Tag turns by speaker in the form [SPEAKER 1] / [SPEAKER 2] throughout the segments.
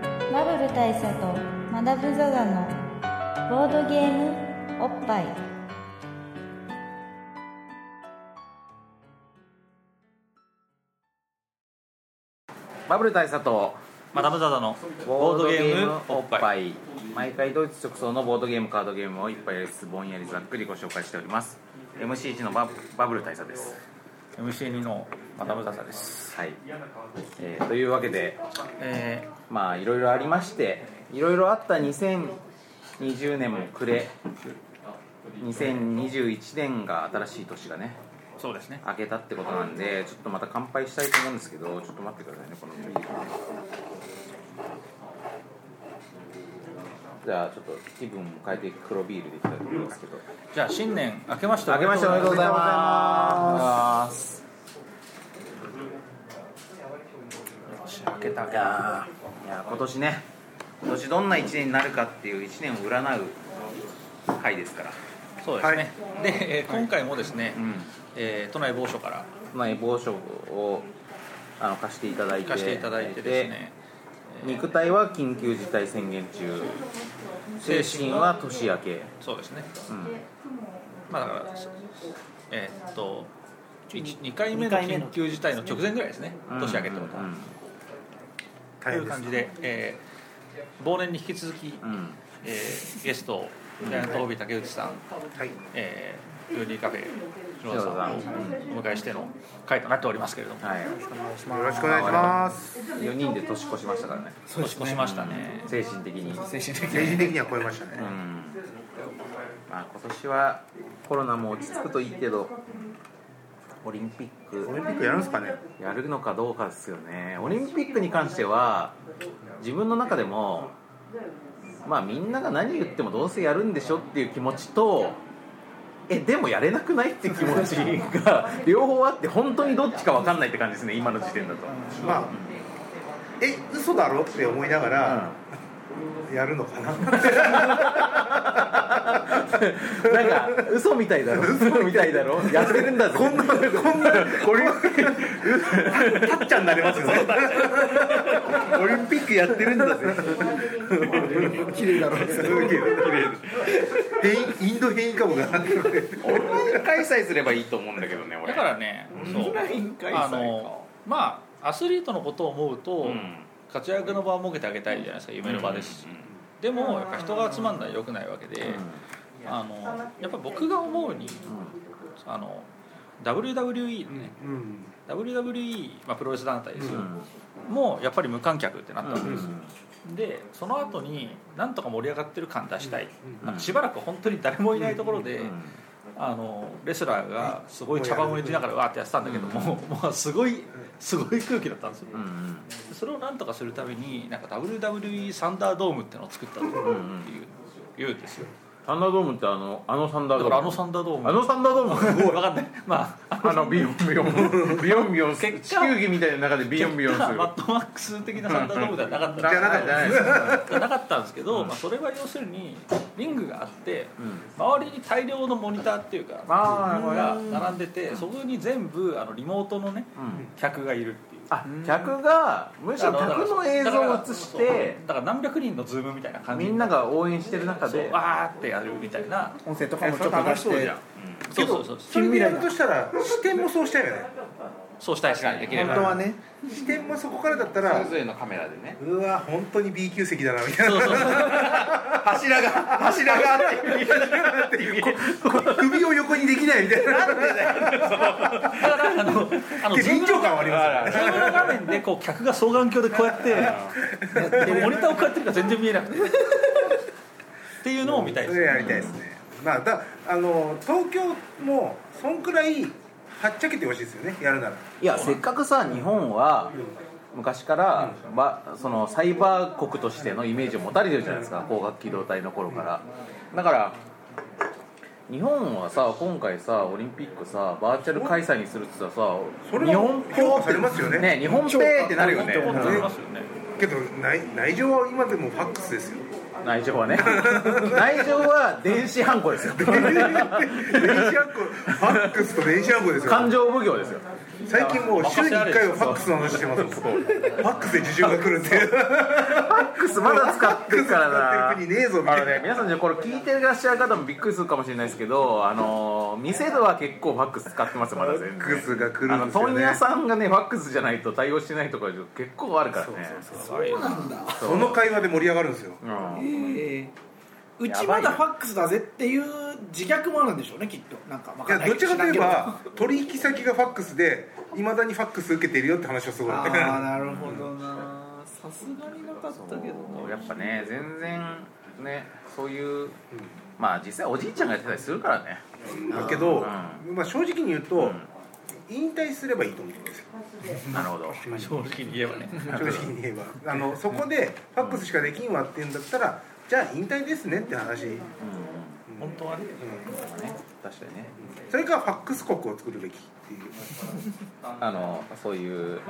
[SPEAKER 1] 部大佐とマダブザザのボードゲームおっぱい
[SPEAKER 2] バブル大佐と
[SPEAKER 3] マダムザザのボードゲームおっぱい
[SPEAKER 2] い毎回ドイツ直送のボードゲームカードゲームをいっぱいやりつつぼんやりざっくりご紹介しております MC1 のババブル大佐です
[SPEAKER 3] MC2 のマダムザザです、
[SPEAKER 2] はい、えーというわけで
[SPEAKER 3] え
[SPEAKER 2] まあいろいろありましていろいろあった2020年も暮れ2021年が新しい年がね
[SPEAKER 3] ー、そうですね
[SPEAKER 2] 明けたってことなんでちょっとまた乾杯したいと思うんですけどちょっと待ってくださいねこのビールじゃあちょっと気分を変えて黒ビールでいきたいと思いますけど
[SPEAKER 3] じゃあ新年明けまして
[SPEAKER 2] 明けましておめでとうございます
[SPEAKER 3] 明けたか
[SPEAKER 2] いや今年ね今年どんな1年になるかっていう1年を占う回ですから、
[SPEAKER 3] そうですね、で、えー今回もですね、
[SPEAKER 2] うん、
[SPEAKER 3] えー都内某所から
[SPEAKER 2] まあ某所をあの貸していただい
[SPEAKER 3] 行
[SPEAKER 2] て
[SPEAKER 3] かせていただいてですね
[SPEAKER 2] 肉体は緊急事態宣言中精神は年明け、
[SPEAKER 3] そうですね
[SPEAKER 2] うん、
[SPEAKER 3] まあだからそえーっと2回目の緊急事態の直前ぐらいですね年明けってことは、
[SPEAKER 2] うん
[SPEAKER 3] という感じで、えー忘年に引き続き、
[SPEAKER 2] うんうん
[SPEAKER 3] えーゲストをジャイアントホビー竹内さん、えールーディーカフェ篠田さんをお迎えしての会となっておりますけれども、
[SPEAKER 2] はい
[SPEAKER 4] よろしくお願いします。
[SPEAKER 2] 4人で年越しましたからね
[SPEAKER 3] 年越しましたね、
[SPEAKER 2] 精神的に
[SPEAKER 4] 政治的には超えました
[SPEAKER 2] う
[SPEAKER 4] ね。
[SPEAKER 2] んまあ今年はコロナも落ち着くといいけどオリンピッ
[SPEAKER 4] オリン
[SPEAKER 2] ク
[SPEAKER 4] ピックやるんですかね。
[SPEAKER 2] やるのかどうかですよねオリンピックに関しては自分の中でもまあみんなが何言ってもどうせやるんでしょっていう気持ちとえでもやれなくないっていう気持ち が両方あって本当にどっちか分かんないって感じですね今の時点だと、
[SPEAKER 4] まあ、え、嘘だろって思いながら、やるのかな。
[SPEAKER 2] なんか嘘みたいだろ嘘みたいだろやってるんだぜこんなこんな
[SPEAKER 4] オリンピック、タッちゃんになれますよね。 オリンピックやってるんだぜ。綺麗だろ。すごい綺麗。 変異インド変異株が。
[SPEAKER 2] オンライン開催すればいいと思 うんだけどね俺
[SPEAKER 3] だからね、そうあのまあアスリートのことを思うと、
[SPEAKER 2] うん
[SPEAKER 3] 活躍の場を設けてあげたいじゃないですか夢の場ですし、でもやっぱ人が集まんないら良くないわけで、あのやっぱ僕が思うに、あの WWE のね、
[SPEAKER 4] うん。
[SPEAKER 3] WWE、まあ、プロレス団体です
[SPEAKER 2] う
[SPEAKER 3] よ、
[SPEAKER 2] ん
[SPEAKER 3] もうやっぱり無観客ってなったわけ
[SPEAKER 2] う
[SPEAKER 3] です、
[SPEAKER 2] ん
[SPEAKER 3] でその後になんとか盛り上がってる感出したい、
[SPEAKER 2] ん
[SPEAKER 3] なんかしばらく本当に誰もいないところで、
[SPEAKER 2] うん
[SPEAKER 3] あのレスラーがすごい茶番を打ちながらわーってやってたんだけども、もうすごいすごい空気だったんですよ、
[SPEAKER 2] うん
[SPEAKER 3] それをなんとかするためになんか WWE サンダードームってのを作ったという、
[SPEAKER 2] うん
[SPEAKER 3] 言うんですよ
[SPEAKER 2] サンダードームってあのあのサンダー
[SPEAKER 3] だ
[SPEAKER 2] ド
[SPEAKER 3] からあ
[SPEAKER 2] ー
[SPEAKER 3] の
[SPEAKER 2] ム
[SPEAKER 3] サンダードーム
[SPEAKER 2] あのサンダードームすごい
[SPEAKER 3] 分かんないま あ
[SPEAKER 2] あのビヨンビヨンビヨンビヨン地球儀みたいな中でビヨンビヨンす
[SPEAKER 3] マ
[SPEAKER 2] る
[SPEAKER 3] ッドマックス的なサンダードームではなかったん
[SPEAKER 2] じ
[SPEAKER 3] で
[SPEAKER 2] ゃなかったじゃないです
[SPEAKER 3] すなかったんですけど、まあ、それは要するにリングがあって
[SPEAKER 2] うん
[SPEAKER 3] 周りに大量のモニターっていうか
[SPEAKER 2] あー
[SPEAKER 3] が並んでてそこに全部あのリモートのね
[SPEAKER 2] うん
[SPEAKER 3] 客がいるっていう
[SPEAKER 2] あ客がむしろ客の映像を映し
[SPEAKER 3] だから
[SPEAKER 2] て
[SPEAKER 3] だから何百人のズームみたいな感じ
[SPEAKER 2] みんなが応援してる中
[SPEAKER 3] そう
[SPEAKER 2] で
[SPEAKER 3] わーってやるみたいな
[SPEAKER 5] 音声とかもちょっと出して
[SPEAKER 3] そうそうそう
[SPEAKER 4] それでやるとしたら、視点もそうしたいよね。
[SPEAKER 3] そうしたいですね
[SPEAKER 2] できれ
[SPEAKER 5] 本
[SPEAKER 2] ば
[SPEAKER 5] 当はね
[SPEAKER 4] 視点もそこからだったら、
[SPEAKER 2] れのカメラでね
[SPEAKER 4] うわ、本当に B 級席だなみたいな。
[SPEAKER 3] そうそうそう
[SPEAKER 4] 柱が柱があって首を横にできないみたいな
[SPEAKER 3] だからあのあの
[SPEAKER 4] 臨場感はありま
[SPEAKER 3] ズームの画面でこう客が双眼鏡でこうやってでモニターをこうやってるから全然見えなくてっていうのを見たい
[SPEAKER 4] す
[SPEAKER 3] で
[SPEAKER 4] よ
[SPEAKER 3] すね
[SPEAKER 4] それやりたいですねまあだあの東京もそんくらいはっちゃけてほしいですよねやるなら
[SPEAKER 2] いやせっかくさ日本は昔から、ばそのサイバー国としてのイメージを持たれてるじゃないですか光学機動隊の頃からだから日本はさ今回さオリンピックさバーチャル開催にするって言ったらさ
[SPEAKER 4] それは
[SPEAKER 2] 日本っ
[SPEAKER 4] 評価
[SPEAKER 2] て
[SPEAKER 4] されますよね
[SPEAKER 2] 日本ペーってなるよね
[SPEAKER 3] そうなりますよね
[SPEAKER 4] けど内内情は今でもファックスですよ
[SPEAKER 2] 内情はね内情は電子ハンコですよ
[SPEAKER 6] 電子ハンコファックスと電子ハンコですよ
[SPEAKER 2] 感情奉行ですよ
[SPEAKER 6] 最近もう週に1回はファックスの話してますもんファックスで受注が来るんで
[SPEAKER 2] フ
[SPEAKER 6] ファ
[SPEAKER 2] ァックスまだ使ってるからな
[SPEAKER 6] 使ってる国ねえぞみたいな
[SPEAKER 2] あのね皆さんじゃこれ聞いてらっしゃる方もびっくりするかもしれないですけどあの店では結構ファックス使ってますよまだ全然
[SPEAKER 6] ファックスが来
[SPEAKER 2] あ
[SPEAKER 6] るん
[SPEAKER 2] の
[SPEAKER 6] ですよね
[SPEAKER 2] 問屋さんがねファックスじゃないと対応してないところ結構あるからね
[SPEAKER 3] そういうの
[SPEAKER 6] その会話で盛り上がるんですよ
[SPEAKER 2] うん
[SPEAKER 5] えーうちまだファックスだぜっていう自虐もあるんでしょうねきっとなんかわ
[SPEAKER 6] い
[SPEAKER 5] か
[SPEAKER 6] や
[SPEAKER 5] んない
[SPEAKER 6] どちらかといえ
[SPEAKER 5] あ
[SPEAKER 6] ば取引先がファックスでいまだにファックス受けてるよって話をすごい
[SPEAKER 5] あ
[SPEAKER 6] だ
[SPEAKER 5] ー
[SPEAKER 6] か
[SPEAKER 5] なるほどなさすがになかったけど
[SPEAKER 2] そう
[SPEAKER 5] な
[SPEAKER 2] やっぱね全然ねそういうまあ実際おじいちゃんがやってたりするからね
[SPEAKER 6] らだけど、まあ、正直に言うと、
[SPEAKER 2] うん
[SPEAKER 6] 引退すればいいと思うんですよ
[SPEAKER 2] なるほど
[SPEAKER 3] まあ正直に言えばね
[SPEAKER 6] 正直に言えばあのそこでファックスしかできんわって言うんだったらじゃあ引退ですねって話、うん
[SPEAKER 2] うん
[SPEAKER 3] 本当はね
[SPEAKER 2] 確かにね
[SPEAKER 6] それかファックス国を作るべきっていう
[SPEAKER 2] あのそういう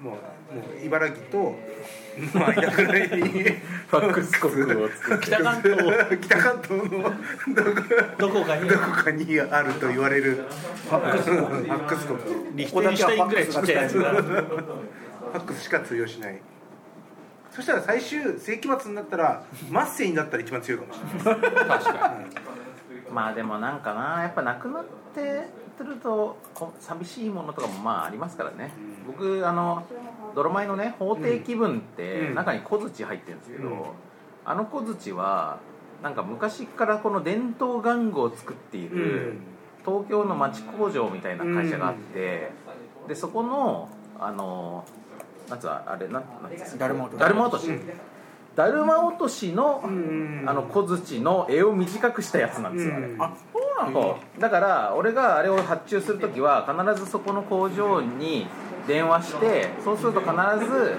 [SPEAKER 6] もうもう茨城とまあ間ぐらいに
[SPEAKER 2] ファックス国を作る
[SPEAKER 3] 北関東
[SPEAKER 6] 北関東のどこ
[SPEAKER 3] どこかに
[SPEAKER 6] どこかにあると言われるファックス国ファックス国
[SPEAKER 3] リヒテンシュタインぐらいちっちゃいやつだ
[SPEAKER 6] ファックスしか通用しないそしたら最終世紀末になったらマッセイになったら一番強いかもしれない
[SPEAKER 3] 確か
[SPEAKER 2] まあでもなんかなやっぱなくなってってるとこ寂しいものとかもまあありますからね、僕あの泥米のね法廷気分って
[SPEAKER 6] うん
[SPEAKER 2] 中に小槌入ってるんですけど、
[SPEAKER 6] うん
[SPEAKER 2] あの小槌はなんか昔からこの伝統玩具を作っている東京の町工場みたいな会社があって、でそこのあのなんつうのあれなんなんつうの
[SPEAKER 5] 誰も
[SPEAKER 2] だるま落とし、
[SPEAKER 6] うん
[SPEAKER 2] だるま落としの、
[SPEAKER 6] うん
[SPEAKER 2] あの小槌の絵を短くしたやつなんですよ、あれ
[SPEAKER 6] うん
[SPEAKER 5] あそうなんだ
[SPEAKER 2] そうだから俺があれを発注する時は必ずそこの工場に電話してそうすると必ず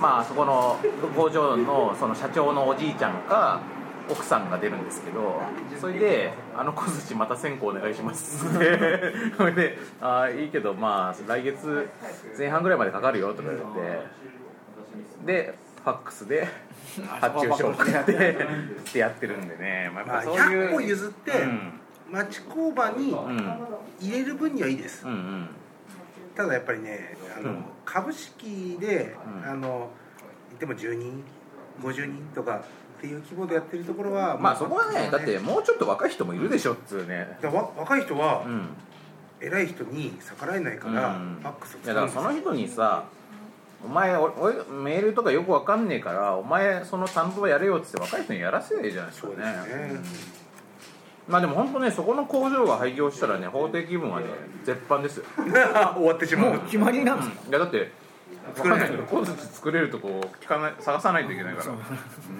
[SPEAKER 2] まあそこの工場のその社長のおじいちゃんか奥さんが出るんですけどそれで「あの小槌また線香お願いします」 ってそれで「ああいいけどまあ来月前半ぐらいまでかかるよ」とか言ってでファックスで発注書を送ってってやってるんでね、まあ、
[SPEAKER 6] ま
[SPEAKER 2] や
[SPEAKER 6] あ
[SPEAKER 2] っぱそういう。
[SPEAKER 6] 100個譲って
[SPEAKER 2] うん
[SPEAKER 6] 町工場に
[SPEAKER 2] うん
[SPEAKER 6] 入れる分にはいいです
[SPEAKER 2] うんうん
[SPEAKER 6] ただやっぱりねあの、
[SPEAKER 2] うん
[SPEAKER 6] 株式で、
[SPEAKER 2] うん
[SPEAKER 6] あのでも10人50人とかっていう規模でやってるところは
[SPEAKER 2] まあそこはねだって
[SPEAKER 6] だ
[SPEAKER 2] もうちょっと若い人もいるでしょっつうね
[SPEAKER 6] からわ若い人は
[SPEAKER 2] うん
[SPEAKER 6] 偉い人に逆らえないか
[SPEAKER 2] うんい
[SPEAKER 6] ら、ファ
[SPEAKER 2] や
[SPEAKER 6] ックスを
[SPEAKER 2] だ
[SPEAKER 6] 使
[SPEAKER 2] か
[SPEAKER 6] う
[SPEAKER 2] ら
[SPEAKER 6] ん
[SPEAKER 2] その
[SPEAKER 6] ですよ
[SPEAKER 2] 人にさお前おおメールとかよくわかんねえからお前その担当やれよっつって若い人にやらせりゃいいじゃないですか
[SPEAKER 6] そう
[SPEAKER 2] ね
[SPEAKER 6] ですね、
[SPEAKER 2] まあでも本当ねそこの工場が廃業したらね法定気分はね絶版ですよ
[SPEAKER 6] 終わってしまう
[SPEAKER 5] もう決まりなんですか
[SPEAKER 2] いやだって作ら
[SPEAKER 6] 作れ
[SPEAKER 2] な
[SPEAKER 6] ないい
[SPEAKER 2] けど小槌作れるとこ聞かない探さないといけないから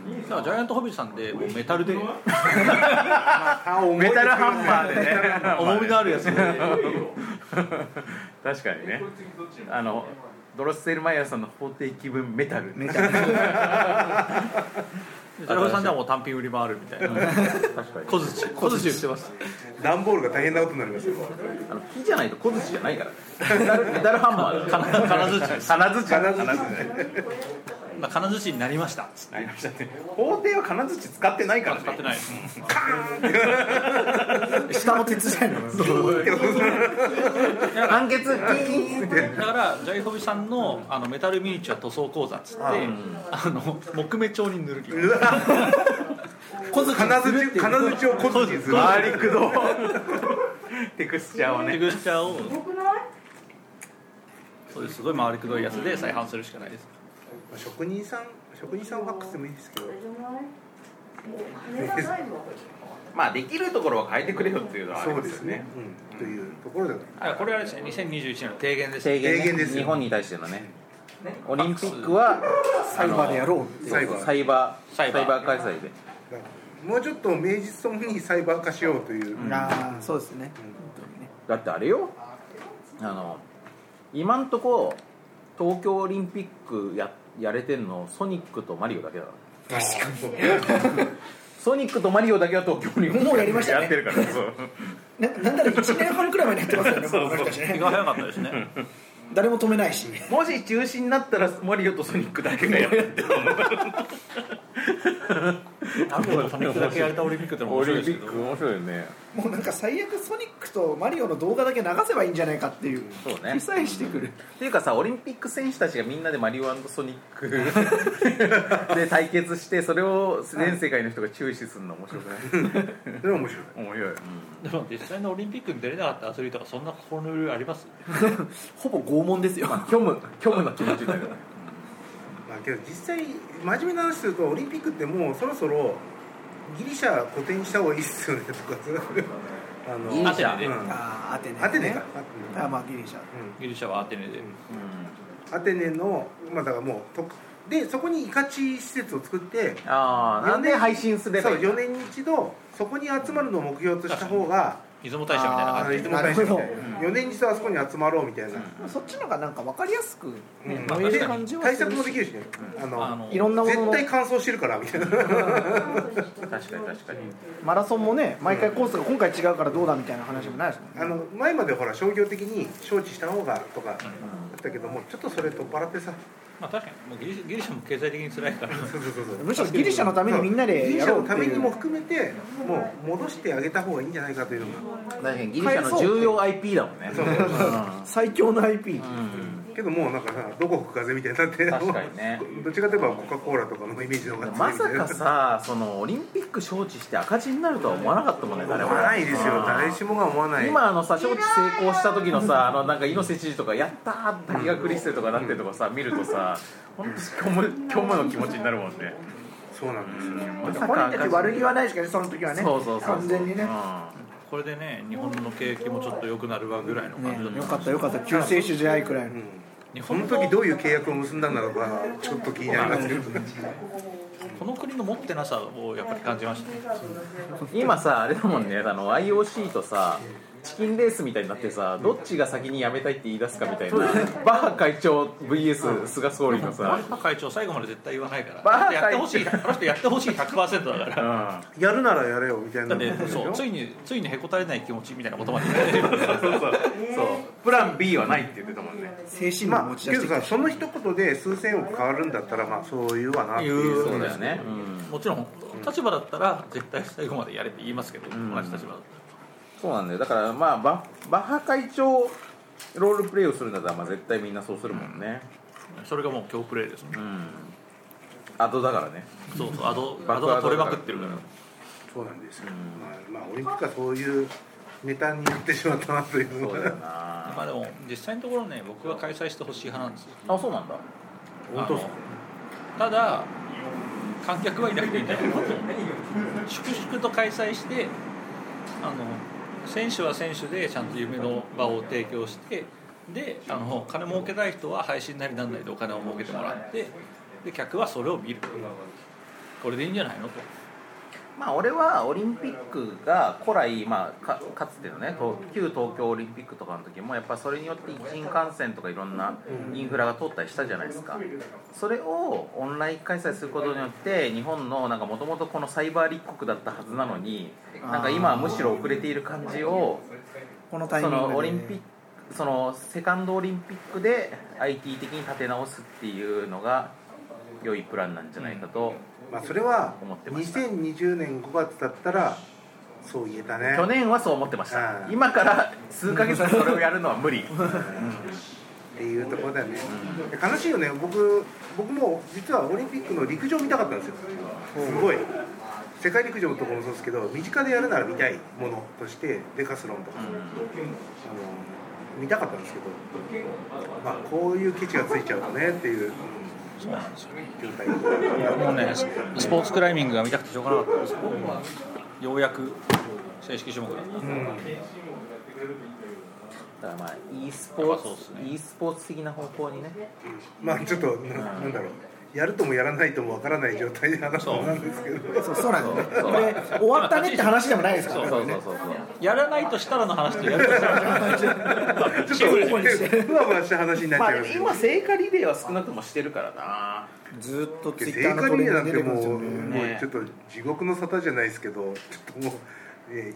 [SPEAKER 3] にだからジャイアントホビーさんでもうメタルで
[SPEAKER 6] あ重い
[SPEAKER 2] メ
[SPEAKER 6] です
[SPEAKER 2] タ
[SPEAKER 6] よ
[SPEAKER 2] ルハンマーでね
[SPEAKER 3] 重みのあるやつで
[SPEAKER 2] 確かにねあのドロッセルマイヤーさんの法定気分メタル
[SPEAKER 5] メタル
[SPEAKER 3] ジャイアントさんではもう単品売り回るみたいな
[SPEAKER 2] 確かに
[SPEAKER 3] 小槌小槌売って ます
[SPEAKER 6] 段ボールが大変なことになりますよ
[SPEAKER 2] あの木じゃないと小槌じゃないからねメタルメタルハンマーだ
[SPEAKER 3] 金金槌です
[SPEAKER 2] 金槌
[SPEAKER 6] 金槌ね
[SPEAKER 3] まあ金槌になりましたっつって
[SPEAKER 2] なりましたね法廷は金槌使ってないから
[SPEAKER 3] 使って
[SPEAKER 2] ね
[SPEAKER 3] ない
[SPEAKER 5] 下も鉄じゃないの
[SPEAKER 2] 判決金
[SPEAKER 3] だからジャイホビさんのあのメタルミニチュア塗装講座っつってあの木目調に塗る
[SPEAKER 6] うわ
[SPEAKER 5] 小槌
[SPEAKER 6] 金槌金槌を小槌にする
[SPEAKER 2] ガーリックドテクスチャーを
[SPEAKER 3] テ
[SPEAKER 2] ね
[SPEAKER 3] クスチャーをそういうすごい回りくどいやつで再販するしかないです
[SPEAKER 6] 職人さん職人さんファックスでもいいですけど
[SPEAKER 2] まあできるところは変えてくれよっていうのはあり
[SPEAKER 6] そう
[SPEAKER 2] ま
[SPEAKER 6] ですす
[SPEAKER 2] よ
[SPEAKER 6] ね
[SPEAKER 2] ね、
[SPEAKER 6] うん、というところで
[SPEAKER 3] あこれはあれですね2021年の提言です
[SPEAKER 2] 提
[SPEAKER 6] 言ね
[SPEAKER 2] 日
[SPEAKER 6] 日
[SPEAKER 2] 本
[SPEAKER 6] 本
[SPEAKER 2] に対してのねオリンピックは
[SPEAKER 5] サイバーでやろうって
[SPEAKER 6] サイバー
[SPEAKER 2] サイバー
[SPEAKER 3] サ
[SPEAKER 2] サ
[SPEAKER 3] イ
[SPEAKER 2] イ
[SPEAKER 3] バー
[SPEAKER 2] バー開催で
[SPEAKER 6] もうちょっと名実ともにサイバー化しようという、
[SPEAKER 5] ああそうですね
[SPEAKER 2] だってあれよあの今んとこ東京オリンピックややれてんのソニックとマリオだけだから
[SPEAKER 6] 確か
[SPEAKER 2] ソニックとマリオだけは東京オリンピック
[SPEAKER 5] もうやりましたね
[SPEAKER 2] やってるからそう
[SPEAKER 5] ななんなら1年半くらい前にやってますよね
[SPEAKER 2] そうそう
[SPEAKER 5] この人たちね
[SPEAKER 3] 気が早かったですね
[SPEAKER 5] 誰も止めないし
[SPEAKER 2] もし中止になったらマリオとソニックだけがやるって思う
[SPEAKER 3] 何個もソニックだけやれたオリンピックってのも
[SPEAKER 2] オ
[SPEAKER 3] 面白い
[SPEAKER 2] リ
[SPEAKER 3] で
[SPEAKER 2] ン
[SPEAKER 3] す
[SPEAKER 2] ピ
[SPEAKER 3] け
[SPEAKER 2] ッ
[SPEAKER 3] ど
[SPEAKER 2] ク面白いよね
[SPEAKER 5] もうなんか最悪ソニックとマリオの動画だけ流せばいいんじゃないかっていう
[SPEAKER 2] そうね
[SPEAKER 5] 被災してくる
[SPEAKER 2] っていうかさオリンピック選手たちがみんなでマリオソニック で対決してそれを全世界の人が注視するの面白くない
[SPEAKER 6] それは面白い
[SPEAKER 2] 面白い、
[SPEAKER 3] でも実際のオリンピックに出れなかったアスリートがそんな心の余裕あります
[SPEAKER 5] ほぼ拷問ですよ
[SPEAKER 2] 虚無虚無の気持ちになるよね
[SPEAKER 6] まあけど実際真面目な話するとオリンピックってもうそろそろギリシャ古典にした方がいいっすよねとかあの
[SPEAKER 2] ギリシャ
[SPEAKER 6] うん
[SPEAKER 5] あーアテネね
[SPEAKER 6] アテネか
[SPEAKER 5] あーまあギリシャ
[SPEAKER 6] う
[SPEAKER 3] ギリシャはアテネで
[SPEAKER 6] んアテネのまあだからもうとでそこにイカチ施設を作って
[SPEAKER 2] ああなんで配信すれば
[SPEAKER 6] そ
[SPEAKER 2] いうい
[SPEAKER 6] 4年に一度そこに集まるのを目標とした方が
[SPEAKER 3] 出雲大社みたいな
[SPEAKER 6] あ
[SPEAKER 3] 感
[SPEAKER 6] の
[SPEAKER 3] じ
[SPEAKER 6] い
[SPEAKER 3] で
[SPEAKER 6] つも大社みたい
[SPEAKER 5] なる
[SPEAKER 6] な4年に一度あそこに集まろうみたいな、
[SPEAKER 5] そっちの方がなんか分かりやすく、ね
[SPEAKER 6] うん
[SPEAKER 5] まあ
[SPEAKER 3] 確かに
[SPEAKER 5] 感じは
[SPEAKER 6] 対
[SPEAKER 5] する
[SPEAKER 6] 策
[SPEAKER 5] し
[SPEAKER 6] もできるしね、あの
[SPEAKER 3] あの
[SPEAKER 5] いろんなもの
[SPEAKER 6] 絶
[SPEAKER 5] の
[SPEAKER 6] 対乾燥してるからみたいな
[SPEAKER 2] 確かに確かに
[SPEAKER 5] マラソンもね毎回コースが今回違うからどうだみたいな話もないですもんね
[SPEAKER 6] あの前までほら商業的に招致した方がとかだったけどもちょっとそれとバラってさ
[SPEAKER 3] まあ確かにもうギリシャギリシャも経済的に辛いから
[SPEAKER 6] そうそうそうそう
[SPEAKER 5] むしろギリシャのためにみんなでやろう
[SPEAKER 6] ギリシャの
[SPEAKER 5] って
[SPEAKER 6] ため
[SPEAKER 5] い
[SPEAKER 6] に
[SPEAKER 5] う
[SPEAKER 6] も含めてもう戻してあげた方がいいんじゃないかというのが
[SPEAKER 2] 確かにギリシャの重要 IP だもんね
[SPEAKER 6] そうそうそう
[SPEAKER 5] 最強の IP、
[SPEAKER 2] うん
[SPEAKER 6] けどもうなんかさどこ吹く風みたいになって
[SPEAKER 2] 確かにね
[SPEAKER 6] どっちかといえばコカ・コーラとかのイメージの方が
[SPEAKER 2] まさか
[SPEAKER 6] 強いみたいな
[SPEAKER 2] さそのオリンピック招致して赤字になるとは思わなかったもんね誰
[SPEAKER 6] 思
[SPEAKER 2] も
[SPEAKER 6] わないですよ誰しもが思わない
[SPEAKER 2] 今あのさ招致成功した時のさあのなんか猪瀬知事とか「やったー!」滝川クリステルとかなってるとかさ見るとさ本当に虚無の気持ちになるもんね
[SPEAKER 6] そうなんですよ、
[SPEAKER 2] まさ
[SPEAKER 5] 本人たち悪気は
[SPEAKER 2] ない
[SPEAKER 5] ないですからねその時はね
[SPEAKER 2] そうそうそうそう
[SPEAKER 5] 完全にね
[SPEAKER 2] うん、
[SPEAKER 3] これでね日本の景気もちょっと良くなるわぐらいの感じだと
[SPEAKER 5] ねよ
[SPEAKER 3] 思
[SPEAKER 5] かったよかった救世主じゃないくらいの、
[SPEAKER 3] 日
[SPEAKER 6] そ
[SPEAKER 3] 本
[SPEAKER 6] の
[SPEAKER 3] の
[SPEAKER 6] 時どういう契約を結んだんだろうかちょっと気になりますけど
[SPEAKER 3] この国の持ってなさをやっぱり感じましたね
[SPEAKER 2] 今さあれだもんねあの IOC とさチキンレースみたいになってさどっちが先に辞めたいって言い出すかみたいなバッハ会長 VS 菅総理の
[SPEAKER 3] バ
[SPEAKER 2] さ
[SPEAKER 3] ッ、ハ会長最後まで絶対言わないから
[SPEAKER 2] バッハ会長
[SPEAKER 3] やってほしいあの人やってほしい100%だから
[SPEAKER 2] うん、
[SPEAKER 6] やるならやれよみた
[SPEAKER 3] だ
[SPEAKER 6] いな
[SPEAKER 3] ってそうついについにへこたれない気持ちみたいなことまで言ってる
[SPEAKER 2] そうそうプラン B はないって言ってたもんね
[SPEAKER 5] 精神面
[SPEAKER 6] ま
[SPEAKER 5] 持
[SPEAKER 6] あ、
[SPEAKER 5] ち
[SPEAKER 6] け
[SPEAKER 5] 出し
[SPEAKER 6] ど
[SPEAKER 5] てきた、
[SPEAKER 6] さその一言で数千億変わるんだったらまあそう言うわなっていう
[SPEAKER 2] そうだよね、うん
[SPEAKER 3] もちろん立場だったら絶対最後までやれって言いますけど、同じ立場だっ
[SPEAKER 2] そうなんだよだからまあバッバッハ会長ロールプレイをするんだったら、まあ、絶対みんなそうするもんね
[SPEAKER 3] たらそれがもう今日プレイですね、
[SPEAKER 2] うんあとだからね
[SPEAKER 3] そうそうアド
[SPEAKER 2] バック
[SPEAKER 3] アドが取れまくってるから、
[SPEAKER 2] うん
[SPEAKER 6] そうなんですよ、まあ、まあオリンピックはそういうネタになってしまったなというの
[SPEAKER 2] そうだよ
[SPEAKER 6] が
[SPEAKER 3] まあ
[SPEAKER 2] な
[SPEAKER 3] でも実際のところね僕は開催してほしい派なんですよ
[SPEAKER 2] あそうなんだ
[SPEAKER 6] 本当っすね
[SPEAKER 3] あのただ観客はいなくていいんじゃないかと粛々と開催してあの選手は選手でちゃんと夢の場を提供してであの金儲けたい人は配信なりなんなりでお金を儲けてもらってで客はそれを見るこれでいいんじゃないのと
[SPEAKER 2] まあ俺はオリンピックが古来、まあ、かかつてのねと旧東京オリンピックとかの時もやっぱそれによって一員感染とかいろんなインフラが通ったりしたじゃないですかそれをオンライン開催することによって日本のなんかもともとこのサイバー立国だったはずなのになんか今はむしろ遅れている感じを
[SPEAKER 5] このタイミ
[SPEAKER 2] そ
[SPEAKER 5] ングで、
[SPEAKER 2] のオリンピックそのセカンドオリンピックで IT 的に立て直すっていうのが良いプランなんじゃないかと、
[SPEAKER 6] まあそれは
[SPEAKER 2] 思ってました
[SPEAKER 6] 2020年5月だったらそう言えたね
[SPEAKER 2] 去年はそう思ってまし
[SPEAKER 6] あ
[SPEAKER 2] た
[SPEAKER 6] あ
[SPEAKER 2] 今から数ヶ月でそれをやるのは無理
[SPEAKER 6] っていうところだよね、悲しいよね僕僕も実はオリンピックの陸上見たかったんですよすごい世界陸上のところもそうですけど身近でやるなら見たいものとしてデカスロンとか、あの見たかったんですけど、まあ、こういうケチがついちゃうとねっていう
[SPEAKER 3] そうなんですよね
[SPEAKER 6] 状態
[SPEAKER 3] もうねススポーツクライミングが見たくてしょうがなかったんですけどようやく正式種目だった
[SPEAKER 2] だからまあ e スポー
[SPEAKER 3] やっぱそうっ
[SPEAKER 2] ツ
[SPEAKER 3] す、ね
[SPEAKER 2] e スポーツ的な方向にね
[SPEAKER 6] まあちょっとななんだろうやるともやらないともわからない状態で話
[SPEAKER 3] そう
[SPEAKER 6] なんですけど
[SPEAKER 5] そうそうなんです
[SPEAKER 2] そう
[SPEAKER 5] よこれ終わったねって話でもないですから
[SPEAKER 2] そう
[SPEAKER 5] ね
[SPEAKER 2] そうそうそう
[SPEAKER 3] やらないとしたらの話とやるとしたらの話
[SPEAKER 6] ちょっとふわふわした話になっち
[SPEAKER 2] まあ
[SPEAKER 6] ゃいますけど
[SPEAKER 2] 今聖火リレーは少なくともしてるからな
[SPEAKER 5] ずーっとツイッ
[SPEAKER 6] 聖
[SPEAKER 5] ターの
[SPEAKER 6] 火
[SPEAKER 5] ト
[SPEAKER 6] リ
[SPEAKER 5] レ
[SPEAKER 6] レーなん
[SPEAKER 5] ーニング
[SPEAKER 6] て
[SPEAKER 5] 出て
[SPEAKER 6] も
[SPEAKER 5] くるんですよ
[SPEAKER 6] う,、
[SPEAKER 5] ね
[SPEAKER 6] もうちょっと地獄の沙汰じゃないですけどちょっともう、ね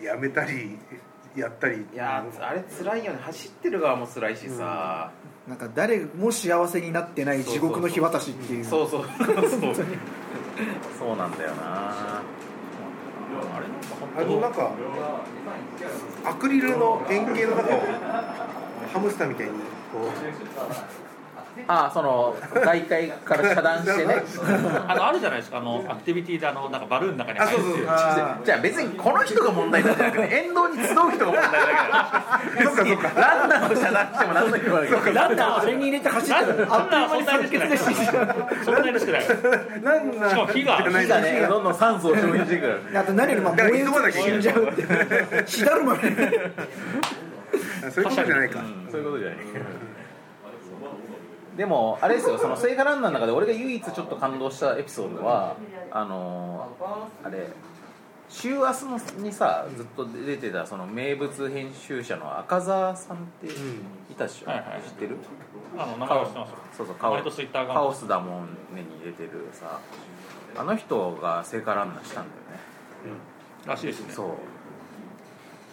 [SPEAKER 6] やめたりやったり
[SPEAKER 2] いやーあれ辛いよね走ってる側も辛いしさ、
[SPEAKER 5] なんか誰も幸せになってない地獄の火渡しっていう
[SPEAKER 2] そうそうそうそうなんだよな
[SPEAKER 3] あれなんか本
[SPEAKER 6] あのなん
[SPEAKER 3] 当
[SPEAKER 6] かアクリルの円形の中をハムスターみたいにこ
[SPEAKER 2] あその大会から遮断してね
[SPEAKER 3] あのあるじゃないですかあのアクティビティであのなんかバルーンの中に
[SPEAKER 6] うあ
[SPEAKER 3] 入っ
[SPEAKER 6] そうそう
[SPEAKER 3] て
[SPEAKER 5] あ
[SPEAKER 2] じゃあ別にこの人が問題なんじゃなくて沿道に集う人が問題だから
[SPEAKER 6] そっかそっか
[SPEAKER 2] ランナーを遮断しても何の意味もないから
[SPEAKER 5] ランナーをそれに入れて走ってる
[SPEAKER 3] あんなそんなに少ないそんなに少ない
[SPEAKER 6] なんな
[SPEAKER 3] しかも火が
[SPEAKER 6] じゃない
[SPEAKER 2] 火がねどんどん酸素を消費してくる
[SPEAKER 5] あと何よりまあ
[SPEAKER 6] だから
[SPEAKER 5] 燃え移って死んじゃうって いう火だるまみたい
[SPEAKER 6] そ
[SPEAKER 5] な
[SPEAKER 6] ういうことじゃないか
[SPEAKER 2] そういうことじゃない でもあれですよその聖火ランナーの中で俺が唯一ちょっと感動したエピソードはあのーあれ週明日のにさずっと出てたその名物編集者の赤澤さんっていたっしょ、
[SPEAKER 3] はいはい
[SPEAKER 2] 知ってる
[SPEAKER 3] あの名前は知ってますよ
[SPEAKER 2] そうそう
[SPEAKER 3] 割とツイッターが
[SPEAKER 2] カオスだもんねに出てるさあの人が聖火ランナーしたんだよね
[SPEAKER 3] らしいですね
[SPEAKER 2] そ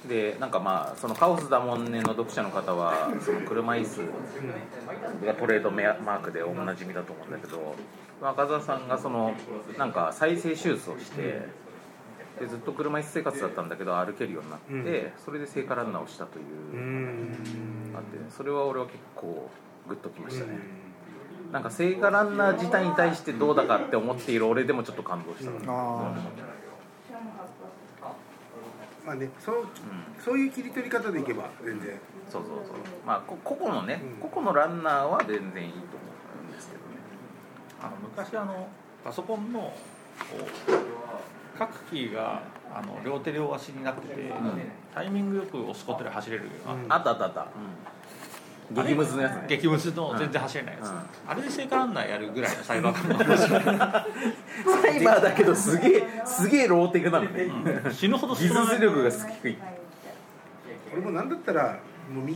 [SPEAKER 2] うでなんかまあそのカオスだもんねの読者の方はその車椅子がトレードメアマークでおなじみだと思うんだけど赤澤さんがそのなんか再生手術をしてでずっと車椅子生活だったんだけど歩けるようになって、それで聖火ランナーをしたというう、
[SPEAKER 6] ん
[SPEAKER 2] あってそれは俺は結構グッときましたね、なんか聖火ランナー自体に対してどうだかって思っている俺でもちょっと感動した、
[SPEAKER 5] あ
[SPEAKER 6] まあねそのそういう切り取り方でいけば全然
[SPEAKER 2] そうそうそうまあこ個々のね、個々のランナーは全然いいと思うんですけどね
[SPEAKER 3] あの昔あのパソコンのこう各キーがあの両手両足になってて、タイミングよく押すことで走れるような、
[SPEAKER 2] あったあったあった、激ムズのやつね
[SPEAKER 3] 激ムズの全然走れないやつ、
[SPEAKER 2] うん
[SPEAKER 3] あれで聖火ランナーやるぐらいのサイバー感
[SPEAKER 2] サイバーだけどすげえすげえローテクなのね、
[SPEAKER 3] が死ぬほど
[SPEAKER 2] 技
[SPEAKER 3] 進まな
[SPEAKER 2] 術
[SPEAKER 3] い
[SPEAKER 2] 力が低い
[SPEAKER 6] 俺もなんだったらもう3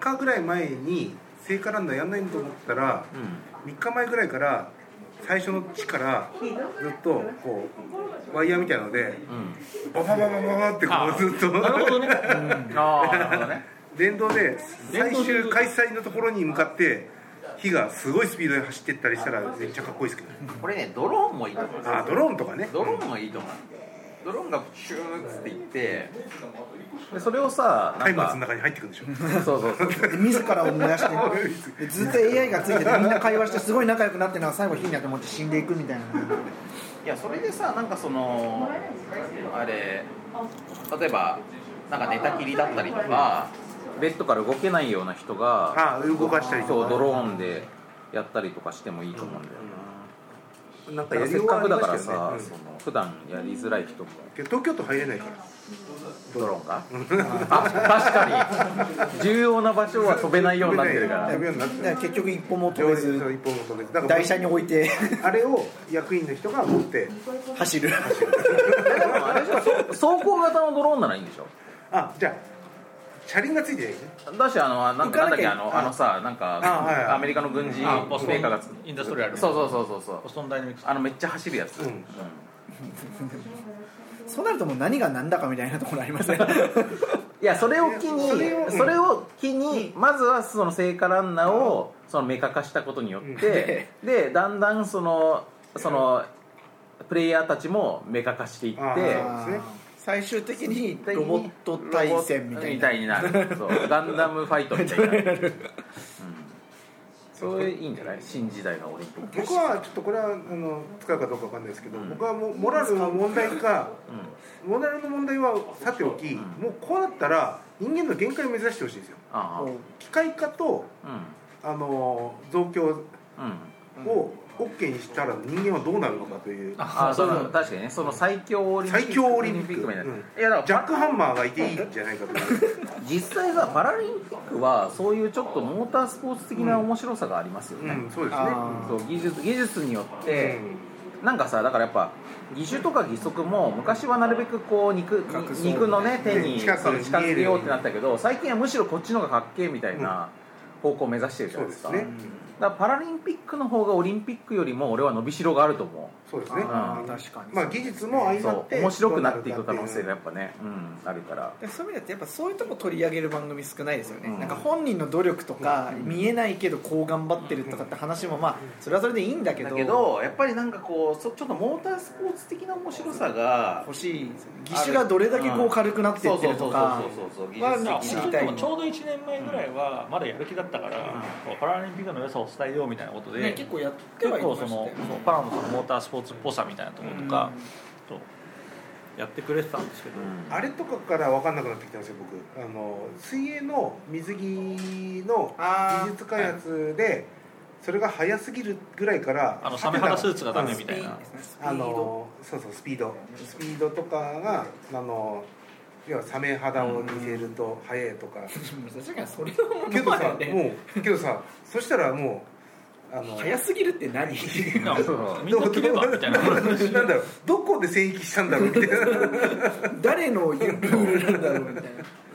[SPEAKER 6] 日ぐらい前に聖火ランナーやんないと思ったら3日前ぐらいから最初の地からずっとこうワイヤーみたいなのでババババババってこ
[SPEAKER 3] あ
[SPEAKER 6] うずっと
[SPEAKER 3] なるほどね、
[SPEAKER 2] ああなるほどね
[SPEAKER 6] 電動で最
[SPEAKER 3] 電動
[SPEAKER 6] 終
[SPEAKER 3] で
[SPEAKER 6] 開催のところに向かって火がすごいスピードで走ってったりしたらめっちゃかっこいいですけど
[SPEAKER 2] これねドローンもいいと思う
[SPEAKER 6] あドローンとかね
[SPEAKER 2] ドローンもいいと思うドローンがシューッつっていってでそれをさな
[SPEAKER 6] 松
[SPEAKER 2] ん
[SPEAKER 6] 明の
[SPEAKER 2] か
[SPEAKER 6] 中に入ってくるんでしょ
[SPEAKER 2] そうそうそう
[SPEAKER 5] あで自らを燃やして でずっと AI がついててみんな会話してすごい仲良くなってなんか最後火になって持って死んでいくみた いない
[SPEAKER 2] やそれでさなんかそのあれ例えばなんか寝たきりだったりとかベッドから動けないような人が
[SPEAKER 6] あ動かしたりと
[SPEAKER 2] そう
[SPEAKER 6] か
[SPEAKER 2] ドローンでやったりとかしてもいいと思うんだよ
[SPEAKER 6] なんか
[SPEAKER 2] な、
[SPEAKER 6] やり
[SPEAKER 2] せっ
[SPEAKER 6] よう
[SPEAKER 2] か
[SPEAKER 6] はあ
[SPEAKER 2] く
[SPEAKER 6] り
[SPEAKER 2] だ
[SPEAKER 6] まし
[SPEAKER 2] か
[SPEAKER 6] た
[SPEAKER 2] ら
[SPEAKER 6] よね
[SPEAKER 2] さ、
[SPEAKER 6] うん
[SPEAKER 2] その普段やりづらい人も
[SPEAKER 6] けど東京都入れないから
[SPEAKER 2] ドローンがあ確かに重要な場所は飛べないようになってるから
[SPEAKER 6] 飛ぶようになって
[SPEAKER 5] だ
[SPEAKER 6] る
[SPEAKER 5] から結局一歩も飛
[SPEAKER 6] 上
[SPEAKER 5] べ
[SPEAKER 6] 手そう
[SPEAKER 5] ず
[SPEAKER 6] 一本も飛べずだから
[SPEAKER 5] 台車に置いて
[SPEAKER 6] あれを役員の人が持って
[SPEAKER 5] 走る
[SPEAKER 2] でもあれでしょそう走行型のドローンならいいんでしょ
[SPEAKER 6] あじゃあ車輪がついてないね
[SPEAKER 2] だしあのなんかなんだっけあ
[SPEAKER 5] 浮
[SPEAKER 2] の
[SPEAKER 5] かなきゃ
[SPEAKER 2] あのさなんか
[SPEAKER 6] あはいはい
[SPEAKER 2] アメリカの軍事メ
[SPEAKER 3] あボスト
[SPEAKER 2] ーカーが作っ
[SPEAKER 3] ンインダストリアル
[SPEAKER 2] そうそうそうそうそう
[SPEAKER 3] ボストンダイナミックス
[SPEAKER 2] あのめっちゃ走るやつ、
[SPEAKER 6] うん
[SPEAKER 5] そうなるともう何が何だかみたいなところありますね
[SPEAKER 2] いやそれを機に
[SPEAKER 6] それを
[SPEAKER 2] それを機にまずはその聖火ランナーをその明確化したことによってでだんだんそのそのプレイヤーたちも明確化していって
[SPEAKER 6] あーそうですね
[SPEAKER 5] 最終的にロボット対戦みたいな
[SPEAKER 2] になるそうガンダムファイトみたいになる、うん、それいいんじゃない新時代のオリンピック
[SPEAKER 6] 僕はちょっとこれはあの使うかどうかわかんないですけど、僕はもうモラルの問題か、モラルの問題はさておき、もうこうなったら人間の限界を目指してほしいんですよ
[SPEAKER 2] ああうん
[SPEAKER 6] 機械化とあの増強
[SPEAKER 2] うん
[SPEAKER 6] を OK にしたら人間はどうなるのかという
[SPEAKER 2] ああそうそう確かにねその最強オリンピック
[SPEAKER 6] 最強オリンピック
[SPEAKER 2] みたいな、
[SPEAKER 6] うん
[SPEAKER 2] いやだ
[SPEAKER 6] ジ
[SPEAKER 2] か
[SPEAKER 6] ャ
[SPEAKER 2] ら
[SPEAKER 6] ックハンマーがいていいんじゃないかという
[SPEAKER 2] 実際さパラリンピックはそういうちょっとモータースポーツ的な面白さがありますよ
[SPEAKER 6] う
[SPEAKER 2] ね、
[SPEAKER 6] んそうですね
[SPEAKER 5] あー
[SPEAKER 2] そう技術技術によって、なんかさだからやっぱ義手とか義足も昔はなるべくこう肉
[SPEAKER 5] 隠そう
[SPEAKER 2] 肉のね手
[SPEAKER 6] ね
[SPEAKER 2] に
[SPEAKER 6] 近く
[SPEAKER 2] そう
[SPEAKER 6] に
[SPEAKER 2] 近づけようってなったけど最近はむしろこっちのがかっけえみたいな方向を目指してるじゃ
[SPEAKER 6] そ
[SPEAKER 2] な
[SPEAKER 6] う
[SPEAKER 2] い
[SPEAKER 6] で
[SPEAKER 2] ですか
[SPEAKER 6] すね
[SPEAKER 2] だからパラリンピックの方がオリンピックよりも俺は伸びしろがあると思
[SPEAKER 6] そうですね、
[SPEAKER 5] あー確かに
[SPEAKER 6] まあ技術も
[SPEAKER 2] う
[SPEAKER 6] 相ま
[SPEAKER 2] そ
[SPEAKER 6] っ
[SPEAKER 2] う
[SPEAKER 6] て
[SPEAKER 2] 面白くなっていく可能性が
[SPEAKER 6] だ
[SPEAKER 2] やっぱね、うん、あるから
[SPEAKER 5] でそういう意味だとやっぱそういうとこ取り上げる番組少ないですよね、
[SPEAKER 2] うん
[SPEAKER 5] なんか本人の努力とか、見えないけどこう頑張ってるとかって話もまあそれはそれでいいんだけど
[SPEAKER 2] だけどやっぱりなんかこうそちょっとモータースポーツ的な面白さが
[SPEAKER 5] 欲しいですよね義手がどれだけこう軽くなっていってるとか
[SPEAKER 2] そうそうそうそうそう
[SPEAKER 5] まあ
[SPEAKER 2] 技
[SPEAKER 3] まあ
[SPEAKER 2] 術
[SPEAKER 5] 知
[SPEAKER 2] 的
[SPEAKER 5] り
[SPEAKER 2] な
[SPEAKER 5] たい
[SPEAKER 3] でもちょうど1年前ぐらいはまだやる気だったから、パラリンピックの良さを伝えようみたいなことで、
[SPEAKER 5] ね結構やって
[SPEAKER 3] 結
[SPEAKER 5] はいま
[SPEAKER 3] 構
[SPEAKER 5] し
[SPEAKER 3] そ
[SPEAKER 5] たよ
[SPEAKER 3] のそうパラのそのモータースポーツっぽさみたいなところとか、そうやってくれてたんですけど、
[SPEAKER 2] うん
[SPEAKER 6] あれとかから分かんなくなってきたんですよ僕あの水泳の水着の
[SPEAKER 5] あー
[SPEAKER 6] 技術開発でそれが早すぎるぐらいから
[SPEAKER 3] あのサメ肌スーツがダメみ
[SPEAKER 5] ス
[SPEAKER 3] た
[SPEAKER 5] ピ
[SPEAKER 3] い
[SPEAKER 5] ー
[SPEAKER 3] な
[SPEAKER 5] ドですねスピ
[SPEAKER 6] あ
[SPEAKER 5] ード
[SPEAKER 6] のそうそうスピードスピードとかがあの要はサメ肌を似せると速いとか、
[SPEAKER 5] 確かにそれはも
[SPEAKER 6] けど
[SPEAKER 5] う
[SPEAKER 6] さもうけどさそしたらもうあの
[SPEAKER 5] 早すぎるって何
[SPEAKER 3] なんかみんな着ればみたいな
[SPEAKER 6] なんだろうどこで線引きしたんだろうみたいな
[SPEAKER 5] 誰のルールなんだろうみたいな
[SPEAKER 2] だ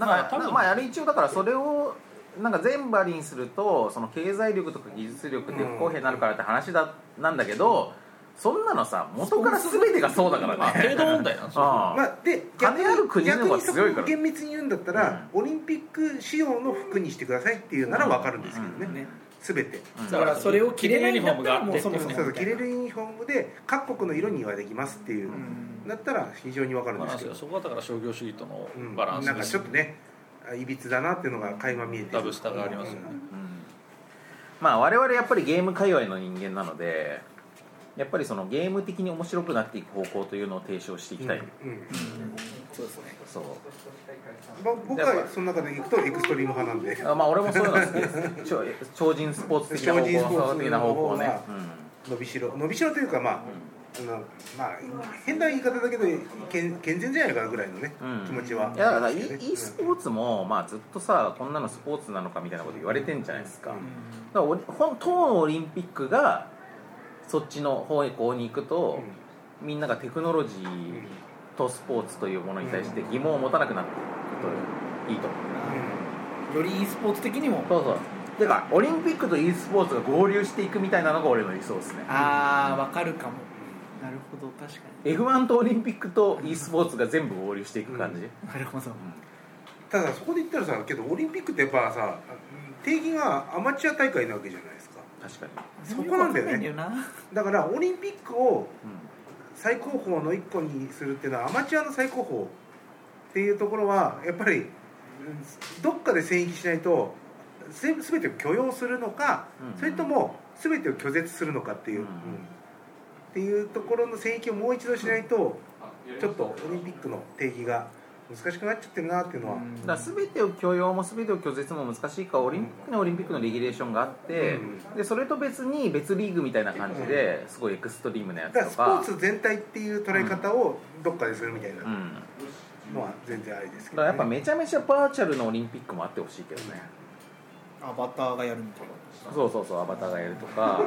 [SPEAKER 3] まあ
[SPEAKER 2] か
[SPEAKER 3] 多
[SPEAKER 2] ら、
[SPEAKER 3] 分
[SPEAKER 2] まあ、あれ一応だからそれをなんか全部ありにするとその経済力とか技術力って不公平になるからって話だなんだけどそんなのさ元から全てがそうだから
[SPEAKER 3] まあ
[SPEAKER 2] ね
[SPEAKER 3] 程度問題なんですよ、
[SPEAKER 2] あ
[SPEAKER 6] まあ、で
[SPEAKER 2] 金ある国の
[SPEAKER 6] 逆
[SPEAKER 2] 方が
[SPEAKER 6] にそこ
[SPEAKER 2] 強い
[SPEAKER 6] を
[SPEAKER 2] から
[SPEAKER 6] 厳密に言うんだったら、オリンピック仕様の服にしてくださいっていうなら分かるんですけどね、
[SPEAKER 5] うんね
[SPEAKER 6] すべて、
[SPEAKER 5] だからそれを着れないんだったらもうそもそ
[SPEAKER 6] そう
[SPEAKER 5] も
[SPEAKER 6] そう着れるユニフォームで各国の色にはできますっていう、
[SPEAKER 5] ん
[SPEAKER 6] だったら非常に分かるん
[SPEAKER 3] バ
[SPEAKER 6] で
[SPEAKER 3] ラ
[SPEAKER 6] す
[SPEAKER 3] ン
[SPEAKER 6] け
[SPEAKER 3] スが、そ
[SPEAKER 6] ど
[SPEAKER 3] こはだから商業主義との
[SPEAKER 6] うん
[SPEAKER 3] バランス
[SPEAKER 6] なん
[SPEAKER 3] で
[SPEAKER 6] か
[SPEAKER 3] す
[SPEAKER 6] ちょ
[SPEAKER 3] よ
[SPEAKER 6] っとねあいびつだなっていうのが垣間見えて
[SPEAKER 3] ダブスタがありますよね
[SPEAKER 2] うんまあ我々やっぱりゲーム界隈の人間なのでやっぱりそのゲーム的に面白くなっていく方向というのを提唱していきたい、
[SPEAKER 6] うんうん
[SPEAKER 5] そうですね
[SPEAKER 2] そう
[SPEAKER 6] ぼ僕はその中でいくとエクストリーム派なんで
[SPEAKER 2] あまあ俺もそういうの好きです超超人スポーツ的な方
[SPEAKER 6] 超人スポー
[SPEAKER 2] 向
[SPEAKER 6] ツ
[SPEAKER 2] 的な方向ね
[SPEAKER 6] の方が伸びしろ伸びしろというかまあ、あのまあ、変な言い方だけど健健全じゃないかなぐらいのね、
[SPEAKER 2] うん
[SPEAKER 6] 気持ちは
[SPEAKER 2] うんいやだから e,
[SPEAKER 6] うん
[SPEAKER 2] e スポーツも、まあ、ずっとさこんなのスポーツなのかみたいなこと言われてんじゃないですか,、
[SPEAKER 6] うん
[SPEAKER 2] だからオリ本当のオリンピックがそっちの方へこうに行くと、みんながテクノロジ
[SPEAKER 6] うんうん
[SPEAKER 2] ーとスポーツというものに対して疑問を持たなくなっていくといいと思う
[SPEAKER 5] より e スポーツ的にも
[SPEAKER 2] そうそうてかオリンピックと e スポーツが合流していくみたいなのが俺の理想ですね
[SPEAKER 5] ああわかるかもなるほど確か
[SPEAKER 2] F1 とオリンピックと e スポーツが全部合流していく感じ、
[SPEAKER 5] になるほど
[SPEAKER 6] ただそこで言ったらさけどオリンピックってやっぱさ定義がアマチュア大会なわけじゃないですか
[SPEAKER 2] 確かに、
[SPEAKER 6] そこなんだよね
[SPEAKER 5] わかな
[SPEAKER 6] だからオリンピックを
[SPEAKER 2] うん
[SPEAKER 6] 最高峰の一個にするっていうのはアマチュアの最高峰っていうところはやっぱりうんどっかで線引きしないと全部全てを許容するのか、
[SPEAKER 2] うん
[SPEAKER 6] それとも全てを拒絶するのかっていう、
[SPEAKER 2] うん
[SPEAKER 6] うんっていうところの線引きをもう一度しないと、ちょっとオリンピックの定義が難しくなっちゃってるなっていうのは、
[SPEAKER 2] だから全てを許容も全てを拒絶も難しいからオリンピックにはオリンピックのレギュレーションがあって、
[SPEAKER 6] う
[SPEAKER 2] でそれと別に別リーグみたいな感じですごいエクストリームなや
[SPEAKER 6] だか
[SPEAKER 2] つ
[SPEAKER 6] ら
[SPEAKER 2] と
[SPEAKER 6] スポ
[SPEAKER 2] か
[SPEAKER 6] ーツ全体っていう捉え方をどっかでするみたいな
[SPEAKER 2] うん、だ
[SPEAKER 6] のは全然ありですけ
[SPEAKER 2] か
[SPEAKER 6] ど、
[SPEAKER 2] ら
[SPEAKER 6] ね、
[SPEAKER 2] やっぱめちゃめちゃバーチャルのオリンピックもあってほしいけどね
[SPEAKER 5] アバターがやるみたいな
[SPEAKER 2] そうそうそうアバターがやるとか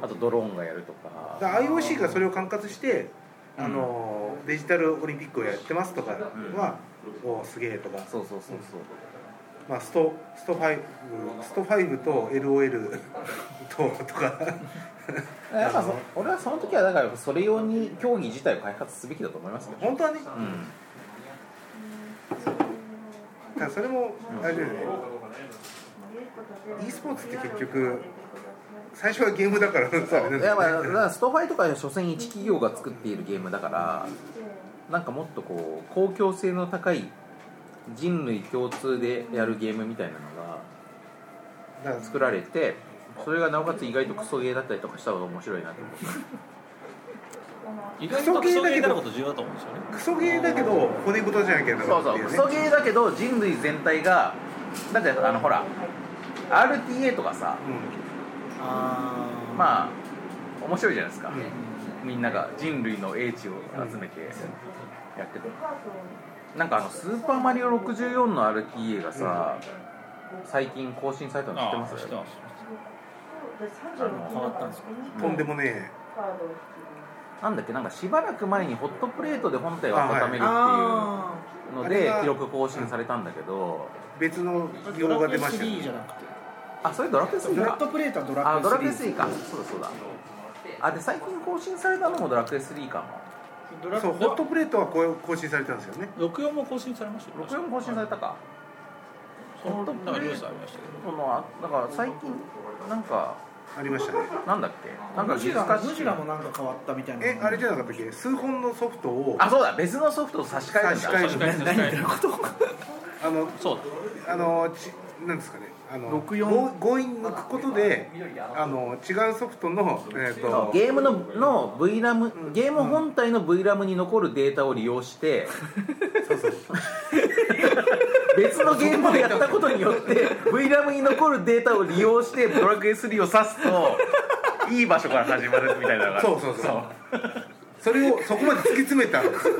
[SPEAKER 2] あとドローンがやるとか
[SPEAKER 6] だから IOC がそれを管轄して、
[SPEAKER 2] うん
[SPEAKER 6] あのデジタルオリンピックをやってますとかは、おーすげえとか、
[SPEAKER 2] そうそうそうそう
[SPEAKER 6] まあ、ストスト5スト5と LOL とと か
[SPEAKER 2] やっぱそ俺はその時はだからそれ用に競技自体を開発すべきだと思いますけど、
[SPEAKER 6] 本当はね
[SPEAKER 2] うん、
[SPEAKER 6] ただそれもあれだよね e スポーツって結局最初はゲームだからさあれなん
[SPEAKER 2] い
[SPEAKER 6] だ
[SPEAKER 2] や
[SPEAKER 6] よ
[SPEAKER 2] ま
[SPEAKER 6] ね
[SPEAKER 2] あだからストファイとかは所詮一企業が作っているゲームだからなんかもっとこう公共性の高い人類共通でやるゲームみたいなのが
[SPEAKER 6] だから
[SPEAKER 2] 作られてそれがなおかつ意外とクソゲーだったりとかした方が面白いなと思う
[SPEAKER 3] 意外とクソゲーになること重要だと思うんですよね
[SPEAKER 6] クソゲーだけど骨ごとじゃなきゃな
[SPEAKER 2] そうそうクソゲーだけど人類全体がだってあのほら RTA とかさ
[SPEAKER 5] ああ
[SPEAKER 2] まあ面白いじゃないですか、
[SPEAKER 6] うん
[SPEAKER 2] みんなが人類の英知を集めてやってて、なんかあの「スーパーマリオ64」の RTA がさ、最近更新されたの知ってます
[SPEAKER 3] ああ知ってます
[SPEAKER 7] 変わったんですか
[SPEAKER 6] うんとんでもね
[SPEAKER 2] なんだっけなんかしばらく前にホットプレートで本体を温めるっ
[SPEAKER 5] あ
[SPEAKER 2] ていうの
[SPEAKER 6] あれ
[SPEAKER 2] で
[SPEAKER 6] が
[SPEAKER 2] 記録更新されたんだけど、
[SPEAKER 6] え別の
[SPEAKER 5] ー
[SPEAKER 6] 用語が出ましたよ
[SPEAKER 5] USB じゃなくて
[SPEAKER 2] あそれドラクエ3
[SPEAKER 5] フラ
[SPEAKER 2] か
[SPEAKER 5] ットプレートはドラ
[SPEAKER 2] あドラ
[SPEAKER 5] ク
[SPEAKER 2] クエ
[SPEAKER 5] エ3
[SPEAKER 2] 3かそうだそうだあで最近更新されたのもドラクエ3か
[SPEAKER 3] ドラ
[SPEAKER 6] そうホットプレートはこう更新されたんですよね
[SPEAKER 3] 64も更新されました
[SPEAKER 2] も
[SPEAKER 3] よ
[SPEAKER 2] 64更新されたか
[SPEAKER 3] そのなんかニュースありましたけど
[SPEAKER 2] そのあだから最近なんか
[SPEAKER 6] ありましたね
[SPEAKER 2] なんだっけなんか技
[SPEAKER 5] ムジ
[SPEAKER 2] 術
[SPEAKER 5] ラ
[SPEAKER 2] 化
[SPEAKER 5] もムジラもなんか変わったみたいな
[SPEAKER 6] えあれじゃなかったっけ数本のソフトを
[SPEAKER 2] あそうだ別のソフトと差し替えるん
[SPEAKER 6] 差
[SPEAKER 2] だ
[SPEAKER 6] し替える
[SPEAKER 3] 確かに確かに
[SPEAKER 6] あの
[SPEAKER 3] そう
[SPEAKER 6] あのちなんですかねあの
[SPEAKER 5] 64
[SPEAKER 6] 強強引に抜くことであの違うソフトのえっ、と
[SPEAKER 2] ゲームのの V ラムゲーム本体の V ラムに残るデータを利用して別のゲームをやったことによって V ラムに残るデータを利用してドラクエ3を刺すといい場所から始まるみたいなのが
[SPEAKER 6] そうそうそうそれをそこまで突き詰めたんですよ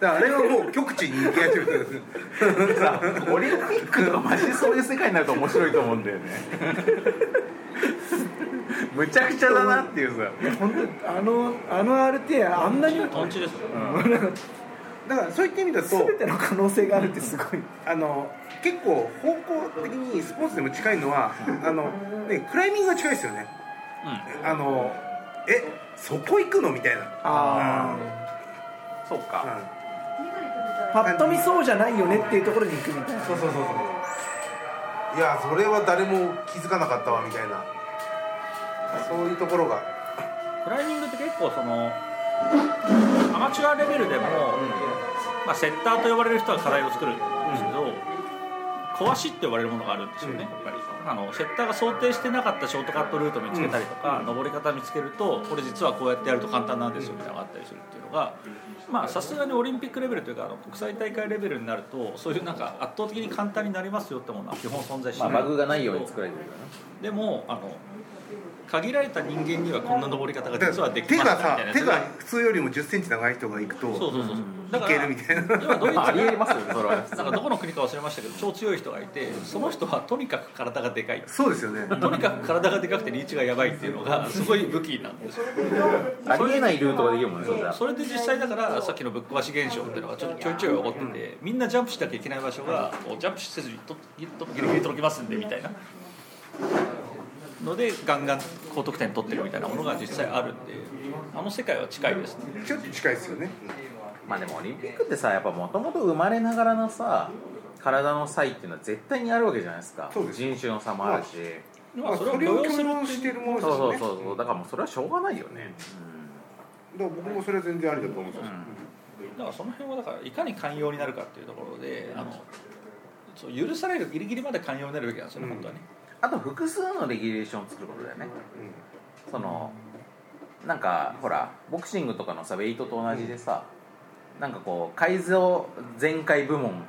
[SPEAKER 6] だからあれはもう極地に行き始めてる
[SPEAKER 2] さオリンピックとかマジでそういう世界になると面白いと思うんだよ ねむちゃくちゃだなっていうさ
[SPEAKER 5] 本当にあのあの RT あんなに
[SPEAKER 3] トンチですよ
[SPEAKER 6] だからそういった意味だと
[SPEAKER 5] 全ての可能性があるっ てすごい
[SPEAKER 6] あの結構方向的にスポーツでも近いのはあの、ね、クライミングが近いですよねあのえそこ行くのみたいな
[SPEAKER 5] あ
[SPEAKER 2] そうか
[SPEAKER 6] うん
[SPEAKER 5] あパッと見そうじゃないよねっていうところに行くみたいな
[SPEAKER 6] そうそうそうそういやそれは誰も気づかなかったわみたいなそういうところが
[SPEAKER 3] クライミングって結構そのアマチュアレベルでも、まあ、セッターと呼ばれる人は課題を作るんですけど、壊しって呼ばれるものがあるんですよね、やっぱりあのセッターが想定してなかったショートカットルート見つけたりとか、登り方見つけるとこれ実はこうやってやると簡単なんですよみたいなのがあったりするっていうのがまあさすがにオリンピックレベルというかあの国際大会レベルになるとそういうなんか圧倒的に簡単になりますよってものは基本存在し
[SPEAKER 2] ま
[SPEAKER 3] な
[SPEAKER 2] あ、
[SPEAKER 3] い、
[SPEAKER 2] バグがないように作られてるよね
[SPEAKER 3] でもあの限られた人間にはこんな登り方が実はでき
[SPEAKER 6] 手
[SPEAKER 3] ま
[SPEAKER 6] が
[SPEAKER 3] したみ
[SPEAKER 6] さ
[SPEAKER 3] たいな
[SPEAKER 6] 手が普通よりも1 0ンチ長い人が行く
[SPEAKER 3] そ
[SPEAKER 6] と
[SPEAKER 3] うそうそうそうだ
[SPEAKER 6] い
[SPEAKER 3] か
[SPEAKER 6] け
[SPEAKER 3] ら
[SPEAKER 6] るみた いな
[SPEAKER 3] 今どうい
[SPEAKER 2] まあありえ
[SPEAKER 3] う
[SPEAKER 2] ますよねそれは
[SPEAKER 3] なんかどこの国か忘れましたけど超強い人がいてその人はとにかく体がでかい
[SPEAKER 6] そうですよね
[SPEAKER 3] とにかく体がでかくてリーチがやばいっていうのがすごい武器なんですよ
[SPEAKER 2] ありえないルートができるもんねそれは
[SPEAKER 3] それで実際だからさっきのぶっ壊し現象っていうのがちょっとちょいちょい起こっててみんなジャンプしなきゃいけない場所がこうジャンプせずにとギリギリ届きますんでみたいなのでガンガン高得点取ってるみたいなものが実際あるんであの世界は近いですね
[SPEAKER 6] ちょっと近いですよね
[SPEAKER 2] まあでもオリンピックってさやっぱもともと生まれながらのさ体の差異っていうのは絶対にあるわけじゃないですか
[SPEAKER 6] そうです
[SPEAKER 2] 人種の差もあるし、
[SPEAKER 6] まあ
[SPEAKER 3] それ
[SPEAKER 6] そ
[SPEAKER 3] を
[SPEAKER 6] れを
[SPEAKER 3] 許容
[SPEAKER 6] 許
[SPEAKER 3] する
[SPEAKER 6] 容してるものです
[SPEAKER 2] そう
[SPEAKER 6] よ
[SPEAKER 2] そう
[SPEAKER 6] ね
[SPEAKER 2] そうそうだからもうそれはしょうがないよね、
[SPEAKER 6] だから僕もそれは全然ありだと思うんですよ
[SPEAKER 3] だからその辺はだからいかに寛容になるかっていうところであのそう許されるギリギリまで寛容になるべきなんですよね、
[SPEAKER 6] うん
[SPEAKER 3] 本当はね
[SPEAKER 2] あと複数のレギュレーションを作ることだよね
[SPEAKER 6] う
[SPEAKER 2] そのなんかほらボクシングとかのさウェイトと同じでさ、なんかこう改造全開部門
[SPEAKER 6] んうん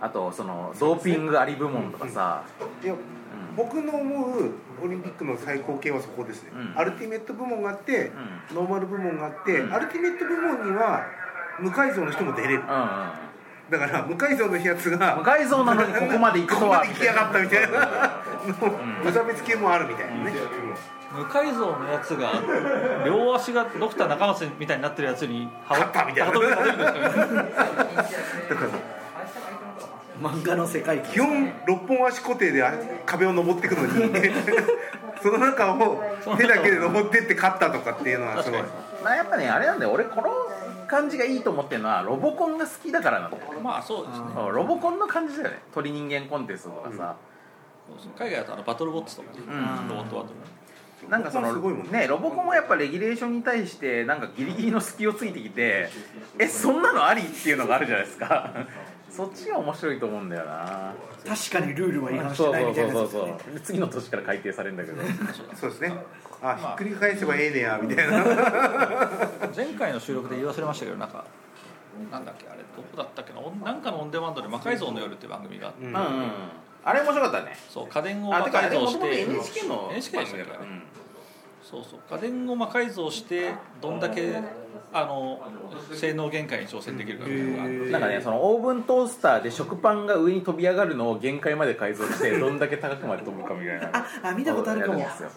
[SPEAKER 2] あとそのドーピングあり部門とかさ、
[SPEAKER 6] いや
[SPEAKER 2] うん
[SPEAKER 6] 僕の思うオリンピックの最高形はそこですね、
[SPEAKER 2] うん
[SPEAKER 6] アルティメット部門があって、
[SPEAKER 2] う
[SPEAKER 6] ノーマル部門があって、
[SPEAKER 2] うん
[SPEAKER 6] アルティメット部門には無改造の人も出れ
[SPEAKER 2] う
[SPEAKER 6] る
[SPEAKER 2] んうん
[SPEAKER 6] だから無改造のやつ
[SPEAKER 2] 無
[SPEAKER 6] が
[SPEAKER 2] 改造なのにここまで行くと
[SPEAKER 6] ここま
[SPEAKER 2] は
[SPEAKER 6] で行きやがったみたいなの無差別級もあるみたいなね、
[SPEAKER 3] 無改造のやつが両足がドクター中松みたいになってるやつに
[SPEAKER 6] 勝ったみたいな
[SPEAKER 3] 羽織羽織るんですよね
[SPEAKER 5] 漫画の世界
[SPEAKER 6] 基本6本足固定で壁を登っていくのに その中を手だけで登ってって勝ったとかっていうのはすごい
[SPEAKER 3] 確か
[SPEAKER 2] まあやっぱねあれなんだよ俺この感じがいいと思ってるのはロボコンが好きだからなんだよ
[SPEAKER 3] まあそうですね
[SPEAKER 2] そうロボコンの感じだよね鳥人間コンテストとかさ、
[SPEAKER 3] 海外だとあのバトルボッツとかね、
[SPEAKER 2] ん
[SPEAKER 3] ロボットバトル
[SPEAKER 2] なんかその
[SPEAKER 6] ロボコンすごいもんね
[SPEAKER 2] ねロボコンはやっぱレギュレーションに対してなんかギリギリの隙をついてきてえそんなのありっていうのがあるじゃないですか そっちが面白いと思うんだよな
[SPEAKER 5] 確かにルールは違反し
[SPEAKER 2] そ
[SPEAKER 5] て
[SPEAKER 2] う
[SPEAKER 5] ない
[SPEAKER 2] そう
[SPEAKER 5] みたい
[SPEAKER 2] そう
[SPEAKER 5] な
[SPEAKER 2] そ
[SPEAKER 5] や
[SPEAKER 2] う
[SPEAKER 5] つですね
[SPEAKER 2] そうで次の年から改定されるんだけ ど
[SPEAKER 6] そうですねあひっくり返せばええねやみたいな
[SPEAKER 3] 前回の収録で言い忘れましたけどなんかなんだっけあれどこだったっけなおんなんかのオンデマンドで「魔改造の夜」っていう番組があって、
[SPEAKER 2] うん、うん、あれ面白かったね
[SPEAKER 3] そう家電を
[SPEAKER 2] あ
[SPEAKER 3] 魔
[SPEAKER 2] てかあ
[SPEAKER 3] 改
[SPEAKER 2] れ
[SPEAKER 3] 造
[SPEAKER 2] も
[SPEAKER 3] し
[SPEAKER 2] ともと
[SPEAKER 3] て
[SPEAKER 2] NHK の
[SPEAKER 3] NHK でした
[SPEAKER 2] 番
[SPEAKER 3] よ
[SPEAKER 2] 組だから
[SPEAKER 3] ねそうそう家電を魔改造してどんだけあの性能限界に挑戦できるかみたいなのがあって
[SPEAKER 2] なんかねそのオーブントースターで食パンが上に飛び上がるのを限界まで改造してどんだけ高くまで飛ぶかみたい な
[SPEAKER 5] ああ見たことあるかも
[SPEAKER 2] やんですよ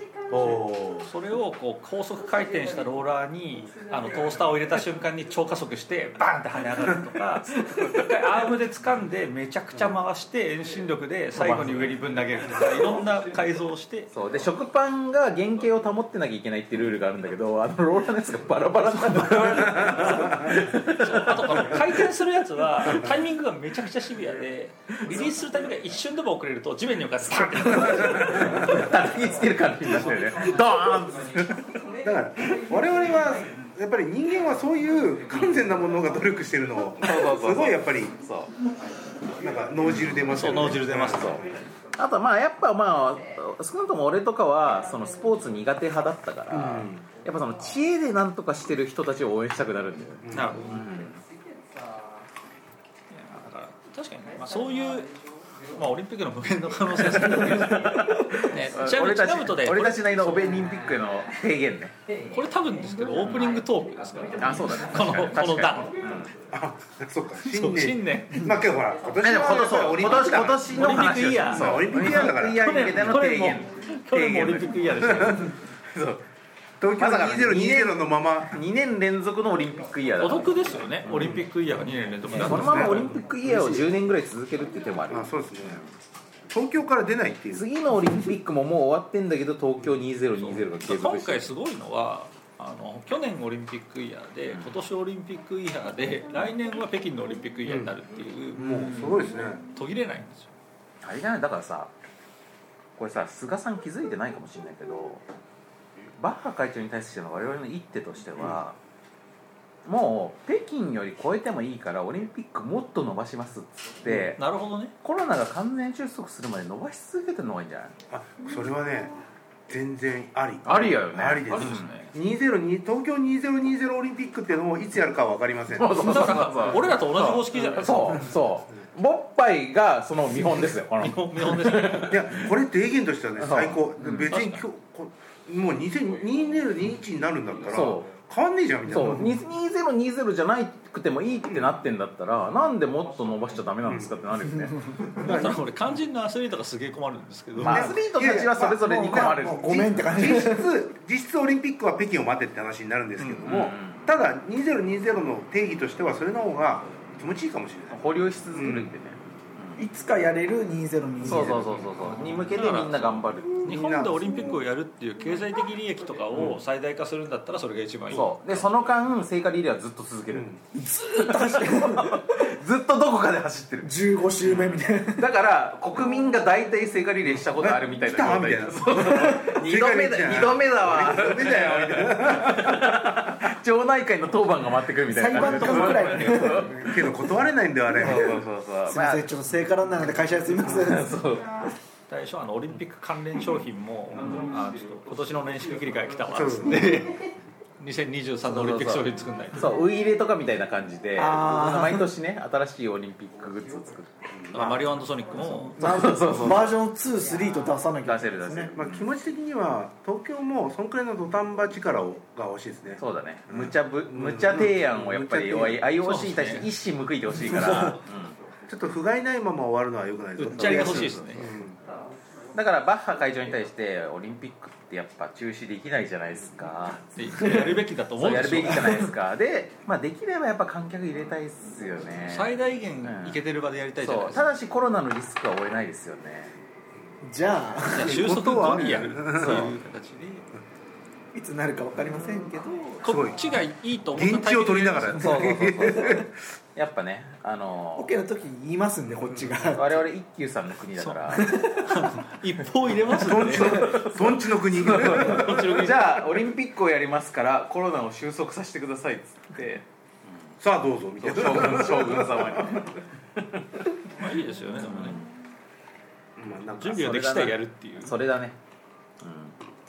[SPEAKER 3] それをこう高速回転したローラーにあのトースターを入れた瞬間に超加速してバンって跳ね上がるとかアームで掴んでめちゃくちゃ回して遠心力で最後に上にぶん投げるとかいろんな改造をして
[SPEAKER 2] そうで食パンが原型を保ってなきゃいけないっていうルールがあるんだけどあのローラーのやつがバラバラになる
[SPEAKER 3] そうあとこの回転するやつはタイミングがめちゃくちゃシビアでリリースするタイミングが一瞬でも遅れると地面に向かってスンって
[SPEAKER 2] 叩きつける感じになってるねドーンって
[SPEAKER 6] だから我々はやっぱり人間はそういう完全なものが努力してるのをすごいやっぱりなんか脳汁出ますよね
[SPEAKER 3] そう脳汁出ますそう
[SPEAKER 2] あとまあやっぱまあ少なくとも俺とかはそのスポーツ苦手派だったから、やっぱその知恵でなんとかしてる人たちを応援したくなるんだよね
[SPEAKER 3] なるほど、いやだから確かにね、まあ、そういう、まあ、オリンピックの無限の可能性ですけどねねちなみ
[SPEAKER 2] 俺
[SPEAKER 3] に
[SPEAKER 2] たち
[SPEAKER 3] ちなみにとでこ
[SPEAKER 2] 俺
[SPEAKER 3] れ
[SPEAKER 2] たちなりのオベニンピックへの提言ね
[SPEAKER 3] これ多分ですけどオープニングトークですから
[SPEAKER 2] あそうだね
[SPEAKER 3] この
[SPEAKER 2] 確かに
[SPEAKER 3] この段
[SPEAKER 6] あそうか
[SPEAKER 3] そ
[SPEAKER 6] 新
[SPEAKER 3] う
[SPEAKER 6] 年
[SPEAKER 3] 新年
[SPEAKER 6] まあけどほら今
[SPEAKER 2] え
[SPEAKER 6] 年
[SPEAKER 2] でも
[SPEAKER 6] は
[SPEAKER 2] 今年
[SPEAKER 6] やっぱり
[SPEAKER 2] そう
[SPEAKER 6] オリン
[SPEAKER 2] 今
[SPEAKER 6] ピッ
[SPEAKER 2] 年
[SPEAKER 6] クだ
[SPEAKER 2] 今
[SPEAKER 6] か
[SPEAKER 2] 年の話
[SPEAKER 6] ら
[SPEAKER 2] をし
[SPEAKER 3] オリンピックイヤー
[SPEAKER 2] そうオリンピックイヤーだから
[SPEAKER 6] オリンピックイ
[SPEAKER 2] イヤーに向けての
[SPEAKER 3] 去
[SPEAKER 2] 提
[SPEAKER 3] 年も
[SPEAKER 2] 言
[SPEAKER 3] 去年もオリンピックイヤーでしたよ
[SPEAKER 6] 東
[SPEAKER 2] まさか
[SPEAKER 6] 京2020のまま
[SPEAKER 2] 2年連続のオリンピックイヤーだ
[SPEAKER 3] お
[SPEAKER 2] から
[SPEAKER 3] 得ですよねオリンピックイヤーが2年連続だ
[SPEAKER 2] このままオリンピックイヤーを10年ぐらい続けるって手もある
[SPEAKER 6] あそうですね東京から出ないっていう
[SPEAKER 2] 次のオリンピックももう終わってんだけど東京2020が継続
[SPEAKER 3] 今
[SPEAKER 2] して
[SPEAKER 3] 回すごいのはあの去年オリンピックイヤーで今年オリンピックイヤーで来年は北京のオリンピックイヤーになるっていう、
[SPEAKER 6] もうすごいですね
[SPEAKER 3] 途切れないんですよ
[SPEAKER 2] あれじゃないだからさこれさ菅さん気づいてないかもしれないけどバッハ会長に対しての我々の一手としては、もう北京より超えてもいいからオリンピックもっと伸ばしますっつって、
[SPEAKER 3] なるほどね
[SPEAKER 2] コロナが完全収束するまで伸ばし続けてるのがいいんじゃない
[SPEAKER 6] あそれはね全然あり
[SPEAKER 2] ありやよね
[SPEAKER 6] ありです
[SPEAKER 3] ありですね
[SPEAKER 6] 202東京2020オリンピックっていうのもいつやるかは分かりません
[SPEAKER 2] そうそうそうそう
[SPEAKER 3] 俺らと同じ方式じゃない
[SPEAKER 2] そうそうボッパイがその見本ですよこの
[SPEAKER 3] 見本見本ですね
[SPEAKER 6] いやこれ提言としてはね
[SPEAKER 2] そう
[SPEAKER 6] 最高、
[SPEAKER 2] うん
[SPEAKER 6] 別に今日こもう202021になるんだったら
[SPEAKER 2] そ
[SPEAKER 6] 変わんねえじゃんみたい
[SPEAKER 2] そう
[SPEAKER 6] な
[SPEAKER 2] 2020じゃなくてもいいってなってんだったらなんでもっと伸ばしちゃダメなんですかってなるよね
[SPEAKER 3] だから俺肝心のアスリートがすげえ困るんですけど、
[SPEAKER 2] まあアスリートたちはそれぞれに困る
[SPEAKER 5] もうごめんって感じ
[SPEAKER 6] 実質実質オリンピックは北京を待てって話になるんですけども、
[SPEAKER 2] うんうん
[SPEAKER 6] ただ2020の定義としてはそれの方が気持ちいいかもしれない
[SPEAKER 2] 保留し続けるってね、
[SPEAKER 5] いつかやれる2020
[SPEAKER 2] そうそうそうそうそうに向けてみんな頑張る
[SPEAKER 3] 日本でオリンピックをやるっていう経済的利益とかを最大化するんだったらそれが一番いい
[SPEAKER 2] そうでその間聖火リレーはずっと続ける、ずっと走ってるずっとどこかで走ってる
[SPEAKER 5] 15周目みたいな
[SPEAKER 2] だから国民が大体聖火リレーしたことあるみたいな
[SPEAKER 6] 来た
[SPEAKER 2] 状態
[SPEAKER 6] みたいな
[SPEAKER 2] 2度目だ二度目だわ
[SPEAKER 6] ダメだよみたいな
[SPEAKER 2] 町内会の当番が回ってくるみたい
[SPEAKER 5] 裁
[SPEAKER 2] な
[SPEAKER 5] 判
[SPEAKER 2] 感
[SPEAKER 5] と
[SPEAKER 2] じ
[SPEAKER 5] かぐらいす
[SPEAKER 6] けど断れないんだよあれ
[SPEAKER 2] そうそうそうま
[SPEAKER 5] いま
[SPEAKER 2] あ
[SPEAKER 5] せんちょっと聖火ランナーなんで会社休みます
[SPEAKER 2] そう
[SPEAKER 3] 最初あのオリンピック関連商品も、あちょっと今年の年式切り替え来たわ
[SPEAKER 6] そう
[SPEAKER 3] っつって2023のオリンピック商品作んないと
[SPEAKER 2] そうウイイレとかみたいな感じで
[SPEAKER 5] あー
[SPEAKER 2] 毎年ね新しいオリンピックグッズを作って
[SPEAKER 3] まあマリオソニックも
[SPEAKER 5] バージョン23と出さなきゃ
[SPEAKER 2] 出せる出せる
[SPEAKER 6] まあ、気持ち的には東京もそんくらいの土壇場力をが欲しいですね
[SPEAKER 2] そうだね無茶ぶ無茶提案をやっぱり
[SPEAKER 6] 無茶提
[SPEAKER 2] IOC に対して一矢報いてほしいから、
[SPEAKER 6] ちょっと不甲斐ないまま終わるのはよくない
[SPEAKER 3] 売
[SPEAKER 6] ぞ
[SPEAKER 3] っちゃいが欲しいですね
[SPEAKER 2] うんだからバッハ会長に対してオリンピックってやっぱ中止できないじゃないですか
[SPEAKER 3] でやるべきだと思
[SPEAKER 2] そううんやる
[SPEAKER 3] ですよ
[SPEAKER 2] べきじゃないですかで、まあ、できればやっぱ観客入れたいっすよね
[SPEAKER 3] 最大限いけてる場でやりたいじゃない
[SPEAKER 2] そ
[SPEAKER 3] で
[SPEAKER 2] う
[SPEAKER 3] す
[SPEAKER 2] た
[SPEAKER 3] か
[SPEAKER 2] だしコロナのリスクは負えないですよね
[SPEAKER 5] じゃあ
[SPEAKER 3] じゃあ収束後にやるっていう形で
[SPEAKER 5] いつなるか分かりませんけど
[SPEAKER 6] すごい
[SPEAKER 3] こっちがいいと思った
[SPEAKER 6] 現地を取りながら
[SPEAKER 2] そうそうそうそうそう やっぱねあの
[SPEAKER 5] OK の時に言いますんでこっちが
[SPEAKER 2] 我々一休さんの国だから
[SPEAKER 3] 一方入れます
[SPEAKER 6] ど
[SPEAKER 3] ん
[SPEAKER 6] ん
[SPEAKER 3] で
[SPEAKER 6] ちのどんちの国
[SPEAKER 3] こっちの
[SPEAKER 2] じゃあオリンピックをやりますからコロナを収束させてくださいっつって
[SPEAKER 6] さあどうぞみた
[SPEAKER 2] 将
[SPEAKER 6] いな
[SPEAKER 2] 軍将軍 様に
[SPEAKER 3] まあいいですよねでもね
[SPEAKER 6] まあなんか
[SPEAKER 3] 準備ができたらやるっていう
[SPEAKER 2] それだね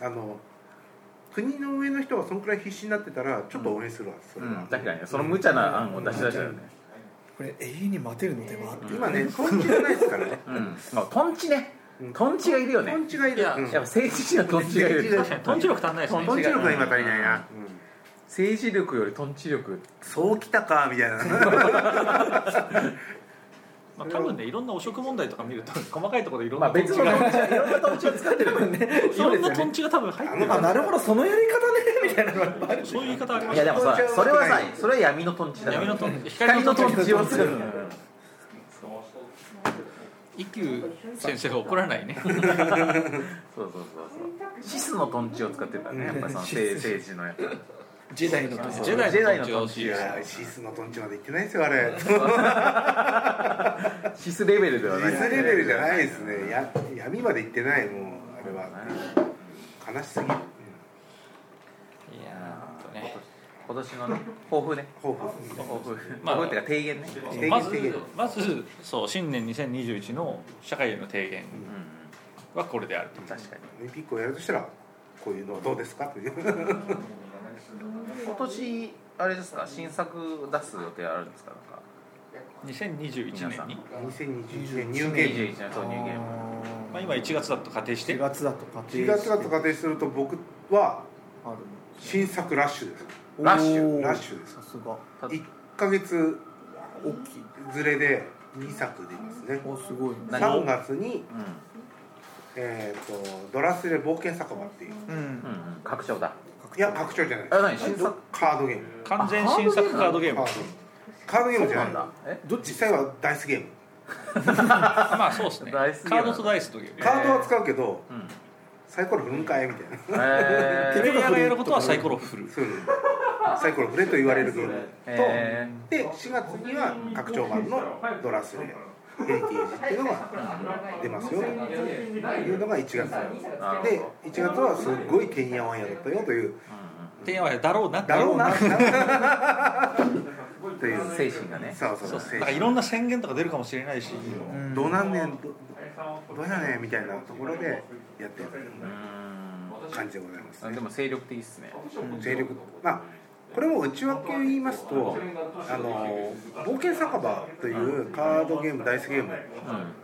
[SPEAKER 6] あの国の上の人がそんくらい必死になってたらちょっと応援するわ、それは
[SPEAKER 2] 確かにねその無茶な案を出し出したよね
[SPEAKER 5] これ永遠に待てるのではって
[SPEAKER 6] 今ねトンチじゃないですからね
[SPEAKER 2] うんまあトンチねトンチがいるよね
[SPEAKER 6] トンチがい
[SPEAKER 3] い
[SPEAKER 6] る
[SPEAKER 3] や
[SPEAKER 6] うん
[SPEAKER 2] やっぱ政治人はトンチがいる
[SPEAKER 6] 政
[SPEAKER 3] 確
[SPEAKER 6] 治
[SPEAKER 3] かにトンチ力足んないですね
[SPEAKER 6] トンチ力が今足りないな、うん
[SPEAKER 2] 政治力よりトンチ力
[SPEAKER 6] そうきたかみたいな
[SPEAKER 3] まあ、多分ねいろんな汚職問題とか見ると細かいところでいろん
[SPEAKER 2] ま
[SPEAKER 3] な
[SPEAKER 2] あ
[SPEAKER 3] トン
[SPEAKER 2] 別
[SPEAKER 3] チ
[SPEAKER 2] の
[SPEAKER 3] が、
[SPEAKER 2] トンチいろんなトンチを使ってる
[SPEAKER 3] いろんなトンチが多分入ってる、
[SPEAKER 5] あなるほどそのやり方ねみたいなのが
[SPEAKER 3] そういう言い方ありま
[SPEAKER 2] い
[SPEAKER 3] し
[SPEAKER 2] やで
[SPEAKER 3] た
[SPEAKER 2] もさそれはさそれは闇のトンチだ
[SPEAKER 3] 闇のトンチ光
[SPEAKER 2] 光
[SPEAKER 3] の
[SPEAKER 2] の
[SPEAKER 3] ト
[SPEAKER 2] ト
[SPEAKER 3] ンチ
[SPEAKER 2] ンチをする
[SPEAKER 3] 一休先生が怒らないね
[SPEAKER 2] そうそうそうそうシスのトンチを使ってるからねやっぱその政政治のやつ
[SPEAKER 5] ジェダイのと
[SPEAKER 3] ジェダイのトンチ
[SPEAKER 6] い
[SPEAKER 3] をし
[SPEAKER 6] やシスのトンチまで行ってないですよあれシ
[SPEAKER 2] シスレベルではない
[SPEAKER 6] スレベルじゃないですねや闇まで行ってないもうあれは悲しすぎ
[SPEAKER 3] い
[SPEAKER 6] る
[SPEAKER 3] やーほんとね
[SPEAKER 2] 今年のね抱負ね
[SPEAKER 6] 抱負
[SPEAKER 2] 抱負
[SPEAKER 3] まあ
[SPEAKER 2] 抱負っていうか提言ね
[SPEAKER 6] 提言
[SPEAKER 3] まず
[SPEAKER 6] 提言
[SPEAKER 3] まずそう新年2021の社会への提言
[SPEAKER 2] うん
[SPEAKER 3] はこれであると
[SPEAKER 2] うん確かに
[SPEAKER 6] オリンピックをやるとしたらこういうのはどうですかという
[SPEAKER 2] 今年あれですか新作出す予定あるんですかなんか
[SPEAKER 3] 2021年に、
[SPEAKER 2] 皆さん
[SPEAKER 3] ま
[SPEAKER 6] 2021年ニューゲーム
[SPEAKER 2] 21年投入ゲーム
[SPEAKER 3] あ、今1月だと仮定して
[SPEAKER 5] 4月だとか
[SPEAKER 6] 4月だと仮定すると僕は新作ラッシュです
[SPEAKER 2] ラッシュ
[SPEAKER 6] ラッシュです
[SPEAKER 5] さすが
[SPEAKER 2] た
[SPEAKER 6] 1ヶ月
[SPEAKER 5] 大きい
[SPEAKER 6] ずれで2作出ますね
[SPEAKER 5] おすごいね
[SPEAKER 2] 何を
[SPEAKER 6] 3月に、
[SPEAKER 2] う
[SPEAKER 6] えーと「ドラスレ冒険酒場」っていう
[SPEAKER 5] うん
[SPEAKER 2] んうんうん拡張だ
[SPEAKER 6] いや拡張じゃない
[SPEAKER 2] あ何新作
[SPEAKER 6] カードゲーム
[SPEAKER 3] 完全新作カードゲー
[SPEAKER 6] カ
[SPEAKER 3] ム
[SPEAKER 6] ードカードゲームじゃ
[SPEAKER 2] な
[SPEAKER 6] なんい
[SPEAKER 2] だ え
[SPEAKER 6] どっち実際はダイスゲーム
[SPEAKER 3] まあそうですねカ
[SPEAKER 2] ダイスゲーム
[SPEAKER 3] ードとダイスという
[SPEAKER 2] えー
[SPEAKER 6] カードは使うけど
[SPEAKER 2] うん
[SPEAKER 6] サイコロ振るんかいみたいな
[SPEAKER 2] え
[SPEAKER 3] プレイヤーがやることはサイコロを振る
[SPEAKER 6] そういうのサイコロ振れと言われるゲーム
[SPEAKER 2] え
[SPEAKER 6] とで4月には拡張版の「ドラスレヘリテージ」っていうのが出ますよというのが1月で1月はすっごいてんやわんやだったよという
[SPEAKER 3] 提案はだろうなって
[SPEAKER 6] だろうな とい
[SPEAKER 2] ー
[SPEAKER 6] う
[SPEAKER 2] 精神がね
[SPEAKER 6] そうそ
[SPEAKER 3] そうう
[SPEAKER 6] 精
[SPEAKER 3] なんかい
[SPEAKER 6] 神
[SPEAKER 3] ろんな宣言とか出るかもしれないし、
[SPEAKER 5] うん
[SPEAKER 6] どうなんねんどどうやねんみたいなところでやってる
[SPEAKER 2] うん
[SPEAKER 6] 感じでございます
[SPEAKER 2] あでも精力的っすね
[SPEAKER 6] 勢力まあこれも内訳を言いますと「あの冒険酒場」というカードゲームダイスゲーム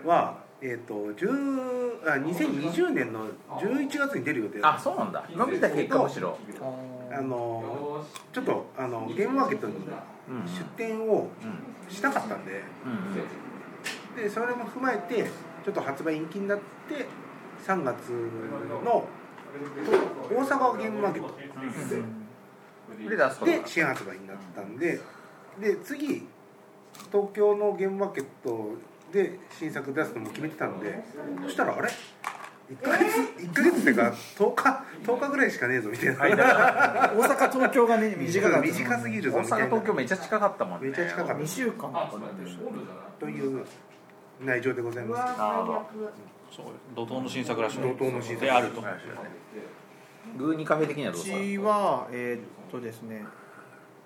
[SPEAKER 6] は、えー、と10あ2020年の11月に出る予定
[SPEAKER 2] あ
[SPEAKER 6] だ
[SPEAKER 2] そうなんだ伸びた結果むしろ
[SPEAKER 6] あのちょっとあのゲームマーケットに
[SPEAKER 2] うんうん
[SPEAKER 6] 出店を
[SPEAKER 2] うん
[SPEAKER 6] しなかったんで
[SPEAKER 2] うんうん
[SPEAKER 6] でそれも踏まえてちょっと発売延期になって3月の大阪ゲームマーケット
[SPEAKER 2] で出すこと
[SPEAKER 6] で新発売になったんでで次東京のゲームマーケットで新作出すのも決めてたんでそしたらあれ1ヶ月1ヶ月っていうか10日10日ぐらいしかねえぞみたいな、
[SPEAKER 2] はいだ
[SPEAKER 5] 大阪東京がね短かった
[SPEAKER 6] 短すぎるぞ
[SPEAKER 2] 大
[SPEAKER 6] みたい
[SPEAKER 2] 阪
[SPEAKER 6] な
[SPEAKER 2] 東京めっちゃ近かったもんね
[SPEAKER 6] めっちゃ近かっ
[SPEAKER 5] 2週間
[SPEAKER 6] という内情でございます
[SPEAKER 2] なるほど
[SPEAKER 3] そう怒涛の新作らしい
[SPEAKER 6] 怒涛の新作
[SPEAKER 3] であると
[SPEAKER 2] グーニカフェ的には
[SPEAKER 5] う
[SPEAKER 2] どうですか
[SPEAKER 5] ちはえーっとですね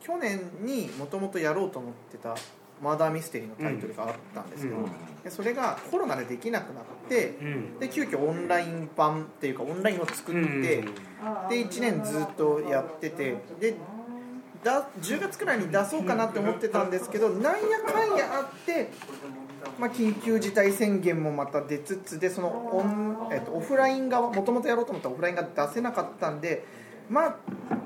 [SPEAKER 5] 去年にもともとやろうと思ってたマーダーミステリーのタイトルがあったんですけど、
[SPEAKER 6] うん
[SPEAKER 5] でそれがコロナでできなくなって
[SPEAKER 6] うん
[SPEAKER 5] で急遽オンライン版っていうかオンラインを作って、で1年ずっとやっててでだ10月くらいに出そうかなって思ってたんですけどなんやかんやあって、まあ、緊急事態宣言もまた出つつでそのオン、えっと、オフライン側もともとやろうと思ったオフラインが出せなかったんで。まあ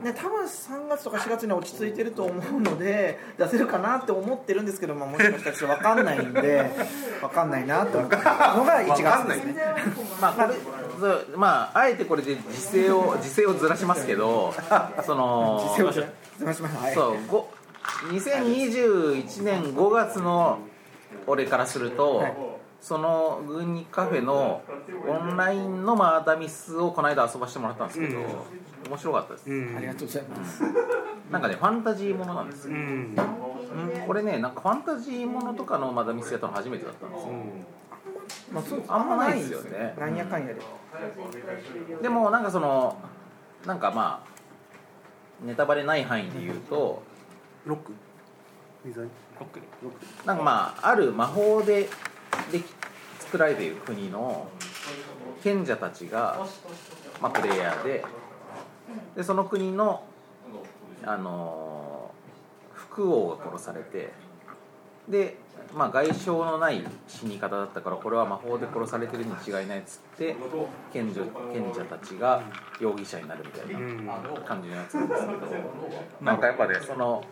[SPEAKER 5] ね、多分3月とか4月には落ち着いてると思うので出せるかなって思ってるんですけど、まあ、もしかしたらちょっと分かんないんで分かんないなと思ったのが1
[SPEAKER 6] わかん
[SPEAKER 5] 月
[SPEAKER 6] な
[SPEAKER 5] で
[SPEAKER 6] い
[SPEAKER 5] すね。
[SPEAKER 2] まあこれずまああえてこれで時勢を時勢をずらしますけ どその
[SPEAKER 5] すいませんすいませんはい
[SPEAKER 2] そうご2021年5月の俺からすると、
[SPEAKER 5] はい
[SPEAKER 2] その軍にカフェのオンラインのマーダミスをこの間遊ばしてもらったんですけど、
[SPEAKER 6] うん
[SPEAKER 2] 面白かったです、
[SPEAKER 6] うん
[SPEAKER 5] ありがとうございます。
[SPEAKER 2] なんかねファンタジーものなんです
[SPEAKER 6] う
[SPEAKER 2] よ、
[SPEAKER 6] ん
[SPEAKER 2] これねなんかファンタジーものとかのマーダミスやったの初めてだったんですよ
[SPEAKER 5] まあ、そう
[SPEAKER 2] あんまないですよね
[SPEAKER 5] なんやかんやで。
[SPEAKER 2] でもなんかそのなんかまあネタバレない範囲で言うと
[SPEAKER 6] ロック水あり
[SPEAKER 3] ロックで
[SPEAKER 2] なんかまあある魔法ででき作られている国の賢者たちが、まあ、プレイヤーででその国の、あのー、副王が殺されてで、まあ、外傷のない死に方だったからこれは魔法で殺されてるに違いないっつって賢者賢者たちが容疑者になるみたいな。感じのやつなんですけどなんかやっぱねその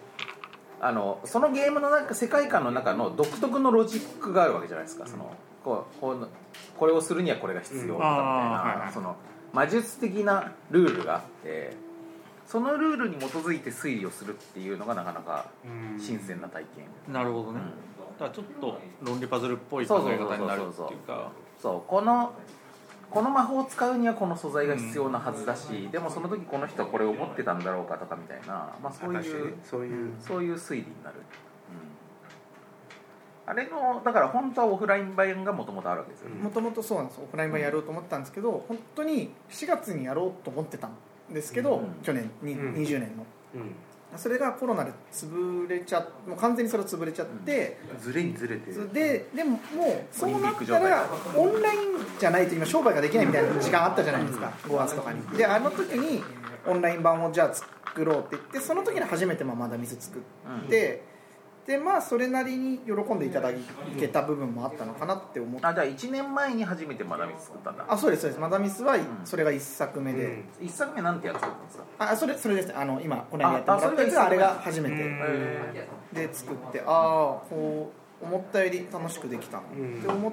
[SPEAKER 2] あのそのゲームの中世界観の中の独特のロジックがあるわけじゃないですかそのこうこうこれをするにはこれが必要だみたいな、
[SPEAKER 6] あーはいはい
[SPEAKER 2] その魔術的なルールがあってそのルールに基づいて推理をするっていうのがなかなか新鮮な体験、
[SPEAKER 3] なるほどね、だからちょっと論理パズルっぽい考え方になるっていうか
[SPEAKER 2] そうこのこの魔法を使うにはこの素材が必要なはずだし、でもその時この人はこれを持ってたんだろうかとかみたいな、まあ、そういう
[SPEAKER 4] そういう
[SPEAKER 2] そういう推理になる、あれのだから本当はオフライン版がもともとあるわけですよ、
[SPEAKER 5] もともとそうなんですオフライン版やろうと思ってたんですけど本当に4月にやろうと思ってたんですけど、
[SPEAKER 2] うん
[SPEAKER 5] 去年に、
[SPEAKER 6] うん
[SPEAKER 5] 20年の
[SPEAKER 6] うん
[SPEAKER 5] それがコロナで潰れちゃもう完全にそれは潰れちゃって、
[SPEAKER 4] ずれにずれて
[SPEAKER 5] ででももうそうな
[SPEAKER 2] オリン
[SPEAKER 5] っ
[SPEAKER 2] ピック
[SPEAKER 5] た
[SPEAKER 2] 状態
[SPEAKER 5] らオンラインじゃないと今商売ができないみたいな時間あったじゃないですか5月とかにであの時にオンライン版をじゃあ作ろうって言ってその時に初めてまあまだ水作って、でまあそれなりに喜んでいただけた部分もあったのかなって思って
[SPEAKER 2] あじゃあ1年前に初めてマダミス作ったんだ
[SPEAKER 5] あそうですそうですマダミスは
[SPEAKER 2] ん
[SPEAKER 5] それが1作目で、
[SPEAKER 6] うん
[SPEAKER 2] 1作目なんてやつだったんですか
[SPEAKER 5] あそれそれですあの今この間やってもらったやつが
[SPEAKER 2] あ
[SPEAKER 5] あ
[SPEAKER 2] それ
[SPEAKER 5] れ
[SPEAKER 2] が
[SPEAKER 5] が
[SPEAKER 2] 一
[SPEAKER 5] 初めて、
[SPEAKER 6] うん
[SPEAKER 2] へ
[SPEAKER 5] で作ってああこう思ったより楽しくできたって思っ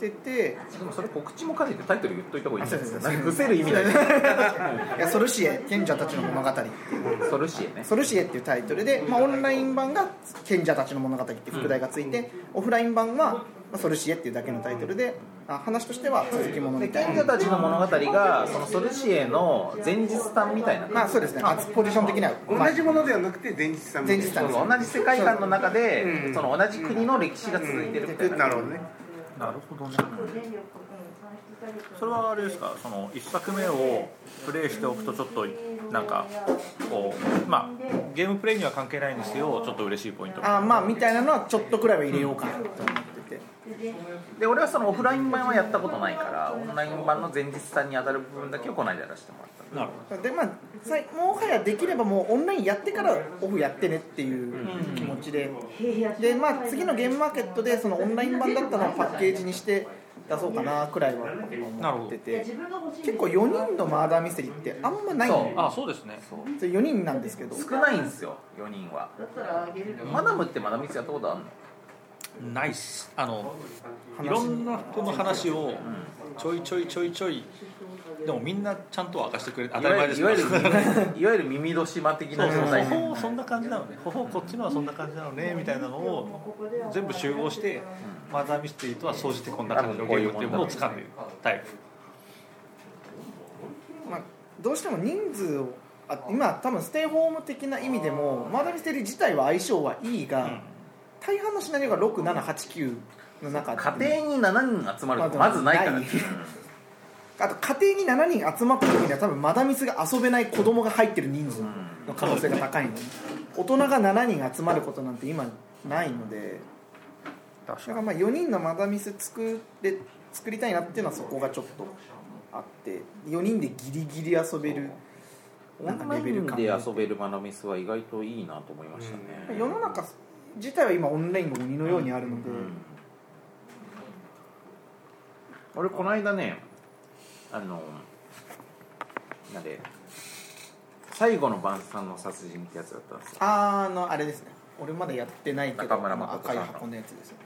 [SPEAKER 5] てて、
[SPEAKER 2] でもそれ告知も兼ねてタイトル言っといた方がいいんじゃないですか
[SPEAKER 5] あ
[SPEAKER 2] な
[SPEAKER 5] そ
[SPEAKER 2] んか伏
[SPEAKER 5] うです
[SPEAKER 2] せる意味 ない
[SPEAKER 5] いやソルシエ賢者たちの物語
[SPEAKER 2] ソルシエね
[SPEAKER 5] ソルシエっていうタイトルで、まあ、オンライン版が賢者たちの物語って副題がついて、オフライン版はまあソルシエっていうだけのタイトルで、あ話としては続きもの
[SPEAKER 2] で
[SPEAKER 5] みたい
[SPEAKER 2] 賢
[SPEAKER 5] な
[SPEAKER 2] 者たちの物語がそのソルシエの前日譚みたいな
[SPEAKER 5] まあそうですねあポジション的にはまあ
[SPEAKER 4] 同じものではなくて前日さんみたいな
[SPEAKER 5] 前日さん
[SPEAKER 2] そう同じ世界観の中
[SPEAKER 6] う
[SPEAKER 2] で
[SPEAKER 6] ん
[SPEAKER 2] その同じ国の歴史が続いてるみたいな
[SPEAKER 4] なるほどね
[SPEAKER 3] なるほどねそれはあれですかその1作目をプレイしておくとちょっとなんかこうまあゲームプレイには関係ないんですよちょっと嬉しいポイント
[SPEAKER 5] あまあみたいなのはちょっとくらいは入れようかなと思ってて
[SPEAKER 2] で俺はそのオフライン版はやったことないからオンライン版の前日さんに当たる部分だけをこの間やらせてもらった
[SPEAKER 3] なる
[SPEAKER 5] でまあさいもはやできればもうオンラインやってからオフやってねっていう気持ちで、でまあ次のゲームマーケットでそのオンライン版だったのをパッケージにして出そうかなくらいは思ってて結構4人のマーダーミステリーってあんまないん
[SPEAKER 2] そ
[SPEAKER 5] で
[SPEAKER 3] ほどあそうですね
[SPEAKER 5] 4人なんですけど
[SPEAKER 2] 少ないんですよ4人はマダムってマダミスやったことあるの
[SPEAKER 3] ナイスあのいろんな人の話をちょいちょいちょいちょいでもみんなちゃんとは明かしてくれ当たり前です
[SPEAKER 2] い
[SPEAKER 3] けど
[SPEAKER 2] わゆるいわゆる いわゆる耳戸島的
[SPEAKER 3] そ
[SPEAKER 2] な
[SPEAKER 3] うそう
[SPEAKER 2] 状態
[SPEAKER 3] ほほそんな感じなのねほほこっちのはそんな感じなのねみたいなのを全部集合してマザーミステリーとは総じてこんな感じのゲームっていうものを掴んでいるタイ
[SPEAKER 5] まあ、どうしても人数をあ今多分ステイホーム的な意味でもマーダーミステリー自体は相性はいいが、大半のシナリオが6789の中で
[SPEAKER 2] 家庭に7人集まることまずないから、
[SPEAKER 5] まずないあと家庭に7人集まった時には多分マダミスが遊べない子供が入ってる人数の可能性が高いので大人が7人集まることなんて今ないのでだからまあ4人のマダミス作れ作りたいなっていうのはそこがちょっとあって4人でギリギリ遊べるなん
[SPEAKER 2] オン
[SPEAKER 5] か
[SPEAKER 2] ラ
[SPEAKER 5] レ
[SPEAKER 2] イ
[SPEAKER 5] ベル
[SPEAKER 2] ン
[SPEAKER 5] 感
[SPEAKER 2] で遊べるマダミスは意外といいなと思いましたね、
[SPEAKER 5] 世の中自体は今オンラインが鬼のようにあるので、
[SPEAKER 2] 俺この間ねあのなんで最後の晩餐の殺人ってやつだったんですよ
[SPEAKER 5] あーあのあれですね俺まだやってないけど
[SPEAKER 2] 中村
[SPEAKER 5] あの
[SPEAKER 2] 誠さん
[SPEAKER 5] 赤い
[SPEAKER 2] の
[SPEAKER 5] 箱のやつですよね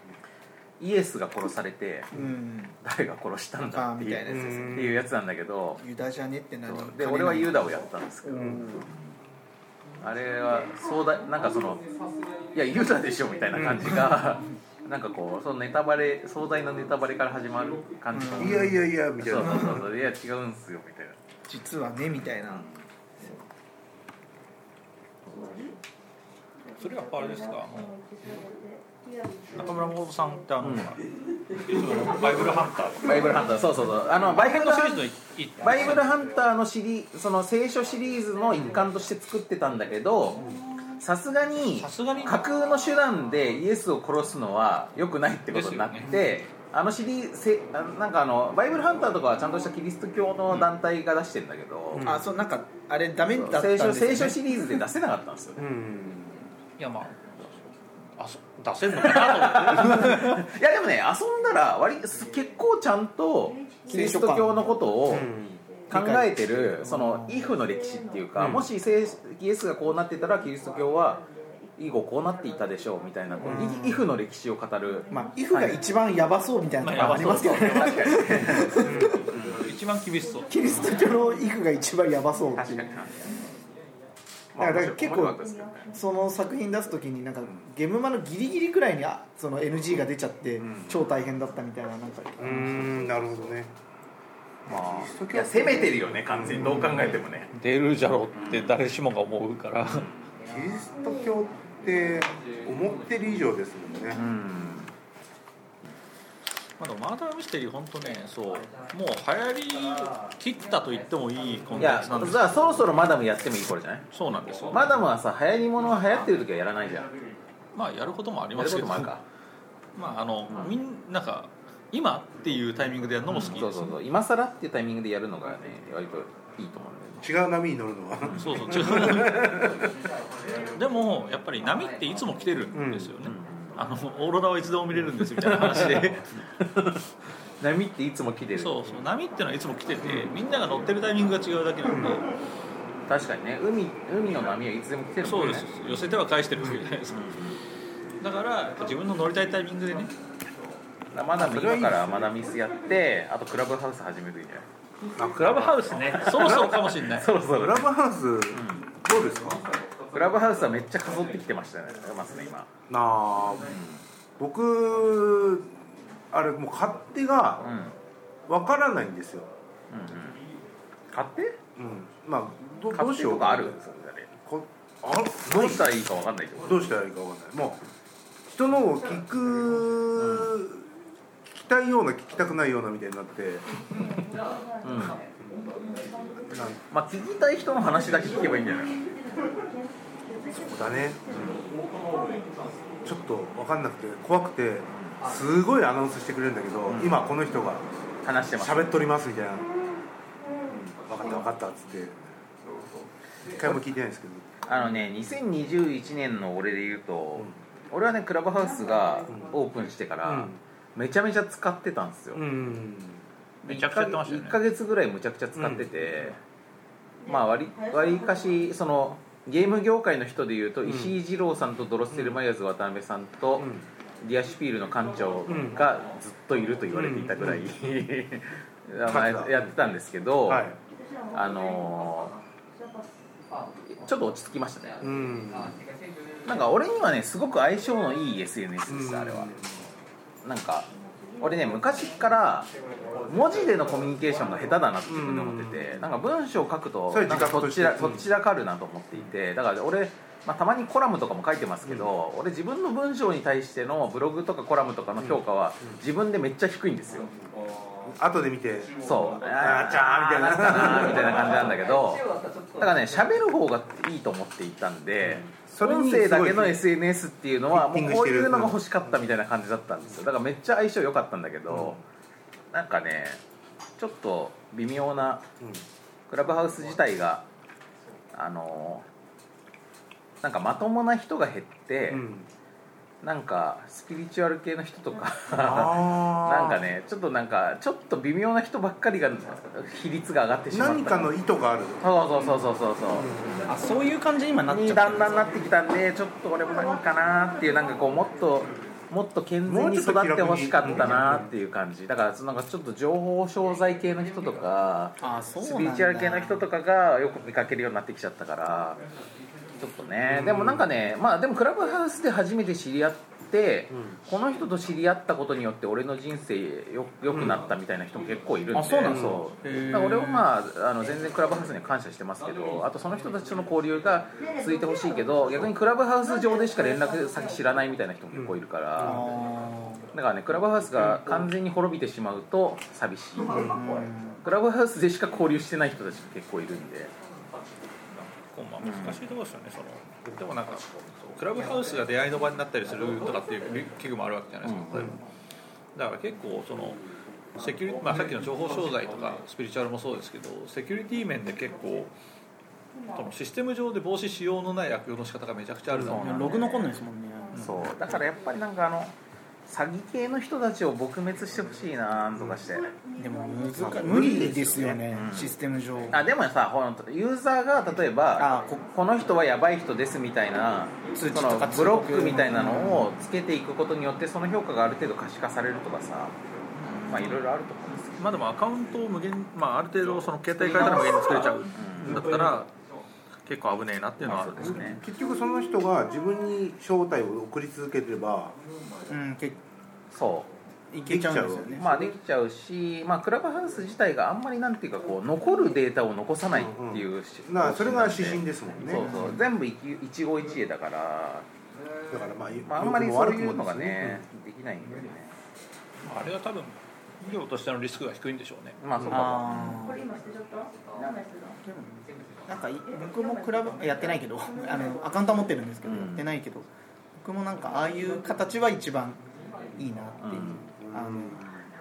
[SPEAKER 2] イエスが殺されて
[SPEAKER 5] うん
[SPEAKER 2] 誰が殺したんだっていう
[SPEAKER 5] あーみたいなやつです
[SPEAKER 2] っ
[SPEAKER 5] ね
[SPEAKER 2] ていうやつなんだけど
[SPEAKER 5] ユダじゃねって何
[SPEAKER 2] そうで俺はユダをやったんですけどあれは壮大なんかそのいやユダでしょみたいな感じがなんかこうそのネタバレ壮大なネタバレから始まる感じが
[SPEAKER 4] いやいやいやみたい
[SPEAKER 2] そう
[SPEAKER 4] な
[SPEAKER 2] そうそうそういや違うんすよみたいな
[SPEAKER 5] 実はねみたいな
[SPEAKER 3] プそれはやっぱあれですかあの中村誠さんってあの、バイブルハンター
[SPEAKER 2] バイブルハンターそうそうそうあのバイブル
[SPEAKER 3] のシ
[SPEAKER 2] ハ
[SPEAKER 3] リ
[SPEAKER 2] ン
[SPEAKER 3] ー
[SPEAKER 2] タ
[SPEAKER 3] ズの
[SPEAKER 2] ー
[SPEAKER 3] いい
[SPEAKER 2] バイブルハンターのシリその聖書シリーズの一環として作ってたんだけどさすがに
[SPEAKER 3] さすがに
[SPEAKER 2] 架空の手段でイエスを殺すのは良くないってことになって、あのシリーズなんかあのバイブルハンターとかはちゃんとしたキリスト教の団体が出してんだけど、
[SPEAKER 5] あそうなんかあれダメだったん
[SPEAKER 2] 聖
[SPEAKER 5] ですよ
[SPEAKER 2] 書
[SPEAKER 5] ね
[SPEAKER 2] 聖書シリーズで出せなかったんですよね
[SPEAKER 4] うん
[SPEAKER 3] いやまああそ出せるのかなと思って
[SPEAKER 2] いやでもね遊んだら割結構ちゃんとキリスト教のことを考えてるそのイフの歴史っていうか、
[SPEAKER 6] うん
[SPEAKER 2] もし聖イエスがこうなってたらキリスト教は以後こうなっていたでしょうみたいなこうイイフの歴史を語る、
[SPEAKER 5] まあ、イフが一番ヤバそうみたいなところありますけどね、
[SPEAKER 2] 確かに
[SPEAKER 3] 一番厳しそう
[SPEAKER 5] キリスト教のイフが一番ヤバそうって
[SPEAKER 2] 確
[SPEAKER 5] いう
[SPEAKER 2] かに
[SPEAKER 5] だから結構
[SPEAKER 2] 面白かったですけどね
[SPEAKER 5] その作品出す時になんかゲームマのギリギリくらいにあその NG が出ちゃって
[SPEAKER 2] ん
[SPEAKER 5] 超大変だったみたいななんか
[SPEAKER 6] うーんなるほどね
[SPEAKER 2] まあいや攻めてるよね完全にどう考えてもね
[SPEAKER 3] 出るじゃろうって誰しもが思うから
[SPEAKER 6] キリスト教って思ってる以上ですもんね、
[SPEAKER 2] うん
[SPEAKER 3] まあでもマーダーミステリー本当ねそうもう流行り切ったと言ってもいいコン
[SPEAKER 2] い
[SPEAKER 3] テン
[SPEAKER 2] や
[SPEAKER 3] ツなんです
[SPEAKER 2] じゃあそろそろマダムやってもいい頃じゃない
[SPEAKER 3] そうなんですよま
[SPEAKER 2] マダムはさ流行りものは流行ってる時はやらないじゃん
[SPEAKER 3] あやることもあり
[SPEAKER 2] や
[SPEAKER 3] ま
[SPEAKER 2] る
[SPEAKER 3] す
[SPEAKER 2] こ
[SPEAKER 3] け
[SPEAKER 2] とも
[SPEAKER 3] ど
[SPEAKER 2] あるか
[SPEAKER 3] まああの、みんなんか今っていうタイミングでやるのも好きです、
[SPEAKER 2] そうそうそう今更っていうタイミングでやるのがね割といいと思うんだよね
[SPEAKER 6] 違う波に乗るのは
[SPEAKER 3] そうそう違 うでもやっぱり波っていつも来てるんですよね、あのオーロラはいつでも見れるんですみたいな話 で
[SPEAKER 2] 波っていつも来てる
[SPEAKER 3] そうそう波ってのはいつも来ててみんなが乗ってるタイミングが違うだけなんで、
[SPEAKER 2] 確かにね海海の波はいつでも来てるも
[SPEAKER 3] そ
[SPEAKER 2] ん
[SPEAKER 3] う
[SPEAKER 2] ね
[SPEAKER 3] です寄せては返してるわけじゃないですかだからやっぱ自分の乗りたいタイミングでね
[SPEAKER 2] マダム今からマダミスやってあとクラブハウス始めるんじゃない
[SPEAKER 3] クラブハウスねそろそろかもしれない
[SPEAKER 2] そろそ
[SPEAKER 6] ク
[SPEAKER 2] ろ
[SPEAKER 6] ラブハウス、どうですか
[SPEAKER 2] クラブハウスはめっちゃかそってきてましたねますね今
[SPEAKER 6] なあ、僕あれもう勝手が
[SPEAKER 2] うんうんうん
[SPEAKER 6] わからないんですよ、
[SPEAKER 2] 勝手
[SPEAKER 6] うん、まあどどう
[SPEAKER 2] 勝
[SPEAKER 6] し
[SPEAKER 2] 手
[SPEAKER 6] よ
[SPEAKER 2] と
[SPEAKER 6] う
[SPEAKER 2] か
[SPEAKER 6] か
[SPEAKER 2] あるそれあれ
[SPEAKER 6] こあ
[SPEAKER 2] どうしたらいいかわかんないってこと
[SPEAKER 6] どうしたらいいかわかんないもう人のを聞く聞きたいような聞きたくないようなみたいになって
[SPEAKER 2] うんまあ聞きたい人の話だけ聞けばいいんじゃない
[SPEAKER 6] そうだね、ちょっとわかんなくて怖くてすごいアナウンスしてくれるんだけど、今この人が
[SPEAKER 2] 話してます
[SPEAKER 6] 喋っとりますみたいな「分かった分かった」っつって一回も聞いてないんですけど
[SPEAKER 2] あのね2021年の俺で言うと、俺はねクラブハウスがオープンしてから、
[SPEAKER 6] うん
[SPEAKER 2] めちゃめちゃ使ってたんですよ、
[SPEAKER 6] うん
[SPEAKER 3] めちゃくちゃやってましたよね
[SPEAKER 2] 1ヶ月ぐらいむちゃくちゃ使ってて、まあ割割かしそのゲーム業界の人で言うと、石井二郎さんとドロッセルマイヤーズ渡辺さんと、ディアシュピールの館長がずっといると言われていたぐらい、 まあやってたんですけど、
[SPEAKER 6] はい
[SPEAKER 2] あのーちょっと落ち着きましたね、
[SPEAKER 6] うん
[SPEAKER 2] なんか俺にはねすごく相性のいい SNS ですあれはなんか俺ね昔から文字でのコミュニケーションが下手だなって自分で思っててなんか文章を書くと
[SPEAKER 6] それ
[SPEAKER 2] なんか
[SPEAKER 6] 自覚
[SPEAKER 2] と
[SPEAKER 6] と
[SPEAKER 2] っ
[SPEAKER 6] して
[SPEAKER 2] ちらとっちらかるなと思っていてだから俺まあ、たまにコラムとかも書いてますけど、俺自分の文章に対してのブログとかコラムとかの評価は自分でめっちゃ低いんですよ、
[SPEAKER 6] 後で見て
[SPEAKER 2] そう
[SPEAKER 6] あーちゃーみたいな
[SPEAKER 2] あーかなみたいな感じなんだけどだからね喋る方がいいと思っていたんで、
[SPEAKER 6] それに
[SPEAKER 2] 音声だけの SNS っていうのは
[SPEAKER 6] フィ
[SPEAKER 2] も
[SPEAKER 6] ッ
[SPEAKER 2] う
[SPEAKER 6] ティング
[SPEAKER 2] こ
[SPEAKER 6] し
[SPEAKER 2] う
[SPEAKER 6] て
[SPEAKER 2] い
[SPEAKER 6] る
[SPEAKER 2] うのが欲しかったみたいな感じだったんですよだからめっちゃ相性良かったんだけど、なんかねちょっと微妙なクラブハウス自体があのなんかまともな人が減って、
[SPEAKER 6] うん
[SPEAKER 2] なんかスピリチュアル系の人とか
[SPEAKER 6] あー
[SPEAKER 2] なんかねちょっとなんかちょっと微妙な人ばっかりが比率が上がってしまった
[SPEAKER 6] 何かの意図がある
[SPEAKER 2] そうそうそうそうそうそう、
[SPEAKER 5] あそういう感じに今なっちゃ
[SPEAKER 2] に
[SPEAKER 5] った
[SPEAKER 2] だんだんなってきたんでちょっと俺も何かなっていうなんかこうもっともっと健全に育ってほしかったなっていう感じだからそのなんかちょっと情報商材系の人とか
[SPEAKER 5] あそうなん
[SPEAKER 2] ス
[SPEAKER 5] だ
[SPEAKER 2] ピリチュアル系の人とかがよく見かけるようになってきちゃったからちょっとねでもなんかねまあでもクラブハウスで初めて知り合ってこの人と知り合ったことによって俺の人生よ良くなったみたいな人も結構いるんで、
[SPEAKER 5] あそうなんだ
[SPEAKER 2] そう
[SPEAKER 5] へえ
[SPEAKER 2] だから俺はまああの全然クラブハウスには感謝してますけどあとその人たちとの交流が続いてほしいけど逆にクラブハウス上でしか連絡先知らないみたいな人も結構いるから、だからねクラブハウスが完全に滅びてしまうと寂しい、クラブハウスでしか交流してない人たちも結構いるんで
[SPEAKER 3] こうまあ難しいところですよね、そのでもなんかそうクラブハウスが出会いの場になったりするとかっていう器具もあるわけじゃないですか、例えばだから結構そのセキュリ、まあ、さっきの情報商材とかスピリチュアルもそうですけどセキュリティ面で結構多分システム上で防止しようのない悪用の仕方がめちゃくちゃあるな
[SPEAKER 5] ログ残んないですもんね、
[SPEAKER 2] うそうだからやっぱりなんかあの詐欺系の人たちを撲滅してほしいなとかして、
[SPEAKER 5] でも難無理ですよね、
[SPEAKER 2] うん
[SPEAKER 5] システム上
[SPEAKER 2] あでもさほらユーザーが例えば
[SPEAKER 5] あ
[SPEAKER 2] ここの人はやばい人ですみたいな
[SPEAKER 5] 通知
[SPEAKER 2] そ
[SPEAKER 5] とか
[SPEAKER 2] の
[SPEAKER 5] 通告
[SPEAKER 2] ブロックみたいなのをつけていくことによってその評価がある程度可視化されるとかさまあいろいろあると思うんですけ
[SPEAKER 3] まあでもアカウントを無限に、まあ、ある程度その携帯変えたら無限に作れちゃうだったら結構危ねえなっていうのはあるんですね
[SPEAKER 6] 結局その人が自分に招待を送り続ければ
[SPEAKER 5] うんけ
[SPEAKER 2] どそ
[SPEAKER 5] いけちゃうんですよね
[SPEAKER 2] うまあできちゃうし、まあ、クラブハウス自体があんまりなんていうかこう残るデータを残さないっていうし
[SPEAKER 6] だからそれが指針ですもんね
[SPEAKER 2] そうそう全部一期一期一会だから、
[SPEAKER 6] だからまあ、
[SPEAKER 2] まあ、あんまりそういうのがねできないんだよね
[SPEAKER 3] あれは多分企業としてのリスクが低いんでしょうね
[SPEAKER 2] まあそうかも
[SPEAKER 5] あ
[SPEAKER 8] これ今してちょっと何枚してた
[SPEAKER 5] ーなんかい僕もクラブやってないけどあのアカウントは持ってるんですけど、
[SPEAKER 2] うん
[SPEAKER 5] やってないけど僕もなんかああいう形は一番いいなっていう、あの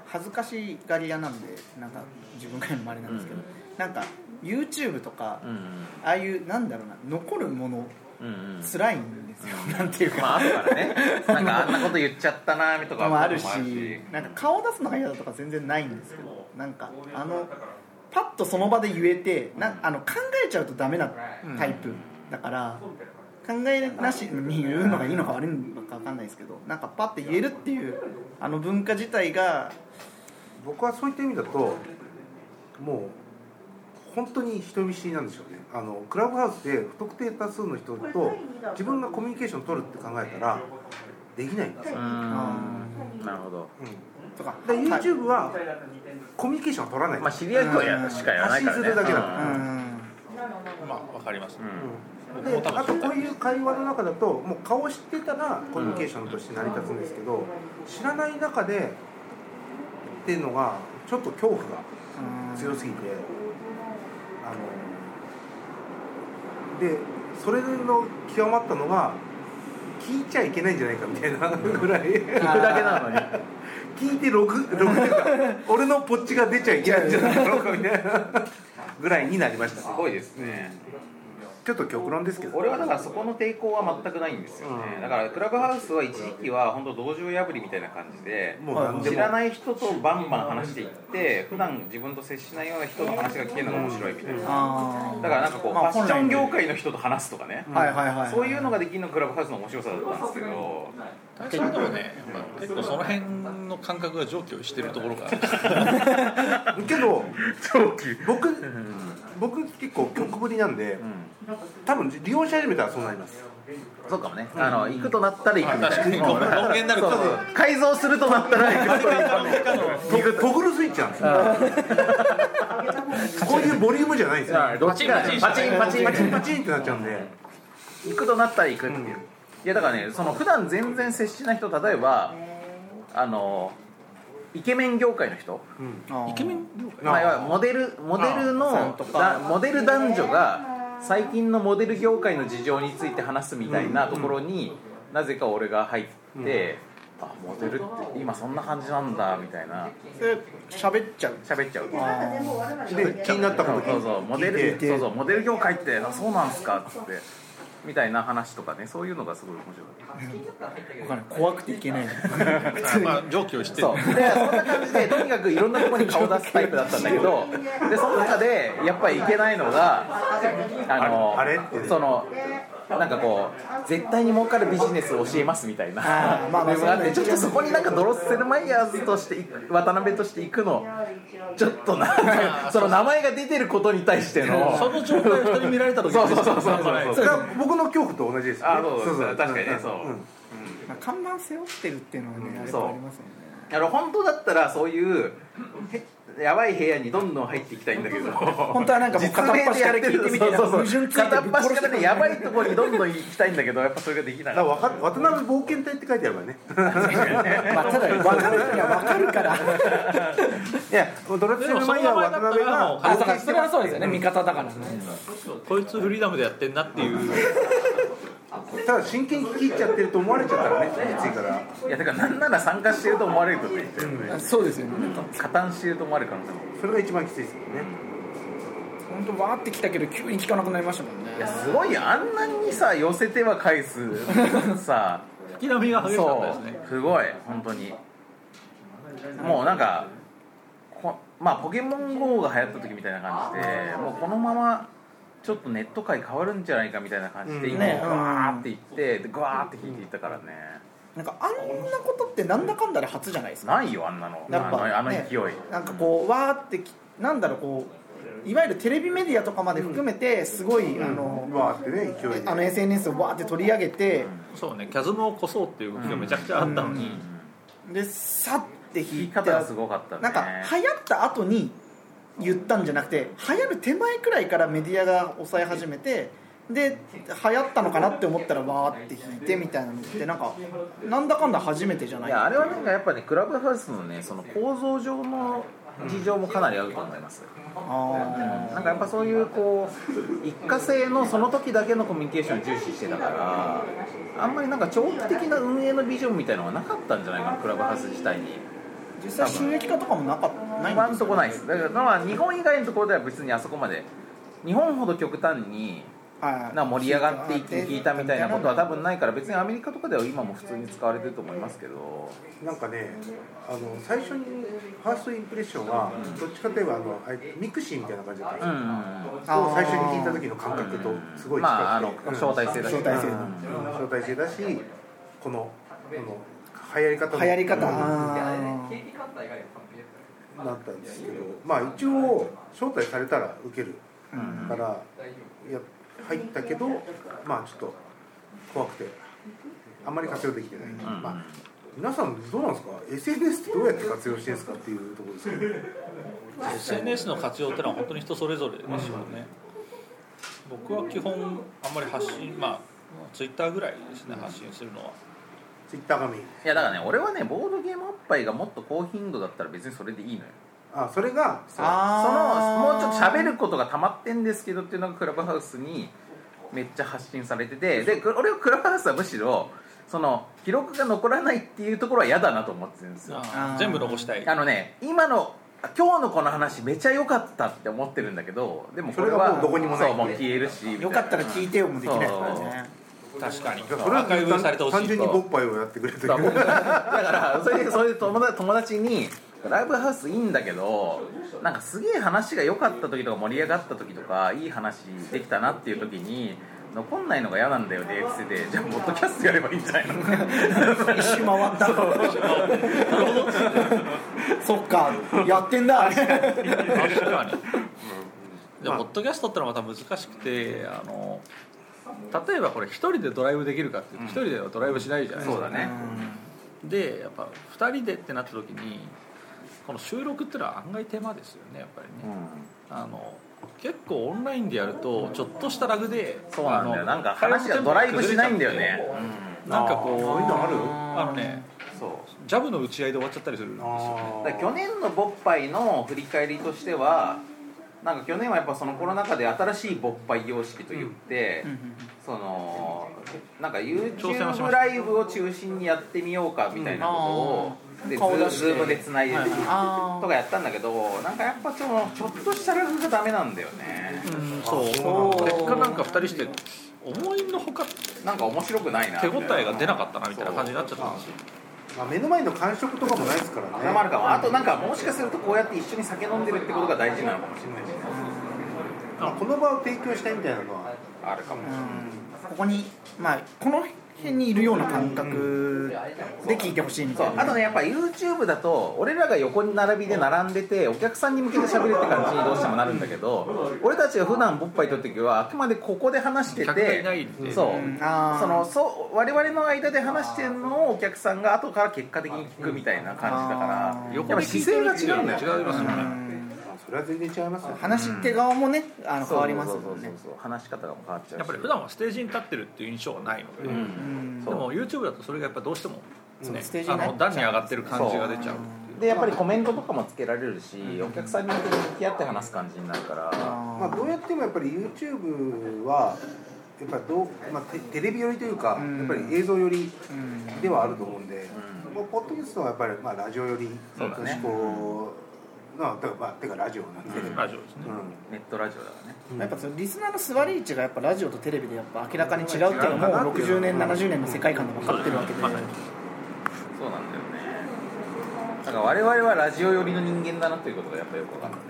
[SPEAKER 5] 恥ずかしがり屋なんでなんか自分からもあれなんですけど、
[SPEAKER 2] うん
[SPEAKER 5] なんか YouTube とか、
[SPEAKER 2] うんうん
[SPEAKER 5] ああいうなんだろうな残るもの
[SPEAKER 2] うんうん
[SPEAKER 5] 辛いんですよ、 なんていうか、
[SPEAKER 2] まああるからねなんかあんなこと言っちゃったなとか
[SPEAKER 5] もあるしなんか顔出すのが嫌だとか全然ないんですけどなんかあのパッとその場で言えてなあの考えちゃうとダメなタイプだから考えなしに言うのがいいのか悪いのか分かんないですけどなんかパッて言えるっていうあの文化自体が
[SPEAKER 6] 僕はそういった意味だともう本当に人見知りなんでしょうねあのクラブハウスで不特定多数の人と自分がコミュニケーションを取るって考えたらできないんですよ、
[SPEAKER 2] うんなるほど
[SPEAKER 6] う
[SPEAKER 5] とか
[SPEAKER 6] ん、だから YouTube はコミュニケーションは取らない、
[SPEAKER 2] まあ知り合いとはやしかやらないからね
[SPEAKER 6] 発信するだけだか
[SPEAKER 5] う
[SPEAKER 6] ら
[SPEAKER 5] ん
[SPEAKER 3] まあわかります、
[SPEAKER 2] うん
[SPEAKER 6] うんであとこういう会話の中だともう顔知ってたらコミュニケーションとして成り立つんですけど、知らない中でっていうのがちょっと恐怖が強すぎてあのでそれの極まったのが聞いちゃいけないんじゃないかみたいなぐらい
[SPEAKER 2] 聞くだけなのに
[SPEAKER 6] 聞いて録録っていうか俺のポッチが出ちゃいけないんじゃないだろうかみたいなぐらいになりました
[SPEAKER 2] すごいですね
[SPEAKER 6] ちょっと極論ですけど
[SPEAKER 2] 俺はだからそこの抵抗は全くないんですよね、
[SPEAKER 6] うん
[SPEAKER 2] だからクラブハウスは一時期は本当道場破りみたいな感じで
[SPEAKER 6] もう何で
[SPEAKER 2] 知
[SPEAKER 6] も
[SPEAKER 2] らない人とバンバン話していって普段自分と接しないような人の話が聞けるのが面白いみたいな、だ
[SPEAKER 5] あー
[SPEAKER 2] からなんかこう、
[SPEAKER 5] まあ
[SPEAKER 2] ファッション業界の人と話すとかね、
[SPEAKER 5] はいはいはい
[SPEAKER 2] そういうのができるのがクラブハウスの面白さだったんですけど
[SPEAKER 3] 大将でもね、まあ結構その辺の感覚が上記してるところがある
[SPEAKER 6] けど僕僕結構曲ぶりなんで、多分利用し始めたらそうなります
[SPEAKER 2] そうかもね、あの行くとなったら行くみたいな
[SPEAKER 3] 確かに
[SPEAKER 2] もうだから
[SPEAKER 3] 論言になるから
[SPEAKER 2] そうそう改造するとなったら行くみたいな
[SPEAKER 6] トトグルスイッチなんですよこういうボリュームじゃないんですよ
[SPEAKER 2] どっちかパチンパチンパ
[SPEAKER 6] パ
[SPEAKER 2] チ
[SPEAKER 6] チ
[SPEAKER 2] ン
[SPEAKER 6] ンパチンってなっちゃうんで
[SPEAKER 2] 行くとなったら行くっていう、
[SPEAKER 6] うん
[SPEAKER 2] いやだからねその普段全然接しない人例えばあのイケメン業界の人、
[SPEAKER 5] あー
[SPEAKER 3] イケメン
[SPEAKER 2] まあ、要はモデルモデル
[SPEAKER 5] さん
[SPEAKER 2] の
[SPEAKER 5] とか
[SPEAKER 2] だモデル男女が最近のモデル業界の事情について話すみたいなところに、なぜか俺が入って、あモデルって今そんな感じなんだみたいな
[SPEAKER 5] それ喋っちゃう
[SPEAKER 2] 喋っちゃう
[SPEAKER 5] あー
[SPEAKER 6] で気になったこと
[SPEAKER 2] そうそうモデル
[SPEAKER 6] 聞いて
[SPEAKER 2] そうそうモデル業界ってあそうなんすかっつってみたいな話とかねそういうのがすごい面白い
[SPEAKER 5] わかんない怖くていけ ない
[SPEAKER 3] まあ上記をしてる
[SPEAKER 2] そうでそんな感じでとにかくいろんなところに顔出すタイプだったんだけどでその中でやっぱりいけないのがあの
[SPEAKER 6] あれあれって
[SPEAKER 2] そのなんかこう絶対に儲かるビジネスを教えますみたいな
[SPEAKER 5] あーまあ まあ
[SPEAKER 2] のがあってちょっとそこになんかドロッセルマイヤーズとして行く渡辺として行くのちょっとなんかその名前が出てることに対しての
[SPEAKER 3] その状態を人に見られた時
[SPEAKER 2] そうそうそうそう
[SPEAKER 6] それが僕の恐怖と同じですよね
[SPEAKER 2] あそうそう確かにねそう
[SPEAKER 5] まあ看板背負ってるっていうのはね、やっ
[SPEAKER 2] そう
[SPEAKER 5] ぱありますもんね
[SPEAKER 2] あの本当だったらそういうへやばい部屋にどんどん入っていきたいんだけど本
[SPEAKER 5] 当はなんかもう片っ端から聞いてみて
[SPEAKER 2] そうそう
[SPEAKER 5] 矛
[SPEAKER 2] そう
[SPEAKER 5] 盾ついてぶっ
[SPEAKER 2] 片っ
[SPEAKER 5] 殺
[SPEAKER 2] 端
[SPEAKER 5] して
[SPEAKER 2] からねやばいところにどんどん行きたいんだけどやっぱそれができない
[SPEAKER 6] だからわか渡辺冒険隊って書いてあればね
[SPEAKER 5] まあ、ただ分かる人には分かるから
[SPEAKER 6] いやもうドラッセルマイヤー渡辺が
[SPEAKER 3] あ
[SPEAKER 5] だからそれはそうですよね味方だからね
[SPEAKER 3] こいつフリーダムでやってんなっていう
[SPEAKER 6] ただ真剣に聞き入っちゃってると思われちゃったらねきついから
[SPEAKER 2] いやだからなんなら参加してると思われるとって言ってるね
[SPEAKER 5] そうですよねなんか
[SPEAKER 2] 加担してると思われる可能性も
[SPEAKER 6] それが一番きついですよね
[SPEAKER 5] 本当わーってきたけど急に聞かなくなりましたもんね
[SPEAKER 2] いやすごいよあんなにさ寄せては返すさ
[SPEAKER 3] 吹き波が激しかったですね
[SPEAKER 2] すごい本当にもうなんかこまあポケモン GO が流行った時みたいな感じでもうこのままちょっとネット界変わるんじゃないかみたいな感じで
[SPEAKER 6] うん
[SPEAKER 2] 今
[SPEAKER 5] ね
[SPEAKER 2] グワーっていってでグワーって引いていったからね
[SPEAKER 5] なんかあんなことってなんだかんだで初じゃないですか
[SPEAKER 2] ないよあんなの
[SPEAKER 5] やっぱ
[SPEAKER 2] あのあの
[SPEAKER 5] ね
[SPEAKER 2] 勢い、
[SPEAKER 5] なんかこうわーってきなんだろうこういわゆるテレビメディアとかまで含めてすごい、あの
[SPEAKER 6] わーってね勢いで
[SPEAKER 5] あの SNS をわーって取り上げて
[SPEAKER 3] そうねキャズムを越そうっていう動きがめちゃくちゃあったのに、
[SPEAKER 5] でさって引
[SPEAKER 2] 言い
[SPEAKER 5] いて
[SPEAKER 2] 方がすごかったね
[SPEAKER 5] なんか流行った後に言ったんじゃなくて流行る手前くらいからメディアが抑え始めてで流行ったのかなって思ったらわーって引いてみたいなのってなんかなんだかんだ初めてじゃない
[SPEAKER 2] いやあれはなんかやっぱねクラブハウスのねその構造上の事情もかなりあると思います、
[SPEAKER 5] あ
[SPEAKER 2] なんかやっぱそういうこう一過性のその時だけのコミュニケーションを重視してたからあんまりなんか長期的な運営のビジョンみたいのはなかったんじゃないかなクラブハウス自体に
[SPEAKER 5] ー実際収益化とかもなかったないん
[SPEAKER 2] 今
[SPEAKER 5] で
[SPEAKER 2] ん
[SPEAKER 5] す
[SPEAKER 2] とこないですだからまあ日本以外のところでは別にあそこまで日本ほど極端に
[SPEAKER 5] はい
[SPEAKER 2] な盛り上がっていって聞いたみたいなことは多分ないから別にアメリカとかでは今も普通に使われてると思いますけど
[SPEAKER 6] なんかねあの最初にファーストインプレッションはどっちかといえばあのあれミクシーみたいな感じだったんで
[SPEAKER 2] う
[SPEAKER 6] す
[SPEAKER 2] んう
[SPEAKER 6] よ
[SPEAKER 2] んうん
[SPEAKER 6] を最初に聞いた時の感覚とすごい近くて、
[SPEAKER 2] まああの
[SPEAKER 6] うん
[SPEAKER 2] 招待制だし
[SPEAKER 5] 招待制
[SPEAKER 2] うん
[SPEAKER 6] 招待制だしこのこの流行り方の
[SPEAKER 5] 流行り方
[SPEAKER 6] うん
[SPEAKER 5] あー
[SPEAKER 6] なったんですけどまあ一応招待されたら受けるから、いや入ったけどまあちょっと怖くてあんまり活用できてない、
[SPEAKER 2] うん
[SPEAKER 6] まあ皆さんどうなんですか SNS ってどうやって活用してるんですかっていうところですけど
[SPEAKER 3] SNS の活用ってのは本当に人それぞれですよね、僕は基本あんまり発信まあツイッターぐらいですね発信するのは
[SPEAKER 6] Twitter がメイン
[SPEAKER 2] いやだからね俺はねボードゲームおっぱいがもっと高頻度だったら別にそれでいいのよ
[SPEAKER 6] あそれが
[SPEAKER 2] そう
[SPEAKER 5] あ
[SPEAKER 2] その
[SPEAKER 5] ー
[SPEAKER 2] もうちょっと喋ることが溜まってんですけどっていうのがクラブハウスにめっちゃ発信されててでく俺はクラブハウスはむしろその記録が残らないっていうところは嫌だなと思ってるんですよ
[SPEAKER 5] あー
[SPEAKER 3] 全部残したい
[SPEAKER 2] あのね今のあ今日のこの話めちゃ良かったって思ってるんだけどでもこれ
[SPEAKER 6] それ
[SPEAKER 2] は
[SPEAKER 6] がもうどこにもない
[SPEAKER 2] そうもう消えるしみいな
[SPEAKER 5] よかったら聞いてよもできないですからね
[SPEAKER 3] 確かに
[SPEAKER 6] じゃあ
[SPEAKER 3] アーカイブされてほし
[SPEAKER 6] 単
[SPEAKER 3] い
[SPEAKER 6] 純にボッパイをやってくれとい
[SPEAKER 2] だか
[SPEAKER 6] う
[SPEAKER 2] らそれでそういう友達友達に「ライブハウスいいんだけどなんかすげえ話が良かった時とか盛り上がった時とかいい話できたなっていう時に残んないのが嫌なんだよねってでじゃあポッドキャストやればいいんじゃないの
[SPEAKER 5] 一周回 った そっかやってんだ
[SPEAKER 3] 確かにで
[SPEAKER 6] まあ
[SPEAKER 3] ポッドキャストってのはまた難しくてあの例えばこれ一人でドライブできるかっていうと一人ではドライブしないじゃないですか、
[SPEAKER 2] そうだね
[SPEAKER 3] でやっぱ2人でってなった時にこの収録ってのは案外手間ですよねやっぱりね、あの結構オンラインでやるとちょっとしたラグで
[SPEAKER 2] そうなんだ
[SPEAKER 3] あ
[SPEAKER 2] よ
[SPEAKER 3] の
[SPEAKER 2] なんか話がドライブしないんだよね
[SPEAKER 3] なんかこう
[SPEAKER 6] あーそういうのある
[SPEAKER 3] あのね
[SPEAKER 2] そう
[SPEAKER 3] ジャブの打ち合いで終わっちゃったりするんですよ
[SPEAKER 2] だから去年の勃発の振り返りとしてはなんか去年はやっぱそのコロナ禍で新しい勃発様式といって、そのなんか
[SPEAKER 3] 挑戦をし
[SPEAKER 2] YouTube
[SPEAKER 3] ます
[SPEAKER 2] ライブを中心にやってみようかみたいなことを、で
[SPEAKER 5] 顔出して
[SPEAKER 2] ズームでつないで
[SPEAKER 5] あ
[SPEAKER 2] とかやったんだけどなんかやっぱそのちょっとしたラグがダメなんだよね、
[SPEAKER 3] そう
[SPEAKER 5] そう
[SPEAKER 3] 結果なんか2人して思いのほか
[SPEAKER 2] なんか面白くないな
[SPEAKER 3] 手応えが出なかったなみたいな感じに
[SPEAKER 2] だ
[SPEAKER 3] なっちゃったんですよ
[SPEAKER 6] まあ、目の前の感触とかもないですからね
[SPEAKER 2] もあるかもあとなんかもしかするとこうやって一緒に酒飲んでるってことが大事なのかもしれないし
[SPEAKER 6] まあこの場を提供したいみたいなのは
[SPEAKER 2] あるかもしれない
[SPEAKER 5] ここにまあこの辺にいるような感覚で聞いてほしいみ
[SPEAKER 2] そ
[SPEAKER 5] た
[SPEAKER 2] う
[SPEAKER 5] いな
[SPEAKER 2] あとねやっぱ YouTube だと俺らが横に並びで並んでてお客さんに向けて喋るって感じにどうしてもなるんだけど俺たちが普段ボッパイ撮る時はあくまでここで話して
[SPEAKER 3] 客が
[SPEAKER 2] て
[SPEAKER 3] いないんで
[SPEAKER 2] そう
[SPEAKER 5] うんあー
[SPEAKER 2] そのそう我々の間で話してるのをお客さんが後から結果的に聞くみたいな感じだか
[SPEAKER 5] あ
[SPEAKER 2] ら
[SPEAKER 5] ー
[SPEAKER 2] やっぱ姿勢が違うんだよ
[SPEAKER 3] 違いますよ
[SPEAKER 5] う
[SPEAKER 3] ね
[SPEAKER 5] ん
[SPEAKER 6] まあそれは全然違いますよね
[SPEAKER 5] 話し手側もねあの
[SPEAKER 2] そう
[SPEAKER 5] 変わりますもん
[SPEAKER 2] そう
[SPEAKER 5] ね
[SPEAKER 2] そうそう話し方が変わっちゃうし
[SPEAKER 3] やっぱり普段はステージに立ってるっていう印象はないので、
[SPEAKER 2] う
[SPEAKER 3] で
[SPEAKER 2] ん
[SPEAKER 5] うん
[SPEAKER 2] そう
[SPEAKER 3] も YouTube だとそれがやっぱどうしても、
[SPEAKER 5] そう
[SPEAKER 3] ね
[SPEAKER 5] ステージ
[SPEAKER 3] あ
[SPEAKER 5] になっ
[SPEAKER 3] の段に上がってる感じが出ちゃう
[SPEAKER 2] でやっぱりコメントとかもつけられるしお客さんに向けて向き合って話す感じになるから
[SPEAKER 6] まあ、どうやってもやっぱり YouTube はやっぱりどう、まあ、テテレビ寄りというか、
[SPEAKER 5] うん
[SPEAKER 6] やっぱり映像寄り
[SPEAKER 5] うん
[SPEAKER 6] ではあると思うんで、もうポッドキャストはやっぱり、まあ、ラジオ寄りの
[SPEAKER 2] そうだね
[SPEAKER 6] 思考まあだからまあてかラジオなんで、うん
[SPEAKER 3] ラジオですね、
[SPEAKER 2] ネットラジオだからね
[SPEAKER 5] やっぱそのリスナーの座り位置がやっぱラジオとテレビでやっぱ明らかに違うっていうのも
[SPEAKER 6] 違う
[SPEAKER 5] 60年70年の世界観で分かってるわけで
[SPEAKER 3] まさに
[SPEAKER 2] そうなんだよねだから我々はラジオ寄りの人間だなということがやっぱよく分かったね、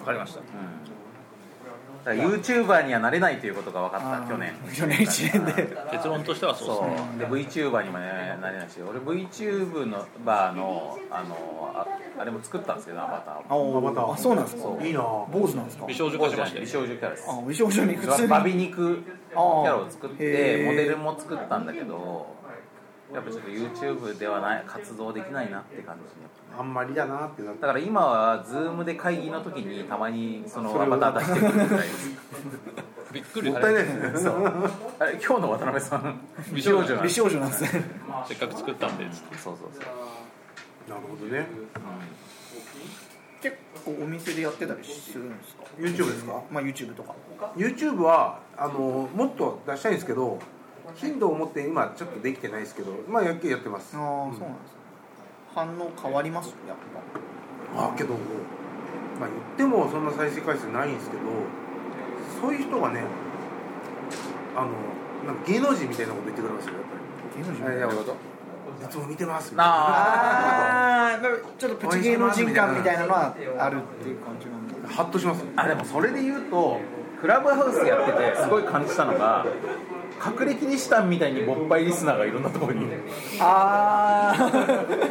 [SPEAKER 3] わかりました
[SPEAKER 2] うん、だから YouTuber にはなれないということが分か
[SPEAKER 5] あ
[SPEAKER 2] った
[SPEAKER 5] ー
[SPEAKER 2] 去年
[SPEAKER 5] 去年1年で
[SPEAKER 3] 結論としてはそうですね
[SPEAKER 2] そうで VTuber にも、ね、なれないし俺 VTuber のバーのあのああれも作ったんですけどアバターも
[SPEAKER 5] あまたあそうなんですか
[SPEAKER 6] いいなぁ
[SPEAKER 5] 坊主なんですか
[SPEAKER 3] 美少女化しましたよ
[SPEAKER 2] 美少女キャラです
[SPEAKER 5] あお衣装上に普通に
[SPEAKER 2] バビ肉キャラを作っ
[SPEAKER 5] あー
[SPEAKER 2] て
[SPEAKER 5] へー
[SPEAKER 2] モデルも作ったんだけどやっぱちょっと YouTube ではない活動できないなって感じね
[SPEAKER 6] あんまりだなってなって
[SPEAKER 2] だから今は Zoom で会議の時にたまにそのアバター出してくるみたいです
[SPEAKER 3] びっくり
[SPEAKER 6] も
[SPEAKER 3] さ
[SPEAKER 6] ったい
[SPEAKER 3] れ
[SPEAKER 6] な
[SPEAKER 3] て
[SPEAKER 6] いですね
[SPEAKER 2] あ れ今日の渡辺さん
[SPEAKER 3] 美少女なん
[SPEAKER 5] 美
[SPEAKER 2] 美少
[SPEAKER 5] 少女なんですね
[SPEAKER 3] せっかく作ったんでつって
[SPEAKER 2] そうそうそう
[SPEAKER 6] なるほどね
[SPEAKER 5] 結構お店でやってたりするんですか
[SPEAKER 6] YouTube ですか
[SPEAKER 5] まあ YouTube とか
[SPEAKER 6] YouTube はあのもっと出したいんですけど頻度を持って今ちょっとできてないですけどまあ野球やってます
[SPEAKER 5] ああーそうなんですね反応変わりますやっ
[SPEAKER 6] あけどまあ言ってもそんな再生回数ないんですけどそういう人がねあのなんか芸能人みたいなこと言ってくれますよやっ
[SPEAKER 5] ぱ芸能人
[SPEAKER 6] ぱりあいやいつも見てますみたいな
[SPEAKER 5] ああちょっとプチ芸能人感みたいなのはあるっていう感じなん で
[SPEAKER 6] ハッとしますよ
[SPEAKER 2] あでもそれで言うとクラブハウスやっててすごい感じたのが隠れキリシタンみたいに勃発リスナーがいろんなところにいる
[SPEAKER 5] ああ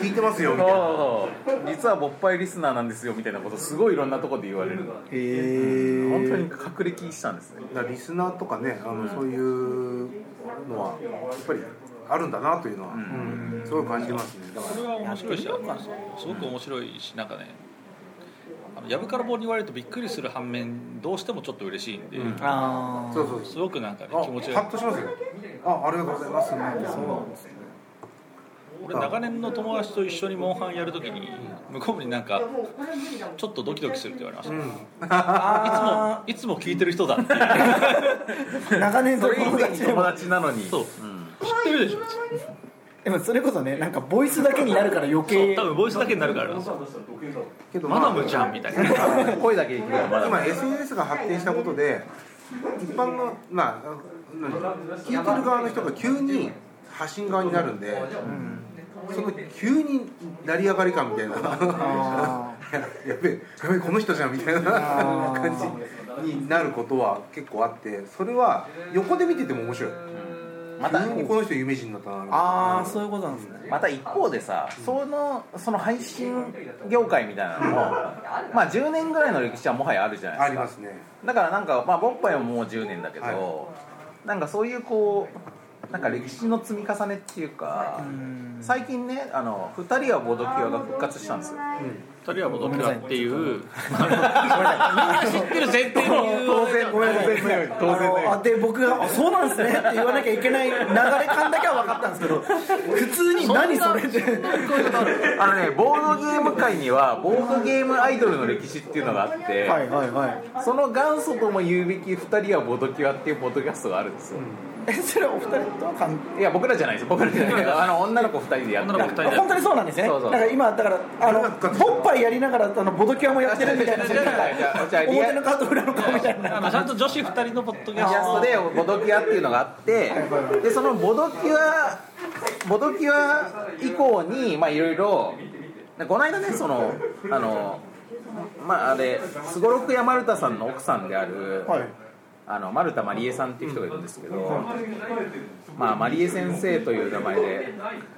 [SPEAKER 6] 聞いてますよみたいな
[SPEAKER 2] そう実は勃発リスナーなんですよみたいなことすごいいろんなところで言われる
[SPEAKER 5] へえ
[SPEAKER 2] 本当に隠れキリシタンですね
[SPEAKER 6] だからリスナーとかねあの、そういうのはやっぱりあるんだなというのは、うんすごい感じますねだか
[SPEAKER 3] これは面白いしあのすごく面白いしなんかねあのやぶから棒に言われるとびっくりする反面どうしてもちょっと嬉しいんで、
[SPEAKER 5] あ
[SPEAKER 6] ら
[SPEAKER 5] あ
[SPEAKER 6] そうそう
[SPEAKER 3] す
[SPEAKER 6] そう
[SPEAKER 3] ごくなんかね
[SPEAKER 6] あ
[SPEAKER 3] 気持ち
[SPEAKER 6] ハッ
[SPEAKER 3] が
[SPEAKER 6] としますよあありがとうございます
[SPEAKER 5] そうなんですね
[SPEAKER 3] 俺長年の友達と一緒にモンハンやるときに向こうになんかちょっとドキドキするって言われました、
[SPEAKER 5] あ
[SPEAKER 3] いつもいつも聞いてる人だっていう
[SPEAKER 5] あ長年
[SPEAKER 2] そ
[SPEAKER 5] そ
[SPEAKER 2] れ
[SPEAKER 5] れ
[SPEAKER 2] 以前に友達なのに
[SPEAKER 3] そう
[SPEAKER 2] うん
[SPEAKER 3] 知ってるでしょ
[SPEAKER 5] でもそれこそねなんかボイスだけになるから余計
[SPEAKER 3] 多分ボイスだけになるからなんですよ
[SPEAKER 6] けど
[SPEAKER 3] マダムちゃんみたいな
[SPEAKER 2] 声だけできるからまだ
[SPEAKER 6] 今 SNS が発展したことで一般のまあ何聞いてる側の人が急に発信側になるんで、その急に成り上がり感みたいな
[SPEAKER 5] あ
[SPEAKER 6] ややべえやべえこの人じゃんみたいな
[SPEAKER 5] あー
[SPEAKER 6] 感じになることは結構あってそれは横で見てても面白い
[SPEAKER 2] また
[SPEAKER 6] 急にこの人有名人になったなみたいな
[SPEAKER 5] ああそういうことなんですね
[SPEAKER 2] また一方でさそのその配信業界みたいなのもまあ10年ぐらいの歴史はもはやあるじゃな
[SPEAKER 6] あ
[SPEAKER 2] い
[SPEAKER 6] り
[SPEAKER 2] ですか
[SPEAKER 6] ますね
[SPEAKER 2] だからなんかまあボッパイはもう10年だけど、
[SPEAKER 6] は
[SPEAKER 2] なんかそういうこうなんか歴史の積み重ねっていうか、
[SPEAKER 5] ん
[SPEAKER 2] 最近ねあの2人はボードキュアが復活したんですよ
[SPEAKER 3] 二人はボトキュアっていうあのみんな知ってる前提の言う
[SPEAKER 5] 当然ごめんなさい
[SPEAKER 6] 当然だよ
[SPEAKER 5] あのあで僕があ「そうなんですね」って言わなきゃいけない流れ感だけは分かったんですけど普通に「何それ」って
[SPEAKER 2] あのねボードゲーム界にはボードゲームアイドルの歴史っていうのがあって、
[SPEAKER 5] はいはいはい
[SPEAKER 2] その元祖とも言うべき2人はボードキュアっていうポッドキャストがあるんですよ、
[SPEAKER 5] え それはお二人とは関
[SPEAKER 2] いや僕らじゃないです僕らじゃないですあの女の子2人でやってる
[SPEAKER 3] 女の子二人
[SPEAKER 5] 本当にそうなんですね
[SPEAKER 2] そうそう
[SPEAKER 5] だから今だからあのボッパイやりながらあのボドキュアもやってるみたいな
[SPEAKER 2] 違う違う違う違う違う
[SPEAKER 5] 表の顔と裏の顔みたいな
[SPEAKER 3] あのちゃんと女子二人のポッ
[SPEAKER 2] ポッド
[SPEAKER 3] ドキャ
[SPEAKER 2] キャ
[SPEAKER 3] ス
[SPEAKER 2] ス
[SPEAKER 3] ト
[SPEAKER 2] トでボドキュアっていうのがあってでそのボドキュアボドキュア以降にまあいろいろでこの間ねそのあのまああれすごろくや丸太さんの奥さんである、
[SPEAKER 5] はい
[SPEAKER 2] あの丸田まりえさんっていう人がいるんですけど、まあまりえ先生という名前で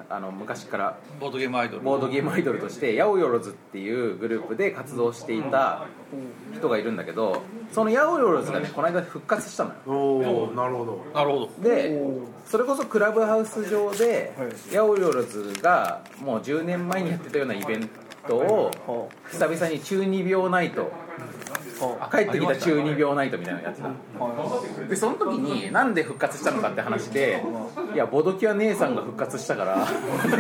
[SPEAKER 2] あの昔から
[SPEAKER 3] ボードゲームアイドル
[SPEAKER 2] ボードゲームアイドルとしてヤオヨロズっていうグループで活動していた人がいるんだけどそのヤオヨロズがねこの間復活したのよ
[SPEAKER 6] おおなるほど
[SPEAKER 3] なるほど
[SPEAKER 2] でそれこそクラブハウス上で
[SPEAKER 5] は
[SPEAKER 2] ヤオヨロズがもう10年前にやってたようなイベントを久々に中二病ナイト帰ってきた中二病ナイトみたいなのやってたでその時になんで復活したのかって話でいやボドキュア姉さんが復活したから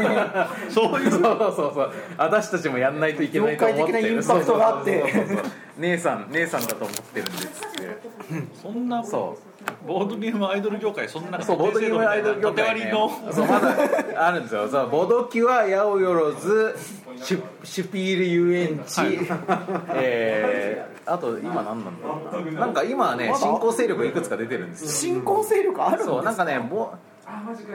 [SPEAKER 2] そういうそうそうそう私たちもやんないといけないと思ってる
[SPEAKER 5] 業界的なインパクトがあって
[SPEAKER 2] そうそうそうそう姉さん姉さんだと思ってるんですって
[SPEAKER 3] そんな
[SPEAKER 2] そ
[SPEAKER 3] ボードゲームアイドル業界そんな中
[SPEAKER 2] そうボードゲームアイドル業界、ね、
[SPEAKER 3] 縦割りの
[SPEAKER 2] そうまだあるんですよそうボドキュア八百万シュシュピール遊園地、えー、あと今何なんだろうななんか今ね新興勢力いくつか出てるんですよ
[SPEAKER 5] 新興勢力あるん
[SPEAKER 2] そう
[SPEAKER 5] で
[SPEAKER 2] な
[SPEAKER 5] す
[SPEAKER 2] んかねぼ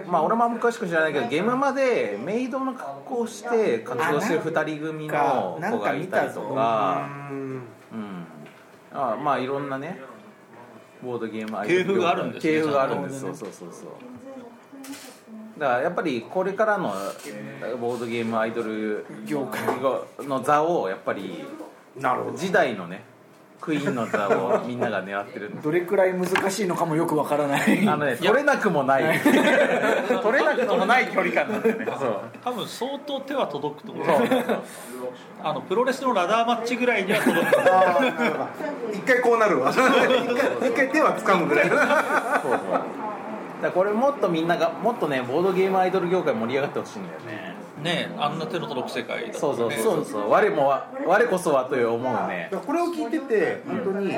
[SPEAKER 2] まあ俺もあんま詳しく知らないけどゲームまでメイドの格好をして活動してる2人組の
[SPEAKER 5] なん
[SPEAKER 2] 子
[SPEAKER 5] か
[SPEAKER 2] がい
[SPEAKER 5] 見
[SPEAKER 2] た
[SPEAKER 5] た
[SPEAKER 2] りと
[SPEAKER 5] ぞ
[SPEAKER 2] か
[SPEAKER 6] うん
[SPEAKER 2] うんあまあいろんなねボードゲームアイド
[SPEAKER 3] 系
[SPEAKER 2] ル
[SPEAKER 3] 譜があるんですね
[SPEAKER 2] 系譜があるんです
[SPEAKER 5] ち
[SPEAKER 2] そ
[SPEAKER 5] ゃ
[SPEAKER 2] うんそうそうそうだからやっぱりこれからのボードゲームアイドル
[SPEAKER 5] 業界
[SPEAKER 2] の座をやっぱり
[SPEAKER 6] なるほど
[SPEAKER 2] 時代のねクイーンの座をみんなが狙ってるんで
[SPEAKER 5] どれくらい難しいのかもよくわからない
[SPEAKER 2] あのね取れなくもない 取れなくともない距離感なんだよねそう
[SPEAKER 3] 多分相当手は届くと思う
[SPEAKER 2] そう
[SPEAKER 3] あのプロレスのラダーマッチぐらいには届く
[SPEAKER 6] あーなるほど一回こうなるわ一回一回手は掴むぐらい
[SPEAKER 2] そうそうだからこれもっとみんながもっとねボードゲームアイドル業界盛り上がってほしいんだよね
[SPEAKER 3] ねえあんな手の届く世界だと
[SPEAKER 2] そうそうそうそう我もわ我こそはという思うね
[SPEAKER 6] これを聞いてて本当に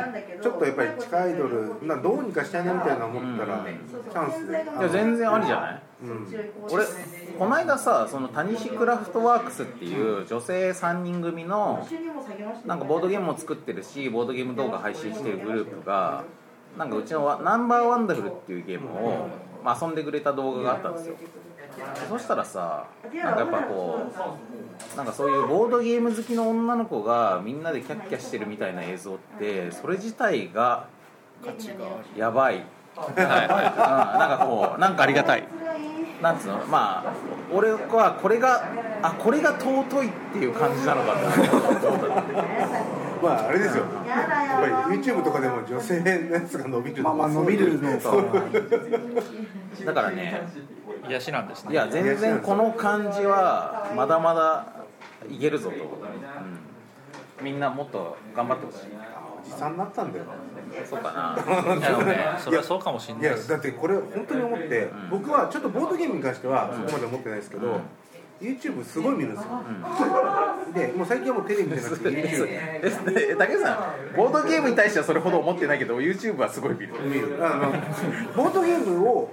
[SPEAKER 6] ちょっとやっぱり地下アイドルなどうにかしたいなみたいな思った
[SPEAKER 2] う
[SPEAKER 6] ら、
[SPEAKER 2] ん
[SPEAKER 6] チャンスで
[SPEAKER 2] いや全然ありじゃない
[SPEAKER 6] うん
[SPEAKER 2] 俺この間さそのタニシクラフトワークスっていう女性3人組のなんかボードゲームも作ってるしボードゲーム動画配信してるグループがなんかうちのわナンバーワンダフルっていうゲームを、まあ、遊んでくれた動画があったんですよそしたらさなんかやっぱこうなんかそういうボードゲーム好きの女の子がみんなでキャッキャしてるみたいな映像ってそれ自体がやばい、うん、なんかこうなんかありがたいなんつうのまあ俺はこれがあこれが尊いっていう感じなのかな
[SPEAKER 6] まああれですよやっぱり YouTube とかでも女性のやつが伸びる
[SPEAKER 5] まあまあ伸びるの
[SPEAKER 2] そう
[SPEAKER 5] か
[SPEAKER 2] だからね
[SPEAKER 3] 癒しなんですね
[SPEAKER 2] いや全然この感じはまだまだいけるぞと、うんみんなもっと頑張ってほしい
[SPEAKER 6] おじさんになったんだよ
[SPEAKER 2] そうかな
[SPEAKER 3] いやでもねそれはそうかもしれない
[SPEAKER 6] いや
[SPEAKER 3] です
[SPEAKER 6] だってこれ本当に思って、僕はちょっとボードゲームに関してはそこまで思ってないですけど、YouTube すごい見るんですよ、でもう最近はもうテレビじゃなくて YouTube
[SPEAKER 2] え武井さんボードゲームに対してはそれほど思ってないけど YouTube はすごい見る
[SPEAKER 6] 見るあのボードゲームを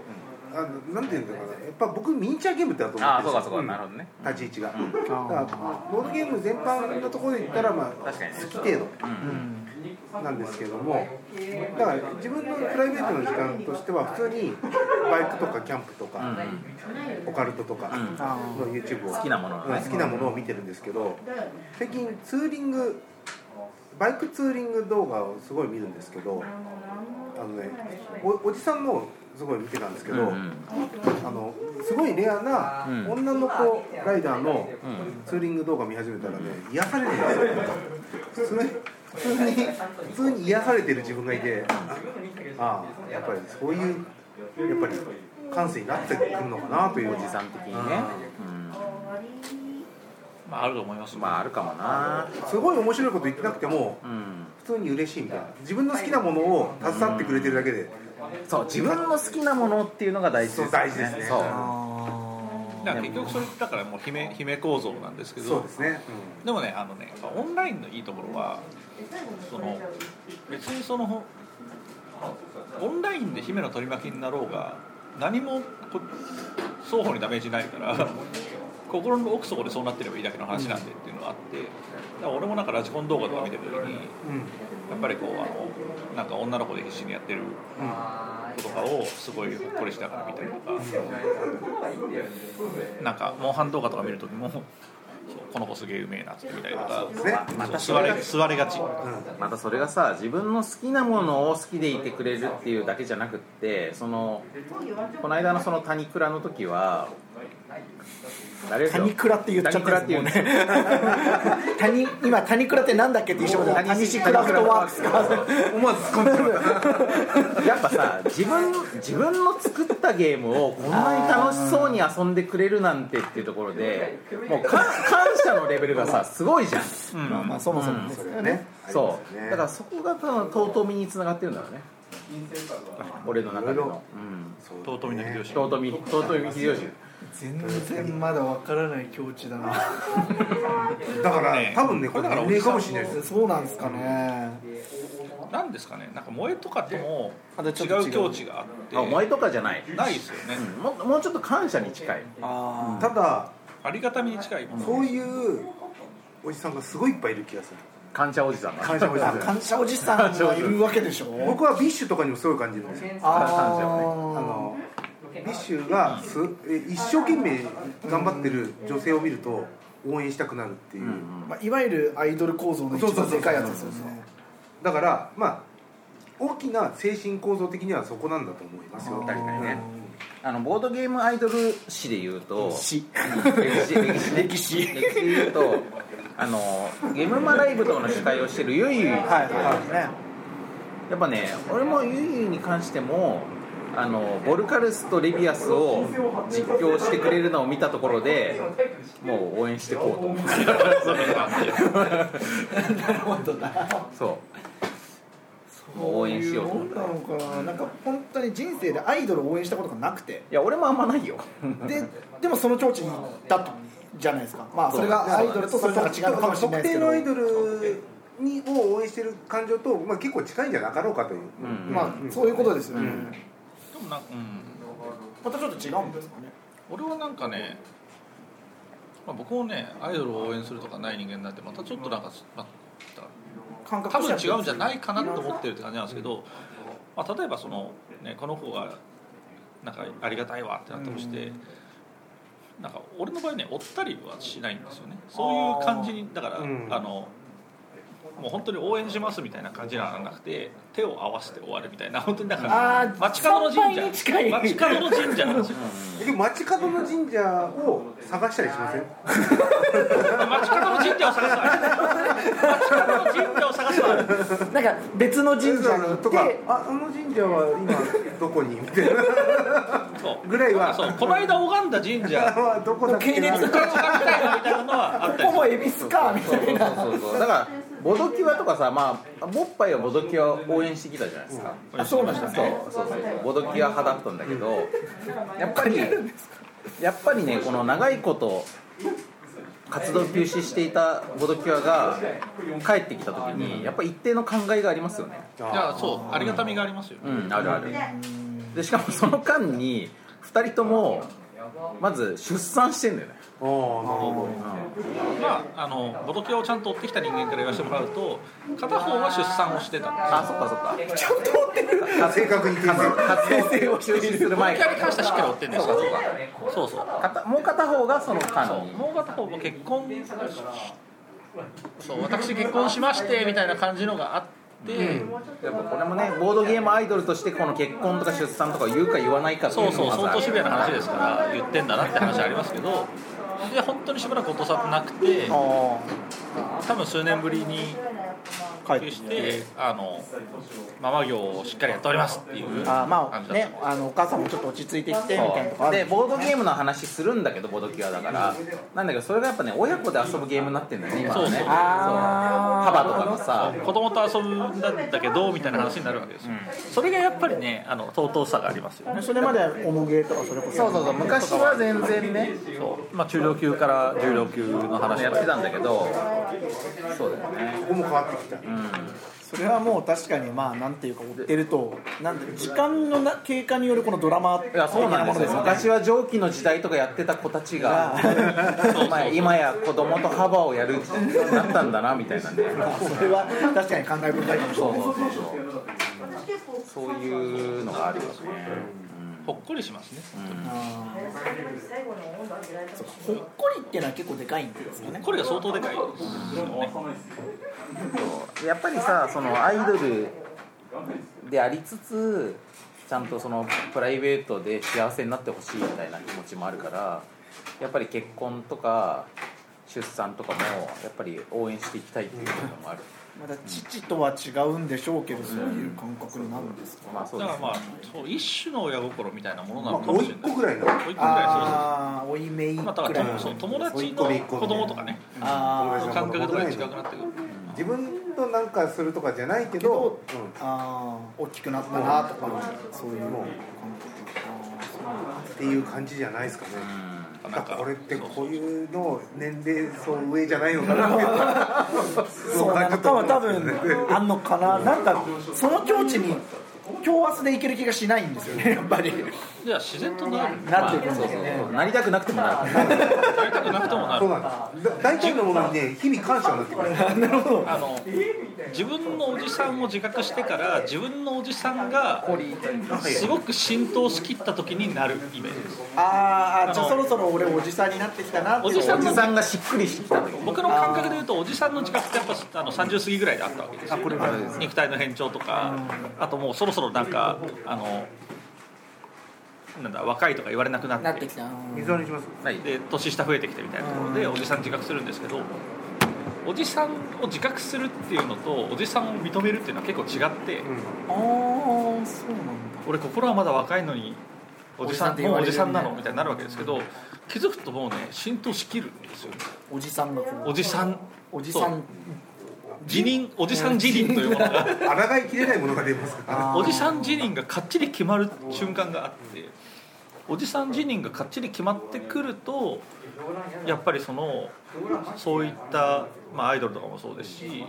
[SPEAKER 6] あのなんていうんだろうなやっぱ僕ミニチュアゲームってだと思って
[SPEAKER 2] ああ
[SPEAKER 6] る
[SPEAKER 2] そうかそうか、
[SPEAKER 6] んですよん
[SPEAKER 2] なるほどね
[SPEAKER 6] 立ち位置が、だからボードゲーム全般のところで言ったらまあ
[SPEAKER 2] 確かにね
[SPEAKER 6] 好き程度なんですけどもだから自分のプライベートの時間としては普通にバイクとかキャンプと
[SPEAKER 2] うん、
[SPEAKER 6] か、オカルトとかの YouTube を、
[SPEAKER 2] 好きなものをね
[SPEAKER 6] うん好きなものを見てるんですけど最近ツーリングバイクツーリング動画をすごい見るんですけどあのねおおじさんもすごい見てたんですけ
[SPEAKER 2] うん
[SPEAKER 6] ど、あのすごいレアな
[SPEAKER 2] うん
[SPEAKER 6] 女の子ライダーの
[SPEAKER 2] うん
[SPEAKER 6] ツーリング動画見始めたらね癒されるんですよ普通に普通に普通に癒されてる自分がいてああやっぱりそういうやっぱり感性になってくるのかなというおじ
[SPEAKER 2] 時
[SPEAKER 6] さん
[SPEAKER 2] 間的にね、うん
[SPEAKER 3] まああると思います
[SPEAKER 2] まああるかもな
[SPEAKER 6] すごい面白いこと言ってなくても
[SPEAKER 2] うん
[SPEAKER 6] 普通に嬉しいみたいな自分の好きなものを携わってくれてるだけで
[SPEAKER 2] そう自分の好きなものっていうのが大事です、ね、
[SPEAKER 6] そう大事ですね
[SPEAKER 2] そう
[SPEAKER 3] だから結局それだからもう姫姫構造なんですけど
[SPEAKER 6] そうですね、
[SPEAKER 3] でもねあのねやっぱオンラインのいいところはその別にそのオンラインで姫の取り巻きになろうが何もこ双方にダメージないから心の奥底でそうなってればいいだけの話なんでっていうのがあってだから俺もなんかラジコン動画とか見てる時にや
[SPEAKER 6] うん
[SPEAKER 3] っぱりこうあのなんか女の子で必死にやってる子とかをすごいほっこりしながら見たりとかなんかモンハン動画とか見る時もそうこの子すげえうめえなって見たりとか
[SPEAKER 6] うん、ね
[SPEAKER 2] またそ
[SPEAKER 3] 座
[SPEAKER 2] れが
[SPEAKER 3] れ座れがち
[SPEAKER 2] またそれがさ自分の好きなものを好きでいてくれるっていうだけじゃなくってそのこの間のその谷倉の時は誰ですよ
[SPEAKER 5] 谷倉って言っちゃったんですもんね谷今谷倉ってなんだっけって一緒だ谷シクラフトワークスか
[SPEAKER 6] 思わず突っ込んでしまった
[SPEAKER 2] やっぱさ自分自分の作ったゲームをこんなに楽しそうに遊んでくれるなんてっていうところでもうか感謝のレベルがさすごいじゃん
[SPEAKER 5] まあまあそもそもね
[SPEAKER 6] それはね
[SPEAKER 2] そ
[SPEAKER 6] あります
[SPEAKER 2] う、
[SPEAKER 6] よね
[SPEAKER 2] だからそこが多分尊みにつながってるんだろうね俺の中で
[SPEAKER 6] いろいろ
[SPEAKER 2] の、うん、
[SPEAKER 3] 遠富の秀吉
[SPEAKER 2] 尊み尊み秀吉
[SPEAKER 9] 全然まだわからない境 地だな
[SPEAKER 6] だから、
[SPEAKER 3] ね
[SPEAKER 6] 多分ねこれ年齢かもしれないです
[SPEAKER 9] そうなんですかね
[SPEAKER 3] なんですかねなんか萌えとかとも
[SPEAKER 5] ま
[SPEAKER 3] 違
[SPEAKER 5] たちょっと違う
[SPEAKER 3] う境地があって
[SPEAKER 2] あお前とかじゃない、
[SPEAKER 3] ないですよね、
[SPEAKER 2] うんももうちょっと感謝に近い
[SPEAKER 5] あ
[SPEAKER 6] ただ
[SPEAKER 3] ありがたみに近いもの
[SPEAKER 6] そういうおじさんがすごいいっぱいいる気がする
[SPEAKER 2] 感謝おじさんが
[SPEAKER 6] 感謝おじさん
[SPEAKER 5] 感謝おじさんがいるわけでしょ
[SPEAKER 6] 僕はビッシュとかにもすごい感じるんですよ
[SPEAKER 5] あ
[SPEAKER 6] あ
[SPEAKER 5] ー
[SPEAKER 6] のビッシュがすえ一生懸命頑張ってる女性を見ると応援したくなるっていう、
[SPEAKER 9] まあ、いわゆるアイドル構造の一番でかいやつですよね
[SPEAKER 6] だからまあ大きな精神構造的にはそこなんだと思いますよ
[SPEAKER 2] 確かにねあのボードゲームアイドル誌で言うと
[SPEAKER 5] し
[SPEAKER 2] 歴 史歴史,、ね、歴史で言うとあのゲームマライブとかの司会をしてるゆいゆい
[SPEAKER 5] はいはいね
[SPEAKER 2] やっぱね俺もユイユイに関してもあのボルカルスとレビアスを実況してくれるのを見たところでもう応援していこうと 思ってそうもう応援しようと思っ
[SPEAKER 5] ど
[SPEAKER 2] た
[SPEAKER 5] うなのかななんか本当に人生でアイドルを応援したことがなくて
[SPEAKER 2] いや俺もあんまないよ
[SPEAKER 5] ででもその境地に行ったとじゃないですかまあそれがアイドルとそれとは違うのかもしれない
[SPEAKER 6] 特
[SPEAKER 5] ですけ
[SPEAKER 6] 定
[SPEAKER 5] ど
[SPEAKER 6] のアイドルにを応援してる感情と、まあ、結構近いんじゃなかろうかという、
[SPEAKER 2] うん
[SPEAKER 5] まあそういうことですよね
[SPEAKER 3] でもなんかうん
[SPEAKER 5] またちょっと違うんですかね
[SPEAKER 3] 俺はなんかね、まあ、僕もねアイドルを応援するとかない人間になってまたちょっとなんか、ま
[SPEAKER 5] 感
[SPEAKER 3] あ、
[SPEAKER 5] 覚
[SPEAKER 3] 多分
[SPEAKER 5] と
[SPEAKER 3] 違
[SPEAKER 5] しては
[SPEAKER 3] うんじゃないかなと思ってるって感じなんですけど、まあ、例えばその、ね、この子がなんかありがたいわってなったとして、なんか俺の場合ね追ったりはしないんですよねそういう感じにだから、
[SPEAKER 6] うん
[SPEAKER 3] あのもう本当に応援しますみたいな感じならなくて手を合わせて終わるみたいな本当にだから
[SPEAKER 5] あー
[SPEAKER 3] 街角の神社
[SPEAKER 5] 参拝に近い
[SPEAKER 3] 街角の神社なんですよ
[SPEAKER 6] でも街角の神社を探したりしません
[SPEAKER 3] 街角の神社を探す街角の神社を探すわ
[SPEAKER 5] なんか別の神社に行っ
[SPEAKER 6] とか
[SPEAKER 5] て
[SPEAKER 6] ああの神社は今どこに みたいな
[SPEAKER 3] そう
[SPEAKER 6] ぐらいは
[SPEAKER 3] そうこの間拝んだ神社
[SPEAKER 6] はどこだっけな
[SPEAKER 3] これ拝みたいなみたいなのはあったり
[SPEAKER 5] ここ
[SPEAKER 3] する
[SPEAKER 5] も恵比寿かみ
[SPEAKER 2] そう
[SPEAKER 5] た
[SPEAKER 2] そ
[SPEAKER 5] いうな
[SPEAKER 2] そうそうだからボドキュアとかさまあボッパイはボドキュアを応援してきたじゃないですか、
[SPEAKER 5] あそうなんだ
[SPEAKER 2] そうそうそうボドキュア派だったんだけどやっぱりやっぱりねこの長いこと活動休止していたボドキュアが帰ってきた時にやっぱり一定の考えがありますよね
[SPEAKER 3] いやそうありがたみがありますよね、
[SPEAKER 2] うんあるあるでしかもその間に2人ともまず出産してんだよね
[SPEAKER 6] あーなるほ
[SPEAKER 3] まああのボドキュアをちゃんと追ってきた人間から言わせてもらうと片方は出産をしてたんです
[SPEAKER 2] あそっかそっか
[SPEAKER 6] ど正確に言ってみる
[SPEAKER 2] 活動性を中止す る前
[SPEAKER 3] ボド
[SPEAKER 2] か
[SPEAKER 3] キュアに関してはしっかり追ってるんですよ
[SPEAKER 2] そうか
[SPEAKER 3] そうそう
[SPEAKER 2] 片もう片方がその間
[SPEAKER 3] そう
[SPEAKER 2] に
[SPEAKER 3] もう片方も結婚そう私結婚しましてみたいな感じのがあって、
[SPEAKER 2] やっぱこれもねボードゲームアイドルとしてこの結婚とか出産とか言うか言わないかってい
[SPEAKER 3] そうう
[SPEAKER 2] の
[SPEAKER 3] そう
[SPEAKER 2] がまずある
[SPEAKER 3] 相当シビアな話ですから言ってんだなって話ありますけどで本当にしばらく落とさなくて
[SPEAKER 5] あ
[SPEAKER 3] 多分数年ぶりに
[SPEAKER 5] あ帰
[SPEAKER 3] 復
[SPEAKER 5] っ
[SPEAKER 3] 帰
[SPEAKER 5] て
[SPEAKER 3] し
[SPEAKER 5] き
[SPEAKER 3] てあのママ業をしっかりやっておりますっていう
[SPEAKER 5] あーま
[SPEAKER 3] 感じ
[SPEAKER 5] あ
[SPEAKER 3] だった
[SPEAKER 5] ねあのお母さんもちょっと落ち着いてきてみたいなとこ
[SPEAKER 2] そ
[SPEAKER 5] あ
[SPEAKER 2] う
[SPEAKER 5] る
[SPEAKER 2] でボードゲームの話するんだけどボードキュアだからなんだけどそれがやっぱね親子で遊ぶゲームになってんだよね今はね
[SPEAKER 3] そうそう
[SPEAKER 2] パパとかのさ
[SPEAKER 3] 子供と遊ぶんだったけどみたいな話になるわけですよ、それがやっぱりねあの尊さがありますよね
[SPEAKER 5] それまでおもげとかそれこそ
[SPEAKER 2] そうそうそう昔は全然ね
[SPEAKER 3] そう、まあ、中量級から重量級の
[SPEAKER 2] あの
[SPEAKER 3] 話
[SPEAKER 2] や
[SPEAKER 3] と
[SPEAKER 2] っ
[SPEAKER 3] か
[SPEAKER 2] てたんだけどそうだよね
[SPEAKER 6] ここも変わってきた
[SPEAKER 5] それはもう確かにまあなんていうか追ってるとなんて時間のな経過によるこのドラマ的
[SPEAKER 2] いやそうな
[SPEAKER 5] なんも
[SPEAKER 2] です
[SPEAKER 5] ので
[SPEAKER 2] よ
[SPEAKER 5] すよね
[SPEAKER 2] 昔は蒸気の時代とかやってた子たち がまあ今や子供と幅をやるようになったんだなみたいなね
[SPEAKER 5] それは確かに考え深いかもしれ
[SPEAKER 2] そう
[SPEAKER 5] ない
[SPEAKER 2] そうそうそうそういうのがあるよね
[SPEAKER 3] ほっこりしますね
[SPEAKER 5] あーそうかほっこりっていうのは結構でかいんですよ
[SPEAKER 3] ほっ
[SPEAKER 5] ね
[SPEAKER 3] こりが相当でかいですよね
[SPEAKER 2] やっぱりさそのアイドルでありつつちゃんとそのプライベートで幸せになってほしいみたいな気持ちもあるからやっぱり結婚とか出産とかもやっぱり応援していきたいっていうのもある、
[SPEAKER 5] まだ父とは違うんでしょうけどそういう感覚になるんですか
[SPEAKER 2] まあそう
[SPEAKER 3] だ
[SPEAKER 2] で
[SPEAKER 3] か
[SPEAKER 2] す
[SPEAKER 3] らまあそう一種の親心みたいなものな
[SPEAKER 6] ま
[SPEAKER 3] の
[SPEAKER 6] あ
[SPEAKER 3] か
[SPEAKER 6] も
[SPEAKER 3] も
[SPEAKER 6] う
[SPEAKER 3] し
[SPEAKER 6] 一
[SPEAKER 3] れない。
[SPEAKER 6] 個ぐらいの
[SPEAKER 3] もう一個ぐらいそうそう
[SPEAKER 5] ああおいめい
[SPEAKER 3] まあ、だ
[SPEAKER 5] く
[SPEAKER 3] からら
[SPEAKER 5] い
[SPEAKER 3] 友そう友達の
[SPEAKER 6] もう一個
[SPEAKER 3] 子供とかね、
[SPEAKER 5] あー
[SPEAKER 3] 感覚とかに近くなってくる。
[SPEAKER 6] 自分となんかするとかじゃないけど、う
[SPEAKER 5] あー大きくなったなとかそういう
[SPEAKER 6] もう
[SPEAKER 5] 感覚
[SPEAKER 6] んっていう感じじゃないですかね、
[SPEAKER 2] うん
[SPEAKER 3] かなか
[SPEAKER 6] これってこういうの年齢層上じゃないのかなって
[SPEAKER 5] そうなのかは多分あんのかななんかその境地に今日明日でいける気がしないんですよ ねやっぱり
[SPEAKER 3] じゃあ自然となる
[SPEAKER 5] なってるんですよね
[SPEAKER 2] そうなりたくなくてもなる
[SPEAKER 3] やりたくなくてもな
[SPEAKER 6] そう
[SPEAKER 3] る
[SPEAKER 6] なんですだ大体のものにね日々感謝になってくる
[SPEAKER 3] あの自分のおじさんを自覚してから自分のおじさんがすごく浸透しきった時になるイメージです
[SPEAKER 5] あーあーじゃあそろそろ俺おじさんになってきたなっていう
[SPEAKER 3] おじさん
[SPEAKER 2] おじさんがしっくりしてきた時
[SPEAKER 3] 僕の感覚でいうとおじさんの自覚ってやっぱあの30過ぎぐらいであったわけですよ肉体の変調とかあともうそろそろなんかあのなんだ若いとか言われなくなって
[SPEAKER 5] なってきた
[SPEAKER 6] 水割りにします
[SPEAKER 2] ない
[SPEAKER 3] で年下増えてきてみたいなところでおじさん自覚するんですけどおじさんを自覚するっていうのとおじさんを認めるっていうのは結構違って、
[SPEAKER 5] ああそうなんだ
[SPEAKER 3] 俺心はまだ若いのにおじさんもうおじさんなのみたいになるわけですけど気づくともうね浸透しきるんですよ
[SPEAKER 5] おじさんがこう
[SPEAKER 3] おじさん
[SPEAKER 5] おじさ
[SPEAKER 3] そうん辞任おじさん辞任というものが
[SPEAKER 6] 抗いきれないものが出ますから
[SPEAKER 5] あー
[SPEAKER 3] おじさん辞任がかっちり決まる瞬間があっておじさん辞任がかっちり決まってくるとやっぱりそのそういった、まあ、アイドルとかもそうですし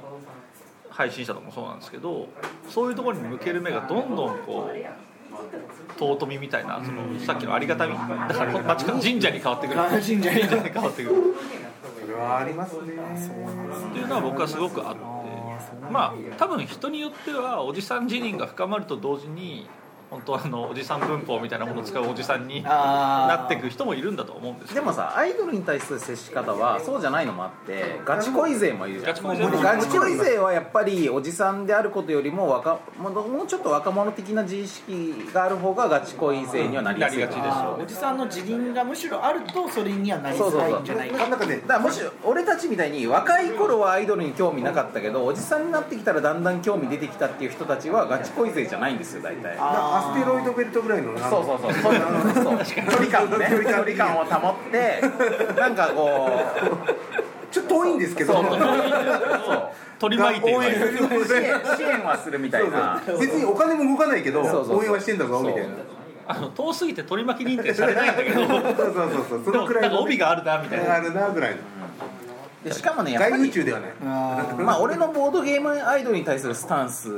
[SPEAKER 3] 配信者とかもそうなんですけどそういうところに向ける目がどんどんこう尊みみたいなそのさっきのありがたみだからこ街か神社に変わってくる
[SPEAKER 5] あ神社に
[SPEAKER 3] 変わってくる
[SPEAKER 6] それはありますね
[SPEAKER 3] っていうのは僕はすごくあってまあ多分人によってはおじさん辞任が深まると同時に本当あのおじさん文法みたいなものを使うおじさんに
[SPEAKER 5] あー
[SPEAKER 3] なっていく人もいるんだと思うんです
[SPEAKER 2] で
[SPEAKER 3] けど
[SPEAKER 2] もさアイドルに対する接し方はそうじゃないのもあってガチ恋勢もいるじゃん
[SPEAKER 3] ガチ恋勢もいる
[SPEAKER 2] ガチ恋勢はやっぱりおじさんであることよりも若もうもうちょっと若者的な自意識がある方がガチ恋勢にはなりやすい
[SPEAKER 3] なりがちです
[SPEAKER 5] あーおじさんの辞任がむしろあるとそれにはなり
[SPEAKER 2] そう
[SPEAKER 5] づ
[SPEAKER 2] そうそ
[SPEAKER 5] ら
[SPEAKER 2] う
[SPEAKER 5] いんじゃないか
[SPEAKER 6] なんかね
[SPEAKER 2] だからむしろ俺たちみたいに若い頃はアイドルに興味なかったけどおじさんになってきたらだんだん興味出てきたっていう人たちはガチ恋勢じゃないんですよ大体
[SPEAKER 5] あ
[SPEAKER 6] アステロイドベルトぐらいの
[SPEAKER 2] そうそうそうそうそう距離感ね距離感を保ってなんかこ
[SPEAKER 6] ちょっと遠いんですけど
[SPEAKER 2] そう
[SPEAKER 3] 取り巻いて
[SPEAKER 6] 応援
[SPEAKER 3] る
[SPEAKER 2] う 支援支援はするみたいな
[SPEAKER 6] そうそう別にお金も動かないけど
[SPEAKER 2] そうそうそう
[SPEAKER 6] 応援はしてんだぞみたいな
[SPEAKER 2] そう
[SPEAKER 3] あの遠すぎて取り巻き認定されないんだけど
[SPEAKER 6] そうそうそう そうそ
[SPEAKER 3] で
[SPEAKER 6] の
[SPEAKER 3] も
[SPEAKER 6] く
[SPEAKER 3] な
[SPEAKER 6] ら
[SPEAKER 3] んか
[SPEAKER 6] いの
[SPEAKER 3] 帯があるなみたいな
[SPEAKER 6] あるなぐらいの
[SPEAKER 2] でしかもねやっぱ
[SPEAKER 6] 外宇
[SPEAKER 2] り
[SPEAKER 6] 宙ではない
[SPEAKER 5] あ
[SPEAKER 2] まあ俺のボードゲームアイドルに対するスタンス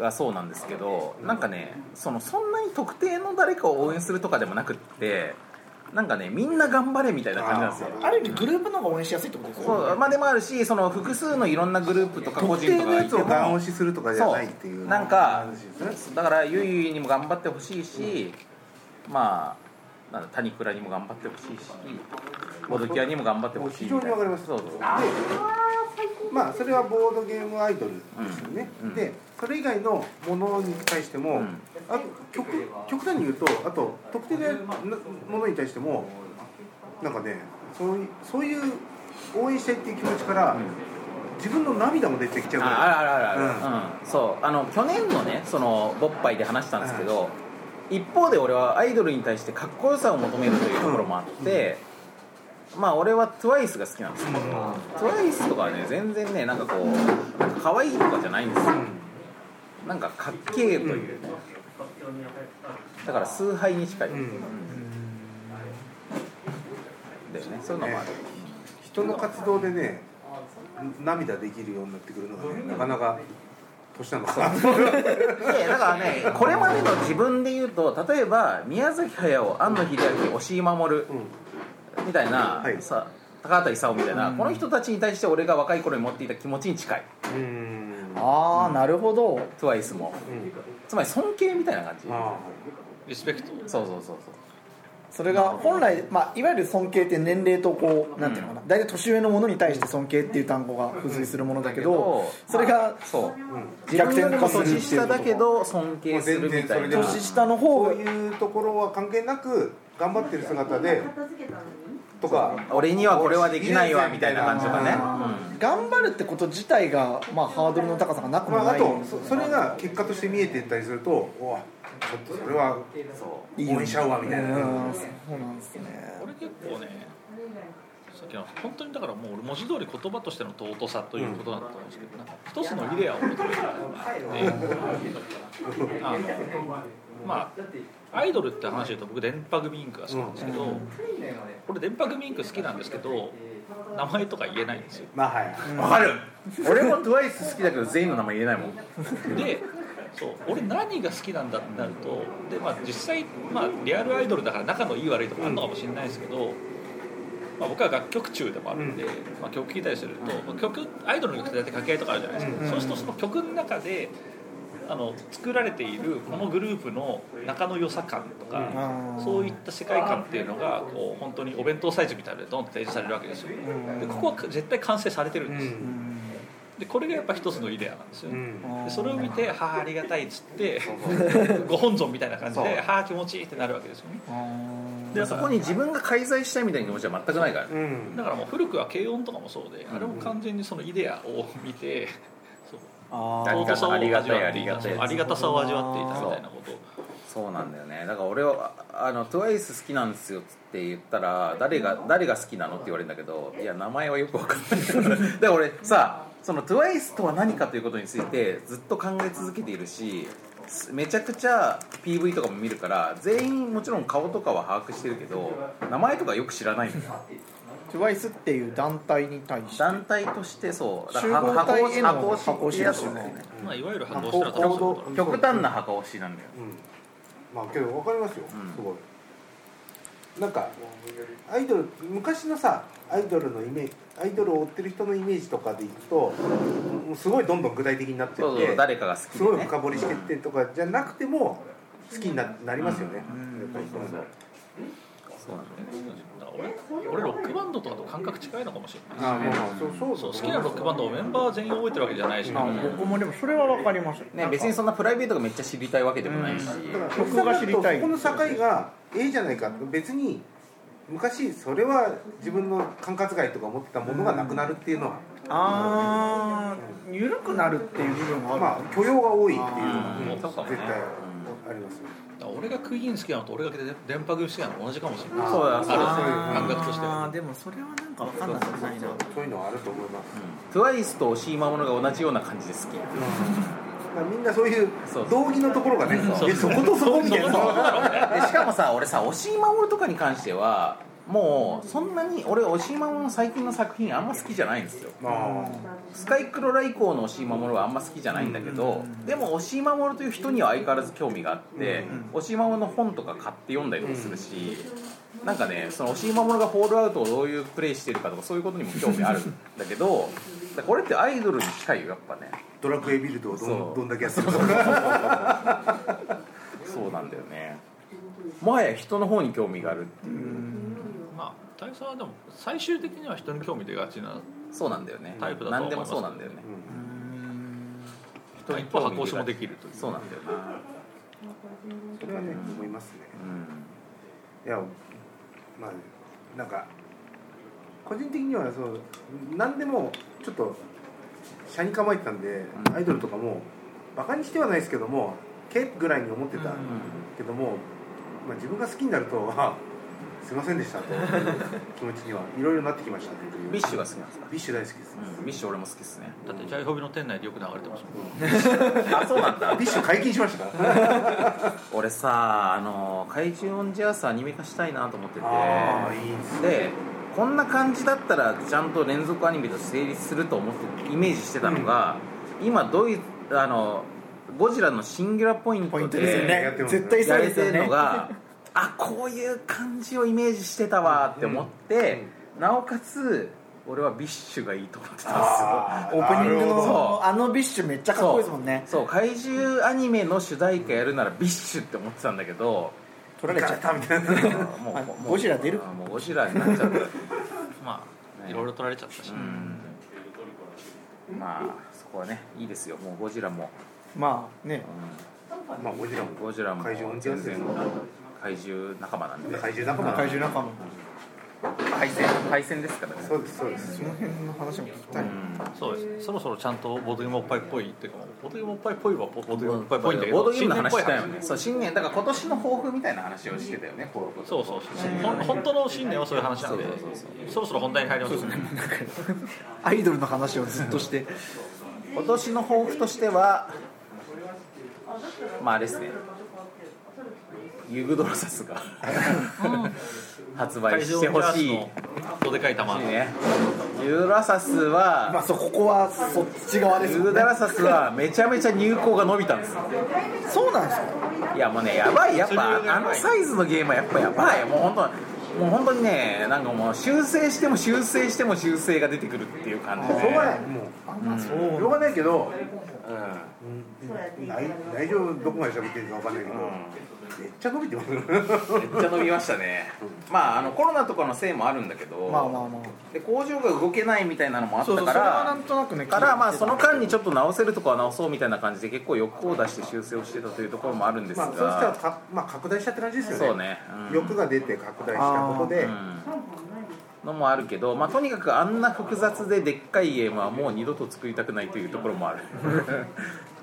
[SPEAKER 2] がそうなんですけどなんかねそのそんなに特定の誰かを応援するとかでもなくってなんかねみんな頑張れみたいな感じなんですよ
[SPEAKER 5] ーある意味グループの方が応援しやすいってことですよね
[SPEAKER 2] そうまあでもあるしその複数のいろんなグループとか個
[SPEAKER 6] 特
[SPEAKER 2] 人
[SPEAKER 6] 定
[SPEAKER 2] と
[SPEAKER 6] の
[SPEAKER 2] かが
[SPEAKER 6] や
[SPEAKER 2] い
[SPEAKER 6] つ
[SPEAKER 2] て
[SPEAKER 6] を
[SPEAKER 2] も
[SPEAKER 6] ガン押しするとかじゃないっていう
[SPEAKER 2] そうなんか
[SPEAKER 6] 話ですね
[SPEAKER 2] だからゆいゆいにも頑張ってほしいし、まあなんだ谷倉にも頑張ってほしいしボドキアにも頑張ってほしいみたいな
[SPEAKER 6] もう非常にわかります
[SPEAKER 2] そうそう
[SPEAKER 6] まあそれはボードゲームアイドルですよね、
[SPEAKER 2] うんうん
[SPEAKER 6] でそれ以外のものに対しても、
[SPEAKER 2] うん
[SPEAKER 6] あと極極端に言うとあと特定のものに対してもなんかねそういそういう応援したいっていう気持ちから、自分の涙も出てきちゃう
[SPEAKER 2] ああるあ
[SPEAKER 6] か
[SPEAKER 2] るあるある、うんそうあの去年のねそのボッパイで話したんですけど、一方で俺はアイドルに対してかっこよさを求めるというところもあって、まあ俺は TWICE が好きなんですよ、TWICE とかはね全然ねなんかこうなんか可愛いとかじゃないんですよ、
[SPEAKER 6] ら、うん
[SPEAKER 2] なんかかっけえという、だから崇拝に近い、
[SPEAKER 6] ん
[SPEAKER 2] だよねそういうのもある、
[SPEAKER 6] 人の活動でね涙できるようになってくるのがねなかなか年なのかな
[SPEAKER 2] でだからねこれまでの自分で言うと例えば宮崎駿庵野秀明押井守みたいな、
[SPEAKER 6] はい
[SPEAKER 2] さ高畑勲みたいな、この人たちに対して俺が若い頃に持っていた気持ちに近い
[SPEAKER 6] うんうん
[SPEAKER 5] ああなるほど
[SPEAKER 2] TWICE も
[SPEAKER 6] うん
[SPEAKER 2] つまり尊敬みたいな感じ
[SPEAKER 6] あ
[SPEAKER 3] リスペクト
[SPEAKER 2] そうそうそう
[SPEAKER 5] それが本来、まあ、いわゆる尊敬って年齢とこうなんていうのかな大体年上のものに対して尊敬っていう単語が付随するものだけどそれが
[SPEAKER 2] そう
[SPEAKER 5] う
[SPEAKER 2] 自
[SPEAKER 5] 逆
[SPEAKER 2] 分よ
[SPEAKER 5] 転
[SPEAKER 2] りも
[SPEAKER 5] 化するっていう
[SPEAKER 2] 年下だけど尊敬するみたいな
[SPEAKER 6] もう全然
[SPEAKER 5] 年下の方
[SPEAKER 6] そう
[SPEAKER 5] が
[SPEAKER 6] いうところは関係なく頑張ってる姿でとか
[SPEAKER 2] 俺にはこれはできないわみたいな感じとかね、
[SPEAKER 5] 頑張るってこと自体が、まあ、ハードルの高さがなく
[SPEAKER 6] まあ、
[SPEAKER 5] も
[SPEAKER 6] あ
[SPEAKER 5] ない
[SPEAKER 6] とそそれが結果として見えてったりするとおわちょっとそれは応援しちゃうわみたいな
[SPEAKER 5] うんそうなんですね
[SPEAKER 3] 俺結構ねさっきの本当にだからもう文字通り言葉としての尊さということだと思うんですけど、なんか一つのイデアを求めてるのがあってあのまあアイドルって話で言うと僕電波組インクが好きなんですけど、これ電波組インク好きなんですけど名前とか言えないんですよ
[SPEAKER 6] まあはい
[SPEAKER 2] わかる俺も TWICE 好きだけど全員の名前言えないもん
[SPEAKER 3] でそう俺何が好きなんだってなるとで、まあ、実際、まあ、リアルアイドルだから仲のいい悪いとかあるのかもしれないですけど、まあ、僕は楽曲中でもあるんで、まあ、曲聴いたりすると、まあ曲アイドルの曲って大体掛け合いとかあるじゃないですか、そうするとその曲の中であの作られているこのグループの仲の良さ感とか、そういった世界観っていうのがこう本当にお弁当サイズみたいなのでドンと提示されるわけですよでここは絶対完成されてるんです、でこれがやっぱ一つのイデアなんですよね、でそれを見て「はあありがたい」っつってご本尊みたいな感じで「はあ気持ちいい」ってなるわけですよねで
[SPEAKER 2] でそこに自分が介在したいみたいな気持ちは全くないからね
[SPEAKER 3] だからもう古くは軽音とかもそうであれも完全にそのイデアを見て
[SPEAKER 5] あ
[SPEAKER 2] ー
[SPEAKER 3] 尊さを味わっていた
[SPEAKER 2] ありがたいありがたい
[SPEAKER 3] そうありがたさを味わっていたみたいなことを
[SPEAKER 2] そうなんだよねだから俺はあの TWICE 好きなんですよって言ったら誰が誰が好きなのって言われるんだけどいや名前はよく分か んないからだから俺さその TWICE とは何かということについてずっと考え続けているしめちゃくちゃ PV とかも見るから全員もちろん顔とかは把握してるけど名前とかよく知らないんだよ
[SPEAKER 5] TWICE っていう団体に対して
[SPEAKER 2] 団体としてそうだ
[SPEAKER 5] 集
[SPEAKER 2] から
[SPEAKER 5] 合
[SPEAKER 2] 箱
[SPEAKER 5] 体への
[SPEAKER 2] 箱押し
[SPEAKER 5] 箱押し
[SPEAKER 2] や
[SPEAKER 5] で
[SPEAKER 2] つ
[SPEAKER 5] すよね
[SPEAKER 3] まあ、いわゆる箱押しだと思うんですけど
[SPEAKER 2] 極端な箱押しなんだよ
[SPEAKER 6] うんまあけどわかりますよ、
[SPEAKER 2] うん
[SPEAKER 6] すごいなんかアイドル昔のさアイドルのイメージアイドルを追ってる人のイメージとかでいくともうすごいどんどん具体的になってって
[SPEAKER 2] そうそう誰かが好き
[SPEAKER 6] す
[SPEAKER 2] で
[SPEAKER 6] ごい
[SPEAKER 2] ね
[SPEAKER 6] 深掘りしてってとかじゃなくても好きにななりますよね、やっぱりそう
[SPEAKER 2] そうなんだよね
[SPEAKER 3] だから俺俺ロックバンドとかと感覚違いのかもしれない
[SPEAKER 6] ああまあまあそうそう
[SPEAKER 3] そう好きなロックバンドをメンバー全員覚えてるわけじゃないし、
[SPEAKER 5] あ僕もでもそれは分かります
[SPEAKER 2] ね、別にそんなプライベートがめっちゃ知りたいわけでもないし、
[SPEAKER 6] だから
[SPEAKER 5] 曲が知りたい
[SPEAKER 6] そこの境がええじゃないか別に昔それは自分の管轄外とか思ってたものがなくなるっていうのは、
[SPEAKER 5] ああ緩くなるっていう部分がある、
[SPEAKER 6] まあ許容が多いっていうのは
[SPEAKER 2] うん
[SPEAKER 6] 絶対ありますよ、
[SPEAKER 3] だから俺がクイーン好きなのと俺が電波組好きなの同じかもしれない
[SPEAKER 6] あ
[SPEAKER 2] そうだそうだ
[SPEAKER 5] あー
[SPEAKER 3] 感覚としては
[SPEAKER 5] でもそれはなんか分かんなくないな
[SPEAKER 6] そういうのはあると思います、
[SPEAKER 2] TWICE と押井守が同じような感 じで好き
[SPEAKER 6] まあみんなそういう
[SPEAKER 2] そうそう
[SPEAKER 6] 道義のところがね
[SPEAKER 3] そう
[SPEAKER 6] えそことそこみたいな
[SPEAKER 3] そうそうそう
[SPEAKER 2] でしかもさ俺さ押井守とかに関してはもうそんなに俺押井守の最近の作品あんま好きじゃないんですよ
[SPEAKER 6] ま
[SPEAKER 2] スカイクロラ以降の押井守はあんま好きじゃないんだけどでも押井守という人には相変わらず興味があって押井守の本とか買って読んだりもするしなんかねその押井守がホールアウトをどういうプレイしてるかとかそういうことにも興味あるんだけどだからこれってアイドルに近いよやっぱね
[SPEAKER 6] あドラクエビルドをど
[SPEAKER 2] そ
[SPEAKER 6] ん
[SPEAKER 2] う
[SPEAKER 6] どんだけやってるか
[SPEAKER 2] そうなんだよねもはや人の方に興味があるっていう
[SPEAKER 3] まあ大佐はでも最終的には人に興味出がちな
[SPEAKER 2] そうなんだよね
[SPEAKER 3] タイプだと
[SPEAKER 2] 何
[SPEAKER 3] は思
[SPEAKER 2] で
[SPEAKER 3] いま
[SPEAKER 2] も
[SPEAKER 3] す
[SPEAKER 2] そうなんだよね
[SPEAKER 3] 人に箱押しもできるという
[SPEAKER 2] そうなんだよな
[SPEAKER 6] それはね思いますね
[SPEAKER 2] うん
[SPEAKER 6] いやまあなんか個人的にはそう何でもちょっと車に構えてたんで、
[SPEAKER 2] うん
[SPEAKER 6] アイドルとかもバカにしてはないですけどもけぐらいに思ってたけども、まあ、自分が好きになるとあすいませんでしたと気持ちにはいろいろなってきましたねという
[SPEAKER 2] ビッシュが好きなんですか
[SPEAKER 6] ビッシュ大好きです、
[SPEAKER 2] うんビッシュ俺も好きですね
[SPEAKER 3] だってジャイホビの店内でよく流れてますもん
[SPEAKER 2] あそうなんだ
[SPEAKER 6] ビッシュ解禁しましたから
[SPEAKER 2] 俺さあの「怪獣オンジャース」アニメ化したいなと思ってて
[SPEAKER 6] ああいいですね
[SPEAKER 2] でこんな感じだったらちゃんと連続アニメと成立すると思ってイメージしてたのが、今ドイあのゴジラのシンギュラポイン
[SPEAKER 5] ポイ
[SPEAKER 2] ト
[SPEAKER 5] ントですよ
[SPEAKER 2] で
[SPEAKER 5] ね、
[SPEAKER 6] やってますね
[SPEAKER 5] 絶対そ
[SPEAKER 2] や
[SPEAKER 5] う
[SPEAKER 2] れ
[SPEAKER 5] です
[SPEAKER 2] て
[SPEAKER 5] よ
[SPEAKER 2] る
[SPEAKER 5] ね
[SPEAKER 2] のが、あこういう感じをイメージしてたわって思って、なおかつ俺はビッシュがいいと思ってたんですよ
[SPEAKER 6] あ
[SPEAKER 5] オープニン
[SPEAKER 2] な
[SPEAKER 5] グ
[SPEAKER 2] るほ
[SPEAKER 5] の
[SPEAKER 2] ど
[SPEAKER 5] あのビッシュめっちゃかっこいいですもんね
[SPEAKER 2] そう怪獣アニメの主題歌やるならビッシュって思ってたんだけど
[SPEAKER 5] 取られちゃったみたいな
[SPEAKER 2] も
[SPEAKER 5] あゴジラ出る
[SPEAKER 2] あもうゴジラになっちゃった
[SPEAKER 3] まあいろいろ取られちゃったし、
[SPEAKER 2] うんまあそこはねいいですよもうゴジラも、
[SPEAKER 5] まあね
[SPEAKER 2] う
[SPEAKER 6] まあゴジラも
[SPEAKER 2] ん、ゴジラも
[SPEAKER 6] 怪獣オンジャー
[SPEAKER 2] 全
[SPEAKER 6] スです
[SPEAKER 2] 然怪獣仲間なんで
[SPEAKER 6] 怪獣仲間
[SPEAKER 5] 怪獣仲間
[SPEAKER 2] 敗戦敗戦ですからね
[SPEAKER 6] そうですそうです
[SPEAKER 5] その辺の話も聞きたいな
[SPEAKER 3] そうですそろそろちゃんとボードゲームおっぱいっぽいっていうかボードゲームおっぱいっぽいはボードゲームおっぱいっぽいんだけど
[SPEAKER 2] ボードゲームの話したよ
[SPEAKER 3] 新年っぽい
[SPEAKER 2] ねそう新年だから今年の抱負みたいな話をしてたよね登録
[SPEAKER 3] そうそうそうほん本当の新年はそういう話なんで
[SPEAKER 2] そうそうそう
[SPEAKER 3] そろそろ本題に入りますね
[SPEAKER 9] アイドルの話をずっとして
[SPEAKER 2] 今年の抱負としてはまああれですねユグドロサス が発売してほしい
[SPEAKER 3] のどでかい玉
[SPEAKER 2] いいねユグドロサスは
[SPEAKER 9] まあそうここはそっち側です
[SPEAKER 2] ユグドロサスはめちゃめちゃ入稿が伸びたんですよ
[SPEAKER 9] そうなんですか
[SPEAKER 2] いやもうねやばいやっ
[SPEAKER 3] それはやばい
[SPEAKER 2] ぱあのサイズのゲームはやっぱやばいもう本当もう本当にねなんかもう修正しても修正しても修正が出てくるっていう感じで、
[SPEAKER 6] しょうがないもうしょうがないけど内内情どこまで喋ってるかわかんないけどめっちゃ伸びてます
[SPEAKER 2] めっちゃ伸びましたね、まああのコロナとかのせいもあるんだけど、
[SPEAKER 5] まあまあまあ
[SPEAKER 2] で工場が動けないみたいなのもあった
[SPEAKER 5] そうそう
[SPEAKER 2] か
[SPEAKER 5] それはな
[SPEAKER 2] ら
[SPEAKER 5] んとなくね
[SPEAKER 2] からまあその間にち
[SPEAKER 5] ょ
[SPEAKER 2] ょっと直せるとこは直そうみたいな感じで結構欲を出して修正をしてたというところもあるんです
[SPEAKER 6] ま
[SPEAKER 2] が、
[SPEAKER 6] あそうしたらかまあ拡大したって感じですよね
[SPEAKER 2] そうねうん
[SPEAKER 6] 欲が出て拡大したことで
[SPEAKER 2] うんのもあるけど、まあ、とにかくあんな複雑ででっかいゲームはもう二度と作りたくないというところもある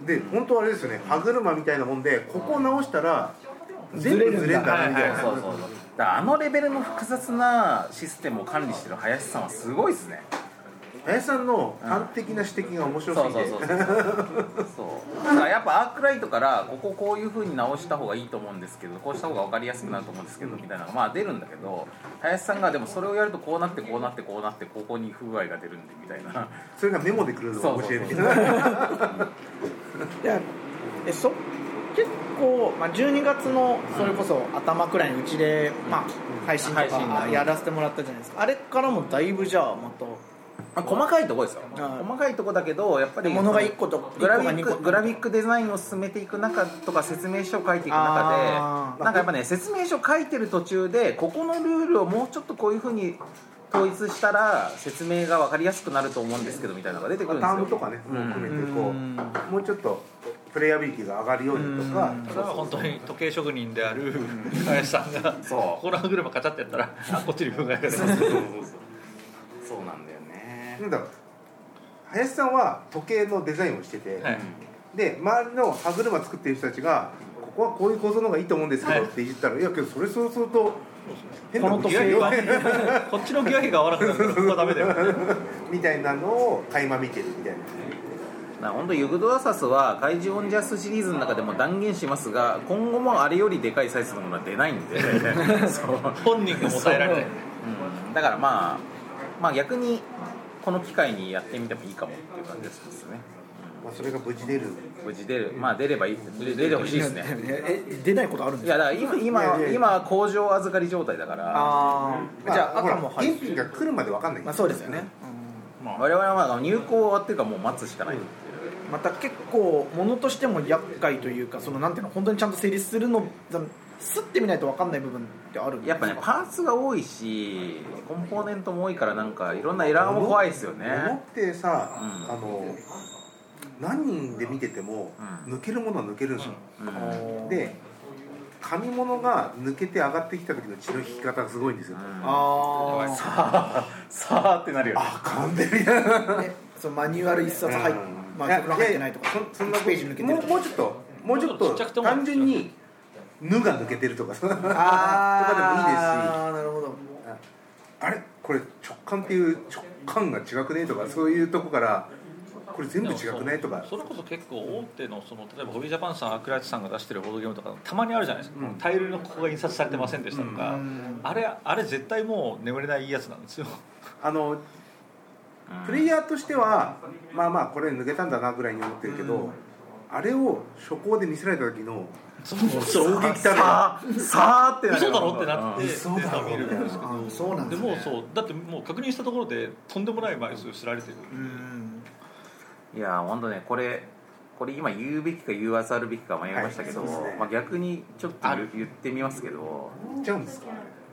[SPEAKER 6] で本当あれですよね歯車みたいなもんでここを直したら全部 ずれんだみたいな
[SPEAKER 2] そうそうそうだからあのレベルの複雑なシステムを管理してる林さんはすごいですね
[SPEAKER 6] 林さんの端的な指摘が面
[SPEAKER 2] そう
[SPEAKER 6] 白
[SPEAKER 2] そう
[SPEAKER 6] す
[SPEAKER 2] そ
[SPEAKER 6] ぎ
[SPEAKER 2] う
[SPEAKER 6] て
[SPEAKER 2] そうそうだからやっぱアークライトからこここういう風に直した方がいいと思うんですけどこうした方が分かりやすくなると思うんですけどみたいなのがまあ出るんだけど林さんがでもそれをやるとこうなってこうなってこうなってここに不具合が出るんでみたいな
[SPEAKER 6] それがメモで来るのを教えて
[SPEAKER 2] そうそう
[SPEAKER 5] いやえそ結構、まあ、12月のそれこそ頭くらいにうちで、まあ、配信と
[SPEAKER 2] 配信
[SPEAKER 5] か
[SPEAKER 2] だね
[SPEAKER 5] やらせてもらったじゃないですかあれからもだいぶじゃあまた
[SPEAKER 2] あ細かいとこですよ、
[SPEAKER 5] はい
[SPEAKER 2] 細かいとこだけどやっぱり
[SPEAKER 5] 物が一個と
[SPEAKER 2] グラフィッ
[SPEAKER 5] 一個が二個
[SPEAKER 2] クグラフィックデザインを進めていく中とか説明書を書いていく
[SPEAKER 5] あ
[SPEAKER 2] 中
[SPEAKER 5] ー
[SPEAKER 2] でなんかやっぱね説明書を書いてる途中でここのルールをもうちょっとこういうふうに統一したら説明が分かりやすくなると思うんですけどみたいなのが出てくるんです
[SPEAKER 6] タ
[SPEAKER 2] よ
[SPEAKER 6] ームとかね
[SPEAKER 2] うん
[SPEAKER 6] 含めてこうもうちょっとプレイヤビリティが上がるようにとか
[SPEAKER 3] それは本当に時計職人である林さんが
[SPEAKER 2] そう
[SPEAKER 3] ここら車カチャってやったらあこっちに分が出る
[SPEAKER 2] そうなんだよね
[SPEAKER 6] なんだろう林さんは時計のデザインをしてて、
[SPEAKER 3] はい
[SPEAKER 6] で周りの歯車作ってる人たちがここはこういう構造の方がいいと思うんですけどって言ったら、い、やけどそれそうすると変
[SPEAKER 3] こ
[SPEAKER 6] な
[SPEAKER 3] の
[SPEAKER 6] こと
[SPEAKER 3] 時
[SPEAKER 6] 言う
[SPEAKER 3] 計
[SPEAKER 6] よ
[SPEAKER 3] はこっちのギア比が合わなくなるからここはダメだよね
[SPEAKER 6] みたいなのを垣間見てるみたいな
[SPEAKER 2] な本当ユグドラサスは怪獣オンジャスシリーズの中でも断言しますが今後もあれよりでかいサイズのものは出ないん でそう
[SPEAKER 3] 本人が抑えられない
[SPEAKER 2] うんだからまあまあ逆にこの機会にやってみてもいいかもっていう感じですね
[SPEAKER 6] まあ、それが無事出る
[SPEAKER 2] 無事出るまあ出ればいい出出てほしいですね
[SPEAKER 5] え出ないことあるん
[SPEAKER 2] い
[SPEAKER 5] です
[SPEAKER 2] やだから今今
[SPEAKER 6] いやいやいや
[SPEAKER 2] 今は工場預かり状態だから
[SPEAKER 5] ああじゃ
[SPEAKER 6] ほ
[SPEAKER 5] あ赤
[SPEAKER 6] ら
[SPEAKER 5] も入
[SPEAKER 6] 現
[SPEAKER 5] って
[SPEAKER 6] 品が来るまで分かんない、
[SPEAKER 5] まあそうですよね、
[SPEAKER 2] 我々はまあ入稿終わってるからもう待つしかないっていう
[SPEAKER 5] また結構物としても厄介というかそのなんていうの本当にちゃんと整理するのすってみないと分かんない部分ってあるんです
[SPEAKER 2] やっぱねパーツが多いしコンポーネントも多いからなんかいろんなエラーも怖いですよ
[SPEAKER 6] 物っ
[SPEAKER 2] ね
[SPEAKER 6] てさ、
[SPEAKER 2] うん
[SPEAKER 6] あの何人で見てても
[SPEAKER 2] う
[SPEAKER 6] 抜けるものは抜けるんですよ、
[SPEAKER 2] うん
[SPEAKER 6] で紙物が抜けて上がってきた時の血の引き方がすごいんですよ、
[SPEAKER 5] ああ
[SPEAKER 2] さあさあってなるよね
[SPEAKER 6] あ噛んでるやん
[SPEAKER 5] ね、そのマニュアル一冊入っ、
[SPEAKER 6] うん
[SPEAKER 5] まあ、曲が入ってないとか
[SPEAKER 6] ややそそんな
[SPEAKER 5] ページ抜けてる
[SPEAKER 6] もう
[SPEAKER 5] とか
[SPEAKER 6] もうちょっともうちょ
[SPEAKER 3] もう
[SPEAKER 6] っ
[SPEAKER 3] ちょっとちっちゃくて
[SPEAKER 6] と
[SPEAKER 3] も
[SPEAKER 6] 単純に「ぬ」が抜けてる とかとかでもいいですし
[SPEAKER 5] ああなるほど
[SPEAKER 6] あれこれ直感っていう直感が違くねとかそういうとこからこれ全部違くねとか
[SPEAKER 3] それこそ結構大手のその例えばホビージャパンさんアクライトさんが出してるボードゲームとかたまにあるじゃないですか、
[SPEAKER 6] うん
[SPEAKER 3] タイルのここが印刷されてませんでしたとか、
[SPEAKER 5] うん
[SPEAKER 3] あれあれ絶対もう眠れないやつなんです よ
[SPEAKER 6] あのプレイヤーとしてはまあまあこれ抜けたんだなぐらいに思ってるけど、あれを初行で見せられた時の
[SPEAKER 3] そう
[SPEAKER 6] 衝撃た
[SPEAKER 2] さ
[SPEAKER 6] る
[SPEAKER 2] あさあってなる
[SPEAKER 3] 嘘
[SPEAKER 2] よ
[SPEAKER 3] だろってなってデータを見るんですけ
[SPEAKER 5] あそうなん
[SPEAKER 3] どで
[SPEAKER 5] ですね
[SPEAKER 3] もそうだってもう確認したところでとんでもない枚数知られてる
[SPEAKER 5] うん
[SPEAKER 2] いや本当ねこれこれ今言うべきか言わざるべきか迷いましたけど、
[SPEAKER 6] はいそうですね
[SPEAKER 2] まあ、逆にちょっと言う言ってみますけど
[SPEAKER 6] 言っちゃうんですか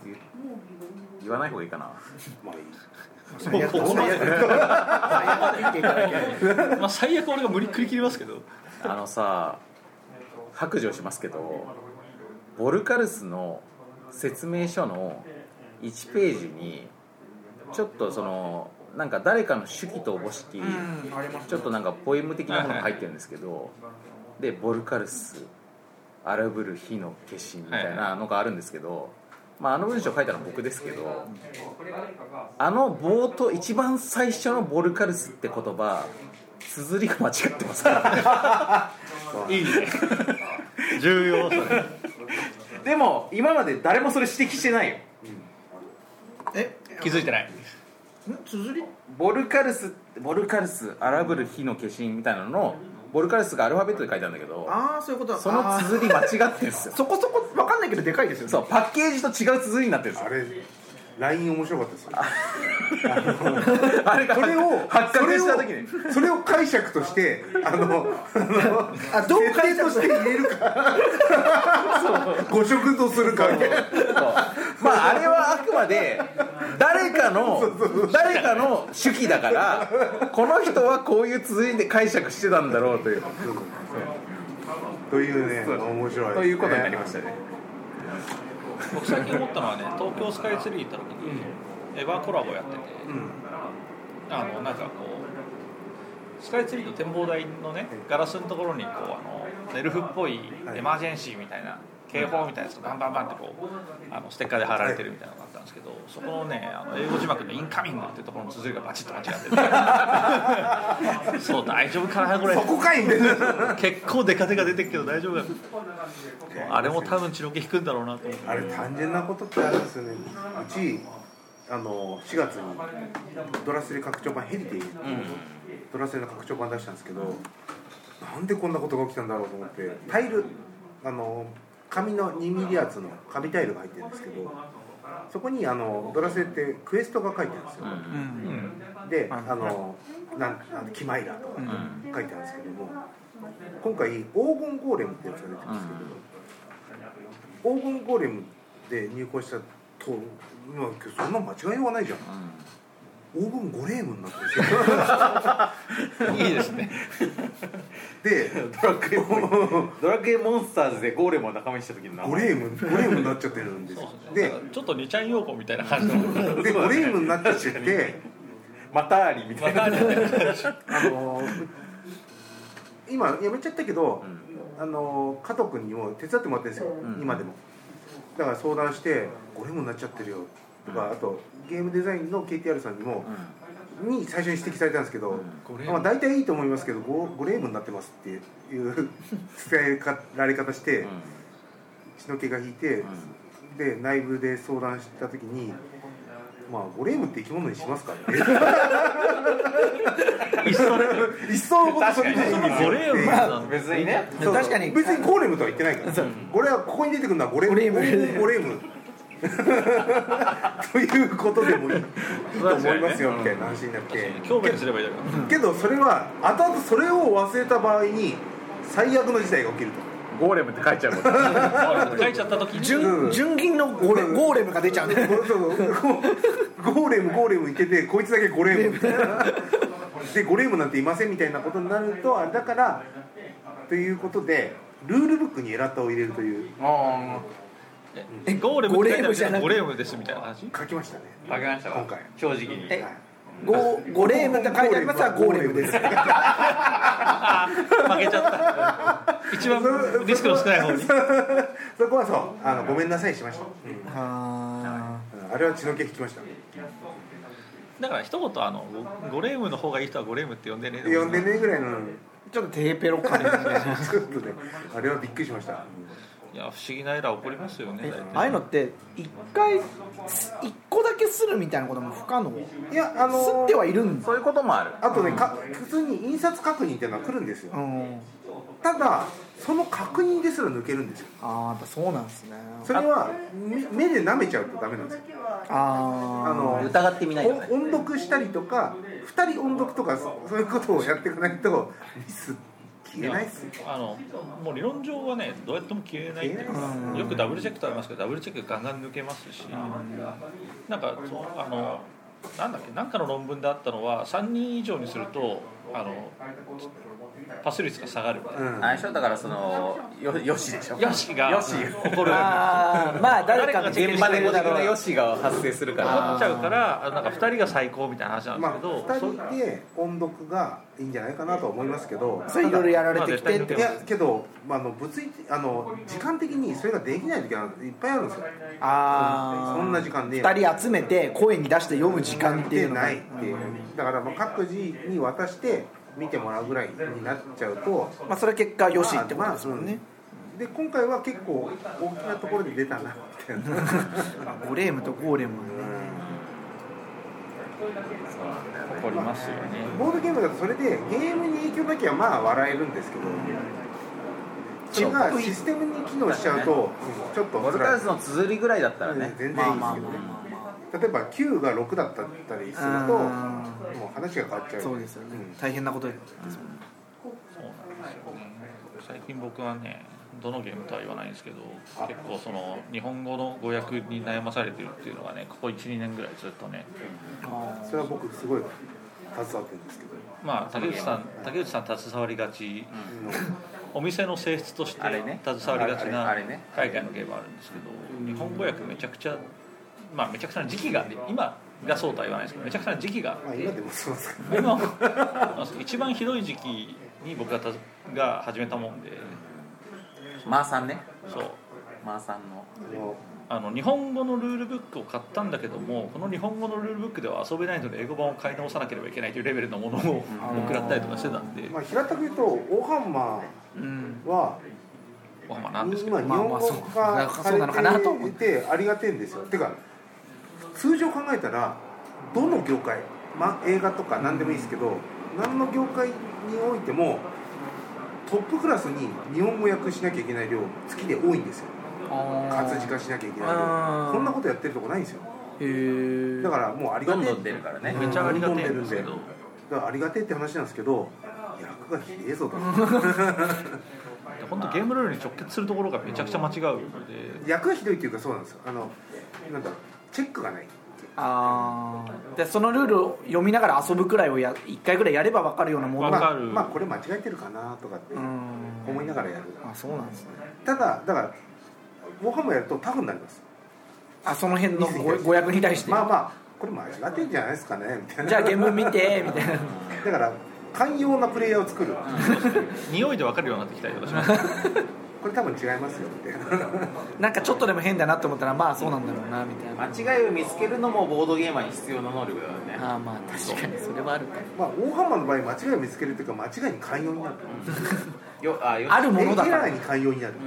[SPEAKER 2] 言言わない方がいいかな
[SPEAKER 6] まあいい
[SPEAKER 3] もうここまで、まあ、最悪俺が無理くり切りますけど
[SPEAKER 2] あのさ白状しますけどボルカルスの説明書の1ページにちょっとそのなんか誰かの手記とおぼしき、
[SPEAKER 5] うんあります
[SPEAKER 2] ちょっとなんかポエム的なものが入ってるんですけど、でボルカルス荒ぶる火の化身みたいなのがあるんですけど、まあ、あの文章書いたのは僕ですけどあの冒頭一番最初のボルカルスって言葉綴りが間違ってますからね
[SPEAKER 10] 重要それ
[SPEAKER 2] でも今まで誰もそれ指摘してないよ
[SPEAKER 5] え
[SPEAKER 3] 気づいてない
[SPEAKER 5] ん綴り
[SPEAKER 2] ボルカルスボルカルス荒ぶる火の化身みたいなののボルカルスがアルファベットで書いてあるんだけど
[SPEAKER 5] ああそういうことだ
[SPEAKER 2] その
[SPEAKER 5] あー
[SPEAKER 2] 綴り間違ってるんですよ
[SPEAKER 5] そこそこわかんないけどでかいですよね
[SPEAKER 2] そうパッケージと違う綴りになってるんです
[SPEAKER 6] あ
[SPEAKER 2] よ
[SPEAKER 6] れ LINE 面白かったですよ
[SPEAKER 2] あれが
[SPEAKER 6] それを
[SPEAKER 2] 発覚した時に
[SPEAKER 6] それを解釈としてあの
[SPEAKER 5] あどう
[SPEAKER 6] 設定として入れるか誤植とするかみたいな
[SPEAKER 2] そうまああれはあくまで誰かの誰かの手記だからこの人はこういう綴りで解釈してたんだろうという
[SPEAKER 6] というね面白いですね
[SPEAKER 2] ということになりましたね
[SPEAKER 3] 僕最近思ったのはね東京スカイツリー行った時にエヴァコラボやってて、あのなんかこうスカイツリーの展望台のねガラスのところにこうあのネルフっぽいエマージェンシーみたいな警報みたいなやつがバンバンバンってこうあのステッカーで貼られてるみたいなのがあったんですけどそこのねあの英語字幕の「インカミング」っていうところの綴りがバチッと間 違っててそう大丈夫かなこれ
[SPEAKER 6] そこかいみたいな
[SPEAKER 3] 結構デカデカ出てるけど大丈夫かなあれも多分血の気引くんだろうなと思って
[SPEAKER 6] あれ単純なことってあるんですよねうちあの4月にドラスレ拡張版ヘリテイジドラスレの拡張版出したんですけどなんでこんなことが起きたんだろうと思ってタイルあの紙の2ミリ厚の紙タイルが入ってるんですけどそこにあのドラスレってクエストが書いてあるんですよ、で、あのなんあのキマイラとか書いてあるんですけども、今回黄金ゴーレムってやつが出てますけど、黄金ゴーレムで入稿したと、まあ、そんな間違いようがないじゃん。黄金ゴレームになってるんですよ。
[SPEAKER 3] いいですね
[SPEAKER 6] で、
[SPEAKER 2] ドラクエドラクエモンスターズでゴーレムを仲間にした時の名
[SPEAKER 6] ゴ
[SPEAKER 2] 前
[SPEAKER 6] レーム、ゴレームになっちゃってるんですよ。で、
[SPEAKER 3] ちょっと二ちゃん用語みたいな感じ の
[SPEAKER 6] で、ゴレームになっちゃってて。
[SPEAKER 2] またありみたいな
[SPEAKER 6] あのー今やめちゃったけど、あのー加藤君にも手伝ってもらってるんですよ、
[SPEAKER 2] ん
[SPEAKER 6] 今でもだから相談して「俺もなっちゃってるよ」とか、あとゲームデザインの KTR さんにも、に最初に指摘されたんですけど、まあ、大体いいと思いますけどゴゴレームになってますっていう伝えられ方して、血の気が引いて、で内部で相談した時に「まあゴレームって生き物にしますか?」って。
[SPEAKER 3] 一緒で
[SPEAKER 6] 一層のことそれでいいんですよ
[SPEAKER 3] ゴレームなんだ
[SPEAKER 2] 別にね
[SPEAKER 6] そう
[SPEAKER 5] 確かに
[SPEAKER 6] 別にゴーレムとは言ってないから俺はここに出てくるのはゴレムゴレムゴレム ということでもいいいいと思いますよみたいな話になって
[SPEAKER 3] 強弁すればいいだから
[SPEAKER 6] けどそれは後々それを忘れた場合に最悪の事態が起きると
[SPEAKER 2] ゴーレムって書いちゃうこと
[SPEAKER 3] 書いちゃった時に
[SPEAKER 6] う
[SPEAKER 5] 純
[SPEAKER 6] ん
[SPEAKER 5] 純銀のゴレゴーレムが出ちゃうんで
[SPEAKER 6] ゴそうそうゴーレムゴーレムいててこいつだけゴレムみたいなでゴレムなんていませんみたいなことになるとあだからということでルールブックにエラッタを入れるという
[SPEAKER 3] えゴーレムって書いてあるけどゴレームですみたいな話
[SPEAKER 6] 書きましたね
[SPEAKER 10] 分かりました
[SPEAKER 6] 今回
[SPEAKER 10] 正直に
[SPEAKER 5] えゴゴレームって書いてありますがゴーレムです
[SPEAKER 3] 負けちゃった一番リスクの少ない方に
[SPEAKER 6] そこはそうあのごめんなさいしました、
[SPEAKER 5] あ
[SPEAKER 6] うんあれは血の気引きました
[SPEAKER 3] だから一言あのゴレームの方がいい人はゴレームって呼んでね
[SPEAKER 6] 呼んでねぐらいの
[SPEAKER 5] ーちょっとテーペロ感ですね
[SPEAKER 6] ちょっとねあれはびっくりしました
[SPEAKER 3] いや不思議なエラー起こりますよね大
[SPEAKER 5] ああい
[SPEAKER 3] 体
[SPEAKER 5] うのって一回す一個だけするみたいなことも不可能
[SPEAKER 6] いやあの
[SPEAKER 5] すってはいるんだ
[SPEAKER 2] そういうこともある
[SPEAKER 6] あとねか普通に印刷確認っていうのは来るんですよ
[SPEAKER 5] うん
[SPEAKER 6] ただその確認ですら抜けるんですよ
[SPEAKER 5] ああやっぱそうなんですね
[SPEAKER 6] それはみ目で舐めちゃうとダメなんですよ
[SPEAKER 5] あ
[SPEAKER 6] あ
[SPEAKER 5] あ
[SPEAKER 6] の
[SPEAKER 2] 疑ってみないとね
[SPEAKER 6] お音読したりとか2人音読とかそそういうことをやっていかないとミス消えないっすよ
[SPEAKER 3] あのもう理論上はねどうやっても消えないっていうかよくダブルチェックとありますけどダブルチェックガンガン抜けますしなんかそうあのなんだっけなんかの論文であったのは3人以上にするとあのパス率が下がるみたいな
[SPEAKER 2] あれでしょだからそのよよしでしょ
[SPEAKER 3] よしが
[SPEAKER 2] よし
[SPEAKER 3] 起こる
[SPEAKER 2] あーまあ誰かの
[SPEAKER 3] 誰かが
[SPEAKER 2] 現場で
[SPEAKER 3] チェックしてくれる
[SPEAKER 2] 無
[SPEAKER 3] だろう
[SPEAKER 2] 敵なよしが発生するか
[SPEAKER 3] 思
[SPEAKER 2] ら
[SPEAKER 3] っちゃうからあなんか2人が最高みたいな話なんです
[SPEAKER 6] ま
[SPEAKER 3] けど、
[SPEAKER 6] あ、
[SPEAKER 3] そ
[SPEAKER 6] 2
[SPEAKER 3] う
[SPEAKER 6] 人で音読がいいんじゃないかなとは思いますけど
[SPEAKER 5] それいろいろやられてきてっ
[SPEAKER 3] ま
[SPEAKER 5] て
[SPEAKER 6] いやけど、まあ、あの物理あの時間的にそれができない時はいっぱいあるんですよ
[SPEAKER 5] あ
[SPEAKER 6] そんな時間で
[SPEAKER 5] 2人集めて声に出して読む時間っていうのが
[SPEAKER 6] ないっていうだからまあ各自に渡して見てもらうぐらいになっちゃうと
[SPEAKER 5] まあ、それは結果よしってことですもんね、
[SPEAKER 6] で今回は結構大きなところで出たなみたいな
[SPEAKER 5] ゴレームとゴーレムはね
[SPEAKER 3] 起こりますよね
[SPEAKER 6] ボードゲームだとそれでゲームに影響だけはまあ笑えるんですけどそれがシステムに機能しちゃうとちょっと
[SPEAKER 2] ボルカルスの綴りぐらいだったらね
[SPEAKER 6] 全然いいですけどね、例えば9が6だったりすると
[SPEAKER 5] あ
[SPEAKER 6] もう話が変わっちゃう
[SPEAKER 5] そうですよね、大変なことですもんね
[SPEAKER 3] そうなんですよね最近僕はねどのゲームとは言わないんですけど結構その日本語の語訳に悩まされてるっていうのがねここ12年ぐらいずっとね
[SPEAKER 6] それは僕すごい携わってるんですけど
[SPEAKER 3] まあ竹内さん竹内さん携わりがち、お店の性質として
[SPEAKER 2] あ
[SPEAKER 3] 携
[SPEAKER 2] れね
[SPEAKER 3] わりがちな
[SPEAKER 2] あれね
[SPEAKER 3] 海外のゲームあるんですけど日本語訳めちゃくちゃまあめちゃくちゃな時期があって今がそうとは言わないですけどめちゃくちゃな時期があって
[SPEAKER 6] まあ今でもそうですけど
[SPEAKER 3] 今も一番ひどい時期に僕がたが始めたもんで
[SPEAKER 2] マーさんね
[SPEAKER 3] そう
[SPEAKER 2] マーさんの
[SPEAKER 6] あ
[SPEAKER 3] あ
[SPEAKER 6] の
[SPEAKER 3] の日本語のルールブックを買ったんだけどもこの日本語のルールブックでは遊べないので英語版を買い直さなければいけないというレベルのものを送らったりとかしてたんで
[SPEAKER 6] まあ、平たく言うとオハンマ
[SPEAKER 5] うん
[SPEAKER 6] ーは
[SPEAKER 3] まあまあなん
[SPEAKER 6] 今
[SPEAKER 3] です
[SPEAKER 6] 日
[SPEAKER 3] けど
[SPEAKER 6] 本
[SPEAKER 5] まあま
[SPEAKER 6] 語
[SPEAKER 5] あそう
[SPEAKER 6] 化
[SPEAKER 5] そうなのか
[SPEAKER 6] さ
[SPEAKER 5] な
[SPEAKER 6] れ
[SPEAKER 5] と思って
[SPEAKER 6] いてありがてえんですよてか通常考えたらどの業界、まあ、映画とか何でもいいですけど何の業界においてもトップクラスに日本語訳しなきゃいけない量月で多いんですよ活字化しなきゃいけない量
[SPEAKER 5] あー
[SPEAKER 6] こんなことやってるとこないんですよ
[SPEAKER 5] へえ
[SPEAKER 6] だからもうありが
[SPEAKER 2] ど
[SPEAKER 6] て
[SPEAKER 2] ん
[SPEAKER 6] え
[SPEAKER 2] どん出るからね
[SPEAKER 3] めっちゃありがてえんですけど
[SPEAKER 6] だからありがてえって話なんですけど役がひでえぞと
[SPEAKER 3] 本当ゲームルールに直結するところがめちゃくちゃ間違うので
[SPEAKER 6] 役がひどいっていうかそうなんですよあのなんだろうチェックがない
[SPEAKER 5] ああでそのルールを読みながら遊ぶくらいをや1回ぐらいやれば分かるようなもの
[SPEAKER 3] わ
[SPEAKER 5] が
[SPEAKER 3] か
[SPEAKER 6] まあ、
[SPEAKER 3] る
[SPEAKER 6] まあこれ間違えてるかなとかって
[SPEAKER 5] うん
[SPEAKER 6] 思いながらやる
[SPEAKER 5] あそうなんですね
[SPEAKER 6] ただだからご飯もやるとタフになります
[SPEAKER 5] あその辺のごご役に対して、
[SPEAKER 6] まあまあこれ間違ってんじゃないですかねみたいな
[SPEAKER 5] じゃあ原文見てみたいな
[SPEAKER 6] だから寛容なプレイヤーを作る
[SPEAKER 3] 匂いで分かるようになってきたりとかします
[SPEAKER 6] これ多分違いますよみたいな
[SPEAKER 5] なんかちょっとでも変だなと思ったらまあそうなんだろうなみたいな
[SPEAKER 2] 間違いを見つけるのもボードゲーマーに必要な能力だよね
[SPEAKER 5] ああまあ確かにそれはあるか
[SPEAKER 6] まあ大浜の場合間違いを見つけるというか間違いに寛容になる
[SPEAKER 2] よあよ
[SPEAKER 5] あるものだか
[SPEAKER 6] エ
[SPEAKER 5] ら
[SPEAKER 6] ラーに寛容になる、
[SPEAKER 3] で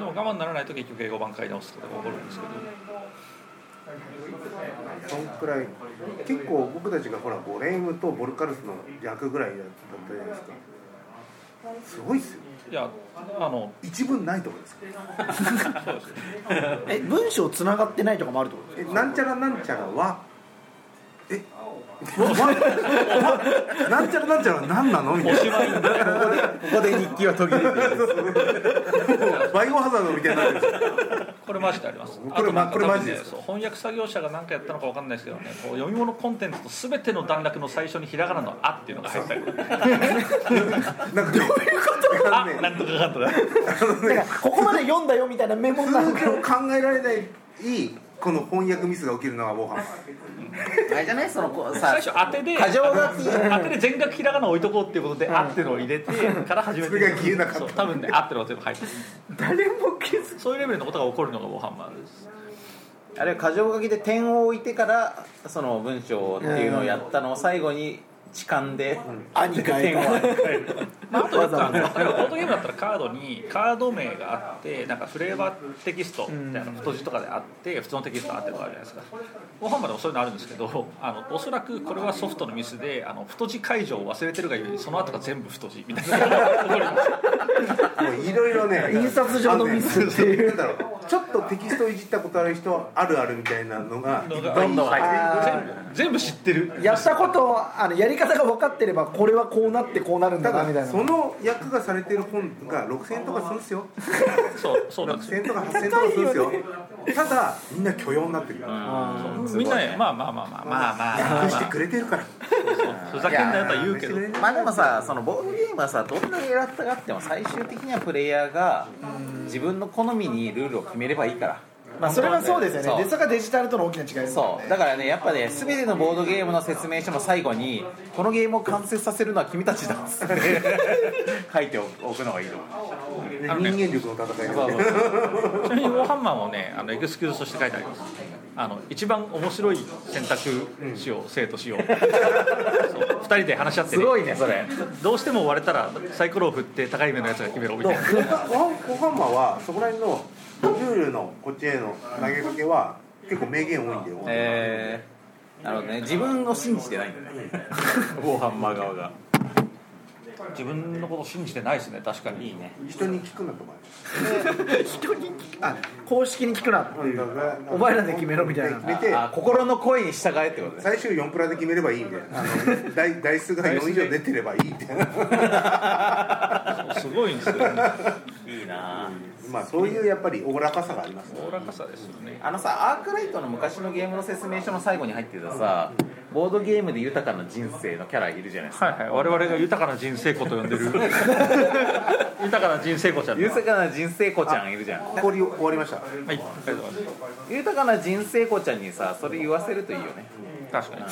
[SPEAKER 3] も我慢ならないと結局英語版買い直すとか起こるんですけど
[SPEAKER 6] そんくらい結構僕たちがほらボレームとボルカルスの役ぐらいだったじゃないですかすごいっすよ
[SPEAKER 3] いやあの
[SPEAKER 6] 一文ないとこですから
[SPEAKER 3] そうですね
[SPEAKER 5] え文章つながってないとかもあるってこ
[SPEAKER 6] えなんちゃらなんちゃらはえわなんちゃらなんちゃらは何なのみたいな
[SPEAKER 2] ここで日記は途切れてる
[SPEAKER 6] バイオハザードみたいになってるんですよ
[SPEAKER 3] これマジであります
[SPEAKER 6] これ
[SPEAKER 3] あとなんか
[SPEAKER 6] これマジ
[SPEAKER 3] 多分ね
[SPEAKER 6] です
[SPEAKER 3] そう翻訳作業者が何かやったのか分かんないですけどねこう読み物コンテンツと全ての段落の最初にひらがなの「あ」っていうのが入ったりとか
[SPEAKER 6] なんかどういうこと
[SPEAKER 3] あ
[SPEAKER 6] かね
[SPEAKER 3] なんとかかんとか
[SPEAKER 5] とだからここまで読んだよみたいなメモ
[SPEAKER 6] 数
[SPEAKER 5] になる
[SPEAKER 6] 秒考えられないこの翻訳ミスが起きるのは防犯
[SPEAKER 2] あれじゃないそのこう さ
[SPEAKER 3] 最初当てで
[SPEAKER 2] 過剰
[SPEAKER 3] 当てで全額ひらがな置いとこうっていうことで「あ」ってのを入れ てから始めて
[SPEAKER 6] それが消えなかった
[SPEAKER 3] そう多分ね「あ」ってのが全部入ってる
[SPEAKER 5] 誰も気づ
[SPEAKER 3] そういうレベルのことが起こるのがモハンマーです
[SPEAKER 2] あれ箇条書きで点を置いてからその文章っていうのをやったのを最後に痴漢で
[SPEAKER 5] 兄が
[SPEAKER 2] 点を
[SPEAKER 3] まあ、あとよくあの例えばボードゲームだったらカードにカード名があってなんかフレーバーテキストみたいな太字とかであって普通のテキストあってとかあるじゃないですかご飯までもそういうのあるんですけどあのおそらくこれはソフトのミスであの太字解除を忘れてるがゆえにその後が全部太字みたいな 起こります
[SPEAKER 6] もういろいろね
[SPEAKER 5] 印刷上のミスって
[SPEAKER 6] いうなんだろうちょっとテキストをいじったことある人あるあるみたいなのが
[SPEAKER 3] のが
[SPEAKER 2] どんどん入って
[SPEAKER 3] 全部全部知ってる
[SPEAKER 5] やったことをあのやり方が分かってればこれはこうなってこうなるん
[SPEAKER 6] た
[SPEAKER 5] だなみたい
[SPEAKER 6] だ
[SPEAKER 5] な
[SPEAKER 6] その役がされてる本が6000円とかするんですよ
[SPEAKER 3] そうそうなんですよ
[SPEAKER 6] 6000円とか8000円とかするんですよただみんな許容になってるから、
[SPEAKER 3] そうみんなねまあまあまあまあまあまあまあ
[SPEAKER 6] 隠して
[SPEAKER 3] ま
[SPEAKER 6] くれてるから、
[SPEAKER 3] あふざけんなよとは言うけど
[SPEAKER 6] いや
[SPEAKER 2] まあでもさそのボードゲームはさどんなにやったがっても最終的にはプレイヤーが自分の好みにルールを決めればいいから
[SPEAKER 5] まあそれはそうですよ
[SPEAKER 2] そう
[SPEAKER 5] ねでそれがデジタルとの大きな違いですもん
[SPEAKER 2] そうだからねやっぱね全てのボードゲームの説明書の最後にこのゲームを完成させるのは君たちだっつって書いておくのがいいと思う
[SPEAKER 6] ね
[SPEAKER 3] あのね
[SPEAKER 6] 人間力の戦いだね
[SPEAKER 2] そうそう
[SPEAKER 3] ちなみにウォーハンマーもねあのエクスキューズとして書いてありますあの一番面白い選択しよう、生徒しよ うそう二人で話し合って、
[SPEAKER 2] すごいねそれ
[SPEAKER 3] どうしても割れたらサイコロを振って高い目のやつが決めろみ
[SPEAKER 6] と
[SPEAKER 3] た
[SPEAKER 6] オ
[SPEAKER 3] いな
[SPEAKER 6] ハンマーはそこら辺のルールのこっちへの投げかけは結構名言多いんだよ、
[SPEAKER 2] えー、なるほどね自分を信じてないんだね 防犯魔側が
[SPEAKER 3] 自分のこと信じてないですね確かにいいね
[SPEAKER 6] 人に聞くなとか
[SPEAKER 5] あ公式に聞くな
[SPEAKER 6] お
[SPEAKER 5] お前らで決めろみたいな
[SPEAKER 6] 決めて
[SPEAKER 2] あ心の声に従えってことね
[SPEAKER 6] 最終4プラで決めればいいみたいなあの台台数が4以上出てればいいみたいな
[SPEAKER 3] すごいんですよね
[SPEAKER 2] いいな
[SPEAKER 6] まあそういうやっぱりおおらかさがありますね
[SPEAKER 3] おおらかさですよね
[SPEAKER 2] あのさアークライトの昔のゲームの説明書の最後に入ってたさボードゲームで豊かな人生のキャラいるじゃないですか
[SPEAKER 3] はいはい我々が豊かな人生子と呼 んでる豊かな人生子ちゃんだ
[SPEAKER 2] 豊かな人生子ちゃんいるじゃん
[SPEAKER 6] 氷終わりました
[SPEAKER 3] はいありがとうございます
[SPEAKER 2] 豊かな人生子ちゃんにさそれ言わせるといいよね
[SPEAKER 3] 確かに
[SPEAKER 5] だ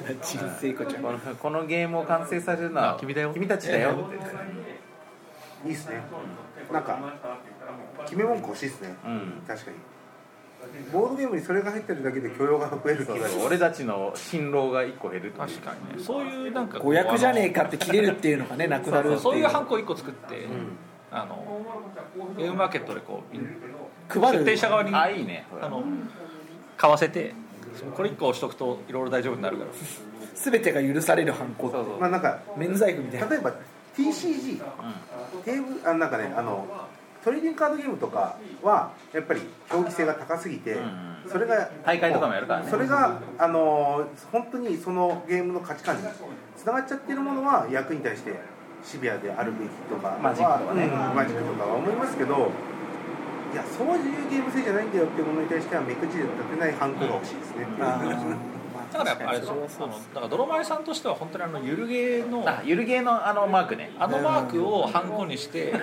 [SPEAKER 5] から人生こちゃん
[SPEAKER 2] このこのゲームを完成させるのは
[SPEAKER 3] あ君だよ
[SPEAKER 2] たちだよって、
[SPEAKER 6] いいっすねなんか決め文句欲しいっすね
[SPEAKER 2] うん、
[SPEAKER 6] 確かにボードゲームにそれが入ってるだけで許容が増える気
[SPEAKER 2] そう
[SPEAKER 6] がす
[SPEAKER 2] そう
[SPEAKER 6] る
[SPEAKER 2] 俺たちの辛労が1個減るという
[SPEAKER 3] 確かにねそういうなんかこう
[SPEAKER 5] 誤訳じゃねえかって切れるっていうのがねなくなるって
[SPEAKER 3] そうそう
[SPEAKER 5] いう
[SPEAKER 3] いうハンコ1個作って、あのゲームマーケットでこう
[SPEAKER 5] 配
[SPEAKER 3] 出店
[SPEAKER 5] る
[SPEAKER 3] 者側に
[SPEAKER 2] あ
[SPEAKER 3] あ
[SPEAKER 2] いいねそれ
[SPEAKER 3] の買わせてこれ1個押しとくといろいろ大丈夫になるから
[SPEAKER 5] 全てが許されるハンコ
[SPEAKER 2] そうそう
[SPEAKER 6] まあなんか
[SPEAKER 5] 免罪符みたいな
[SPEAKER 6] 例えば TCG、テーブルあなんかねあのトレーディングカードゲームとかはやっぱり競技性が高すぎて、
[SPEAKER 2] んうん
[SPEAKER 6] それが
[SPEAKER 2] 大会とかもやるからね
[SPEAKER 6] それがあの本当にそのゲームの価値観につながっちゃってるものは役に対してシビアであるべきとか
[SPEAKER 2] マジックとかね
[SPEAKER 6] うんマジックとかは思いますけどいやそういうゲーム性じゃないんだよっていうものに対しては目くじで立てないハンコが欲しいですね、
[SPEAKER 3] だからやっぱあれですよあのだから泥前さんとしては本当にあのゆるゲーの
[SPEAKER 2] あゆるゲーのあのマークね
[SPEAKER 3] あのマークをハンコ にして
[SPEAKER 2] ウォー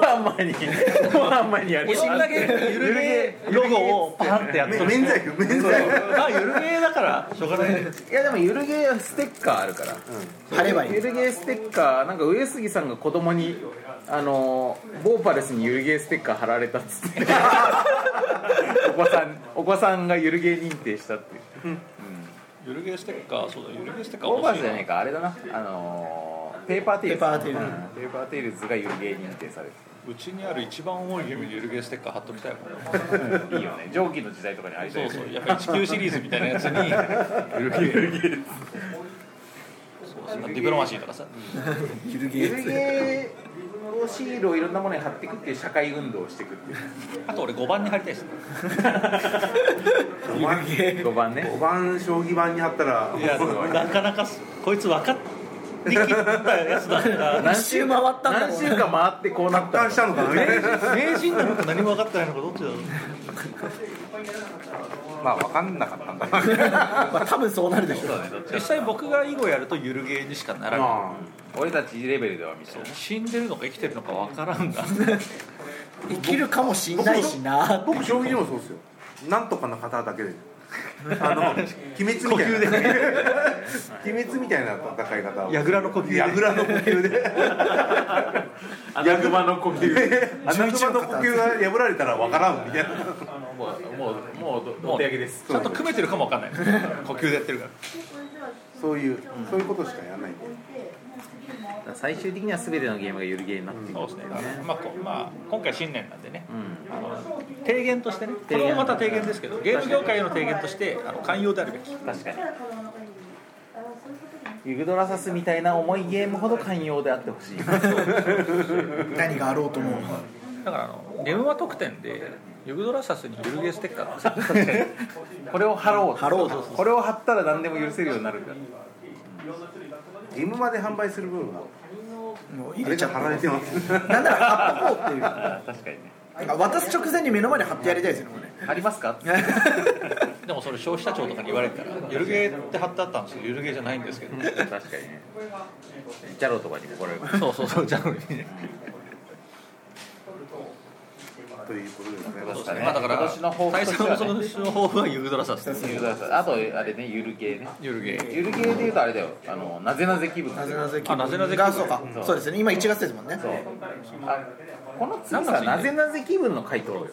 [SPEAKER 2] ハンマーにウォーハンマーにやる
[SPEAKER 3] いろんなゲームのゆるゲーロゴをパンってやっ
[SPEAKER 6] め
[SPEAKER 3] て る
[SPEAKER 6] 免罪符免罪符
[SPEAKER 3] まあゆるゲーだからしょうがない
[SPEAKER 2] いやでもゆるゲーステッカーあるから
[SPEAKER 5] 貼ればいい
[SPEAKER 2] ゆるゲーステッカーなんか上杉さんが子供にあのボーパレスにゆるゲーステッカー貼られたっつってお子さんお子さんがゆるゲー認定したっていう
[SPEAKER 3] ゆるゲーステッカーそうだゆるゲーステッカー
[SPEAKER 2] ボーパレスじゃ
[SPEAKER 3] な
[SPEAKER 2] ないかあれだなあのペーパーテイルズ
[SPEAKER 5] ペーパーテイル
[SPEAKER 2] う
[SPEAKER 5] ズ
[SPEAKER 2] んペーパーテイルズがゆるゲー認定されて
[SPEAKER 3] うちにある一番重いゲームにゆるゲーステッカー貼っときたいもん
[SPEAKER 2] いいよね蒸気の時代とかにありたい
[SPEAKER 3] そう
[SPEAKER 2] よね
[SPEAKER 3] そうやっぱり地球シリーズみたいなやつに
[SPEAKER 2] ゆるゲー
[SPEAKER 3] そうそうディプロマシーとかさ
[SPEAKER 5] ゆるゲ
[SPEAKER 2] ゆる
[SPEAKER 5] ー
[SPEAKER 2] ゲーをシールをいろんなものに貼っていくっていう社会運動をしていくっていう
[SPEAKER 3] あと俺5番に貼りたいですね
[SPEAKER 6] 5番
[SPEAKER 2] 5番ね
[SPEAKER 6] 五番将棋盤に貼ったら
[SPEAKER 3] いや なかなかすこいつ分かりきったやつだから
[SPEAKER 5] 何周回ったんだろう
[SPEAKER 2] 何週間回ってこうなっ
[SPEAKER 6] 達
[SPEAKER 2] た
[SPEAKER 6] 観したのかなみたいな
[SPEAKER 3] 名人なのか何も分かってないのかどっちだろう
[SPEAKER 6] まあ分かんなかったんだ
[SPEAKER 5] まあ多分そうなるでしょう
[SPEAKER 3] 実際僕が囲碁やるとゆるゲーにしかならない
[SPEAKER 6] あ
[SPEAKER 2] 俺たちレベルでは見せ
[SPEAKER 3] そ
[SPEAKER 2] る
[SPEAKER 3] う死んでるのか生きてるのか分からん が
[SPEAKER 5] 生きるかもしんないしな
[SPEAKER 6] 僕将棋でもそうですよなんとかの方だけで あの鬼滅みたいな 鬼滅みたいな戦い方を
[SPEAKER 3] 矢倉の呼吸で
[SPEAKER 6] 矢倉の呼吸 で
[SPEAKER 2] 穴熊の 呼吸
[SPEAKER 6] 穴熊の呼吸が破られたら分からんみたいな
[SPEAKER 2] もうもうもうどお手上げです
[SPEAKER 3] ちゃんと組めてるかも分かんない呼吸でやってるから
[SPEAKER 6] そういうそういうことしかやらないんで
[SPEAKER 2] 最終的には全てのゲームがゆるゲーになっていく
[SPEAKER 3] そうですねまあこうまあ今回新年なんでね
[SPEAKER 2] うん
[SPEAKER 3] あの提言としてねこ
[SPEAKER 2] 提言
[SPEAKER 3] れもまた提言ですけどゲーム業界への提言としてあの寛容であるべき
[SPEAKER 2] 確かにユグドラサスみたいな重いゲームほど寛容であってほしい
[SPEAKER 5] 何があろうとも
[SPEAKER 3] だからあのゲームは特典でユグドラサスにゆるゲーステッカーって
[SPEAKER 2] これを貼ろう
[SPEAKER 5] 貼ろう
[SPEAKER 2] これを貼ったら何でも許せるようになるんだ
[SPEAKER 6] 義務まで販売する分は
[SPEAKER 5] もう
[SPEAKER 6] あ
[SPEAKER 5] 入
[SPEAKER 6] れ
[SPEAKER 5] れちゃ
[SPEAKER 6] が
[SPEAKER 5] っ
[SPEAKER 6] 貼られ
[SPEAKER 5] て
[SPEAKER 6] てます
[SPEAKER 5] なんなら貼っとこうっていう
[SPEAKER 2] 確かにね
[SPEAKER 5] あ渡す直前に目の前に貼ってやりたいですよねもうね
[SPEAKER 2] あります か
[SPEAKER 3] でもそれ消費者庁とかに言われたらゆるゲーって貼ってあったんですけどゆるゲーじゃないんですけど
[SPEAKER 2] 確かにねジャロとかに怒られる
[SPEAKER 3] そうそうそうじゃあね
[SPEAKER 6] ということですね
[SPEAKER 2] そうです
[SPEAKER 3] まあだから
[SPEAKER 2] 今年の抱負
[SPEAKER 3] 大
[SPEAKER 2] とし
[SPEAKER 3] 佐
[SPEAKER 2] てはね
[SPEAKER 3] のその年の抱負はユードラサスです
[SPEAKER 2] ユーザーさんあとあれねゆるゲーね
[SPEAKER 3] ゆるゲー
[SPEAKER 2] ゆるゲーでいうとあれだよあのなぜなぜ気分
[SPEAKER 5] なぜなぜ
[SPEAKER 3] あなぜなぜ
[SPEAKER 5] がそうか、
[SPEAKER 2] うん
[SPEAKER 5] そうですね今1月ですもんね
[SPEAKER 2] そうあこの次
[SPEAKER 3] なんか
[SPEAKER 2] さ
[SPEAKER 3] ついてる
[SPEAKER 2] なぜなぜ気分の回答よ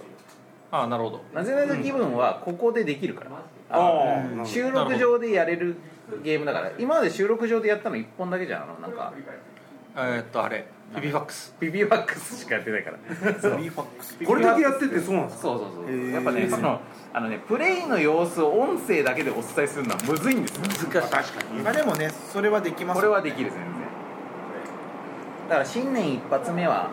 [SPEAKER 3] ああなるほど
[SPEAKER 2] なぜなぜ気分はここでできるから、
[SPEAKER 6] あ
[SPEAKER 2] あの
[SPEAKER 6] あ
[SPEAKER 2] 収録上でやれるゲームだから今まで収録上でやったの1本だけじゃんあのなんか
[SPEAKER 3] えーっとあれビビファックス
[SPEAKER 2] ビビワックスしかやってないから
[SPEAKER 6] これだけやっててそうなんですか
[SPEAKER 2] そうそうそうやっぱねそのあのねプレイの様子を音声だけでお伝えするのはむずいんですよ難しい確か
[SPEAKER 5] まあでもねそれはできます
[SPEAKER 2] これはできる全然だから新年一発目は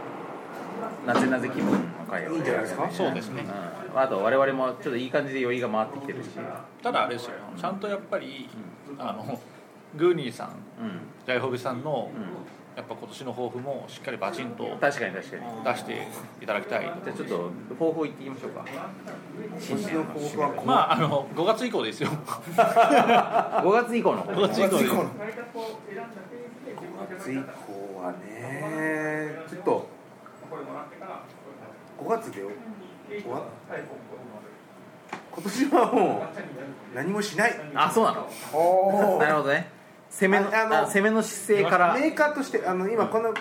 [SPEAKER 2] なぜなぜ気分の回を
[SPEAKER 6] いいんじゃないですか
[SPEAKER 3] そうですね
[SPEAKER 2] うん、あと我々もちょっといい感じで酔いが回ってきてるし、
[SPEAKER 3] ただあれですよちゃんとやっぱりあのグーニーさん
[SPEAKER 2] う
[SPEAKER 3] ジャイホビさん
[SPEAKER 2] ん
[SPEAKER 3] の
[SPEAKER 2] うん、
[SPEAKER 3] やっぱ今年の抱負もしっかりバチンと
[SPEAKER 2] 確かに確かに
[SPEAKER 3] 出していただきたい
[SPEAKER 2] じゃあちょっと方法言っていきましょうか
[SPEAKER 6] 今年の抱負はこ
[SPEAKER 3] まああの5月以降ですよ
[SPEAKER 2] 5月以降の
[SPEAKER 3] 5月以降です
[SPEAKER 6] 5月以降はねちょっと5月でよ終わ今年はもう何もしない
[SPEAKER 2] あそうなのなるほどね攻めの
[SPEAKER 6] ああの
[SPEAKER 2] あ攻めの姿勢から
[SPEAKER 6] メーカーとしてあの今この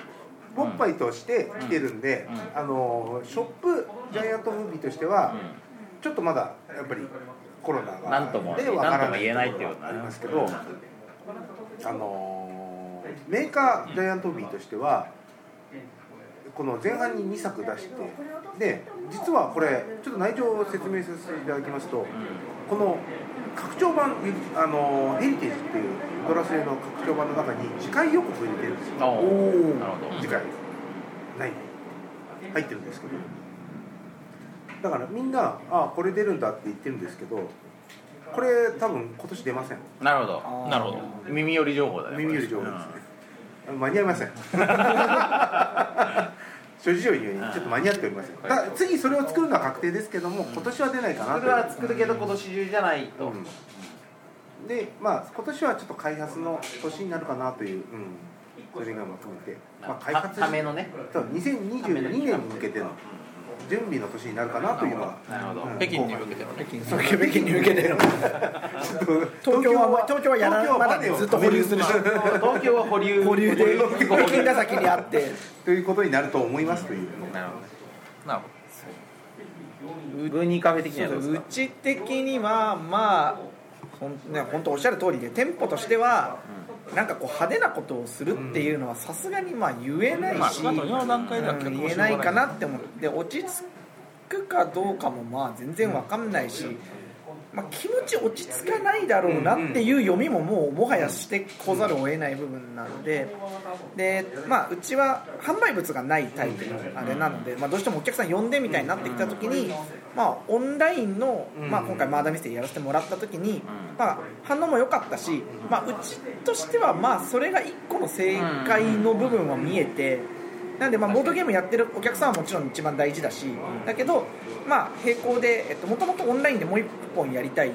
[SPEAKER 6] ボッパイとして来てるんで、あのショップジャイアントムービーとしては、ちょっとまだやっぱりコロナが
[SPEAKER 2] なんとも
[SPEAKER 6] でわから
[SPEAKER 2] なんとも言えないっていうのは
[SPEAKER 6] ありますけど、あのメーカージャイアントムービーとしてはこの前半に2作出してで実はこれちょっと内情を説明させていただきますと、この拡張版あのヘリテージっていうドラスレの拡張版の中に次回予告入れてるんですよ
[SPEAKER 2] おおなるほど
[SPEAKER 6] 次回ない入ってるんですけどだからみんな「あこれ出るんだ」って言ってるんですけどこれ多分今年出ません
[SPEAKER 2] なるほど
[SPEAKER 3] なるほど
[SPEAKER 2] 耳寄り情報だね
[SPEAKER 6] 耳より情報ですね、間に合いま せん諸事情によりちょっと間に合っておりませんただ次それを作るのは確定ですけども今年は出ないかな
[SPEAKER 2] こ
[SPEAKER 6] と
[SPEAKER 2] れは作るけど今年中じゃないと、
[SPEAKER 6] うんでまあ今年はちょっと開発の年になるかなという、うん、それがまとめて、まあ、開
[SPEAKER 2] た
[SPEAKER 6] 発
[SPEAKER 2] ためのね
[SPEAKER 6] そう2022年に向けての準備の年になるかなというのは
[SPEAKER 2] なるほど、
[SPEAKER 6] うん
[SPEAKER 3] 北京に向けてのね
[SPEAKER 5] そう北京に向けての東京は東京はやらないまだねずっと保留 するし
[SPEAKER 2] 東京は保留
[SPEAKER 5] 保留で
[SPEAKER 2] 保留
[SPEAKER 5] 北京が先にあって
[SPEAKER 6] ということになると思いますという
[SPEAKER 2] なるほ
[SPEAKER 3] なるほ
[SPEAKER 2] どグーニーカフェ的にはどうです
[SPEAKER 5] う
[SPEAKER 2] か
[SPEAKER 5] ち的にはまあほんね本当おっしゃる通りで店舗としてはなんかこう派手なことをするっていうのはさすがにまあ言えない
[SPEAKER 3] どまあ
[SPEAKER 5] し、
[SPEAKER 3] 今の段階では結
[SPEAKER 5] う
[SPEAKER 3] 構
[SPEAKER 5] ん
[SPEAKER 3] しょ
[SPEAKER 5] 言え
[SPEAKER 3] うが
[SPEAKER 5] ないかなって思って落ち着くかどうかもまあ全然わかんないし、まあ、気持ち落ち着かないだろうなっていう読みももうもはやしてこざるを得ない部分なのでで、まあ、うちは販売物がないタイプのあれなので、まあ、どうしてもお客さん呼んでみたいになってきた時に、まあ、オンラインの、まあ、今回マーダミステリーやらせてもらった時に、まあ、反応も良かったし、まあ、うちとしてはまあそれが一個の正解の部分は見えて。なんでまあボードゲームやってるお客さんはもちろん一番大事だし、だけど、まあ、並行で、えっと、もともとオンラインでもう一本やりたい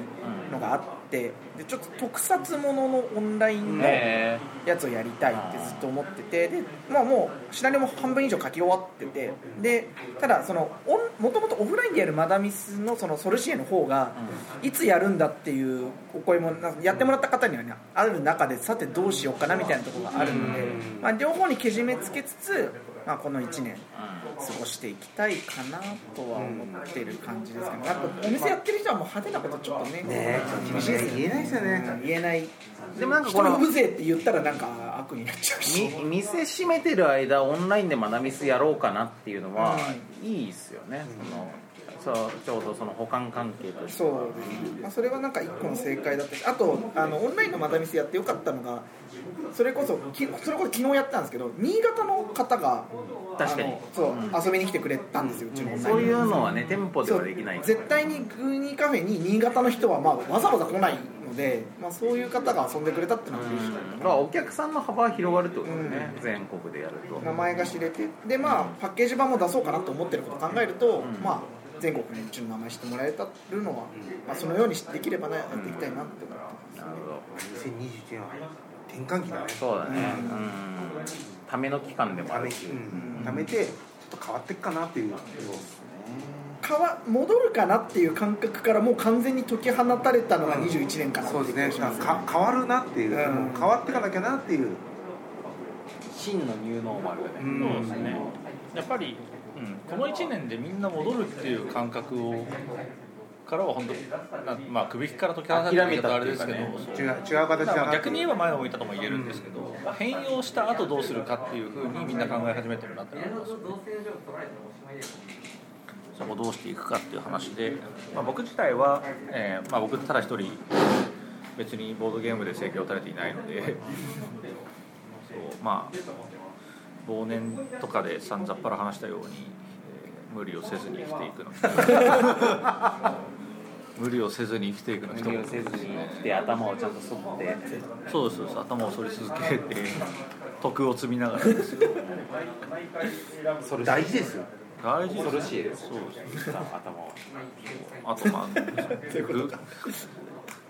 [SPEAKER 5] のがあってでちょっと特撮もののオンラインの
[SPEAKER 2] へ
[SPEAKER 5] やつをやりたいってずっと思っててで、まあ、もうシナリオも半分以上書き終わっててでただそのもともとオフラインでやるマダミスのそのソルシエの方がいつやるんだっていうお声もなやってもらった方には、ね、ある中でさてどうしようかなみたいなところがあるので、まあ、両方にけじめつけつつ、まあ、この1年過ごしていきたいかなとは思ってる感じですけどやっぱお店やってる人はもう派手なことちょっとね
[SPEAKER 6] ね
[SPEAKER 5] 厳しいですよね
[SPEAKER 6] 言えないですよね
[SPEAKER 5] 言えない
[SPEAKER 2] でもなんかこ
[SPEAKER 5] 人の
[SPEAKER 2] の
[SPEAKER 5] 風情って言ったらなんか悪になっちゃうし
[SPEAKER 2] み店閉めてる間オンラインでマナミスやろうかなっていうのは、いいっすよねそのそうちょうどその補完関係として
[SPEAKER 5] そうですね、まあ、それはなんか一個の正解だったしあとあのオンラインのマダミスやってよかったのがそれこそきそれこそ昨日やったんですけど新潟の方が
[SPEAKER 2] 確かに
[SPEAKER 5] あのそう遊びに来てくれたんですよ、うちの女
[SPEAKER 2] そういうのはね店舗ではできない
[SPEAKER 5] 絶対にグーニーカフェに新潟の人は、まあ、わざわざ来ないので、まあ、そういう方が遊んでくれたっていうのは嬉しかった
[SPEAKER 2] だからお客さんの幅は広がるってことですね、全国でやると
[SPEAKER 5] 名前が知れてでまあパッケージ版も出そうかなと思ってることを考えると、
[SPEAKER 2] ん
[SPEAKER 5] まあ全国にうちの名前知ってもらえたるのは、まあ、そのようにできればなやっていきたいなって思ってます
[SPEAKER 2] なるほど
[SPEAKER 6] 2021年は転換期だね
[SPEAKER 2] そうだねうん、ための期間でもあ
[SPEAKER 6] ため,、
[SPEAKER 2] る
[SPEAKER 6] う
[SPEAKER 2] し、
[SPEAKER 6] ん、ためてちょっと変わっていくかなっていう
[SPEAKER 5] 変わ戻るかなっていう感覚からもう完全に解き放たれたのが21年かなってい
[SPEAKER 6] そうで
[SPEAKER 5] う気
[SPEAKER 6] すね
[SPEAKER 5] がしますね
[SPEAKER 6] か変わるなっていう、
[SPEAKER 5] うん
[SPEAKER 6] もう変わっていかなきゃなっていう、
[SPEAKER 2] 真のニューノーマルがね、
[SPEAKER 6] うん
[SPEAKER 3] そうですねやっぱり、うん、この1年でみんな戻るっていう感覚をからは本当なまあ首引きから解き放たれた
[SPEAKER 2] 諦めた
[SPEAKER 3] あ
[SPEAKER 2] っ
[SPEAKER 3] れ
[SPEAKER 2] てい
[SPEAKER 3] で
[SPEAKER 2] う
[SPEAKER 3] す
[SPEAKER 2] かね
[SPEAKER 3] けどそ
[SPEAKER 6] 違
[SPEAKER 3] う
[SPEAKER 6] う違う形だ
[SPEAKER 3] だか
[SPEAKER 6] な
[SPEAKER 3] ら
[SPEAKER 6] って
[SPEAKER 3] 逆に
[SPEAKER 6] いう
[SPEAKER 3] 言えば前を向いたとも言えるんですけど、まあ変容した後どうするかっていうふうにみんな考え始めてるなって思いますそこどうしていくかっていう話で、まあ、僕自体は、えーまあ、僕ただ一人別にボードゲームで生計を立てていないので そうまあ忘年とかでさんざっぱら話したように、えー無理をせずに生きていくの 無理をせずに生きていくの一
[SPEAKER 2] 無理をせ
[SPEAKER 3] 言
[SPEAKER 2] ずに来て頭をちゃんと剃って
[SPEAKER 3] そうですそうです頭を剃り続け て徳を積みながらですよ
[SPEAKER 6] 大事ですよ
[SPEAKER 3] 大事ですね
[SPEAKER 2] 恐ろしいです
[SPEAKER 3] そうです
[SPEAKER 2] 頭を
[SPEAKER 3] あと まあぐ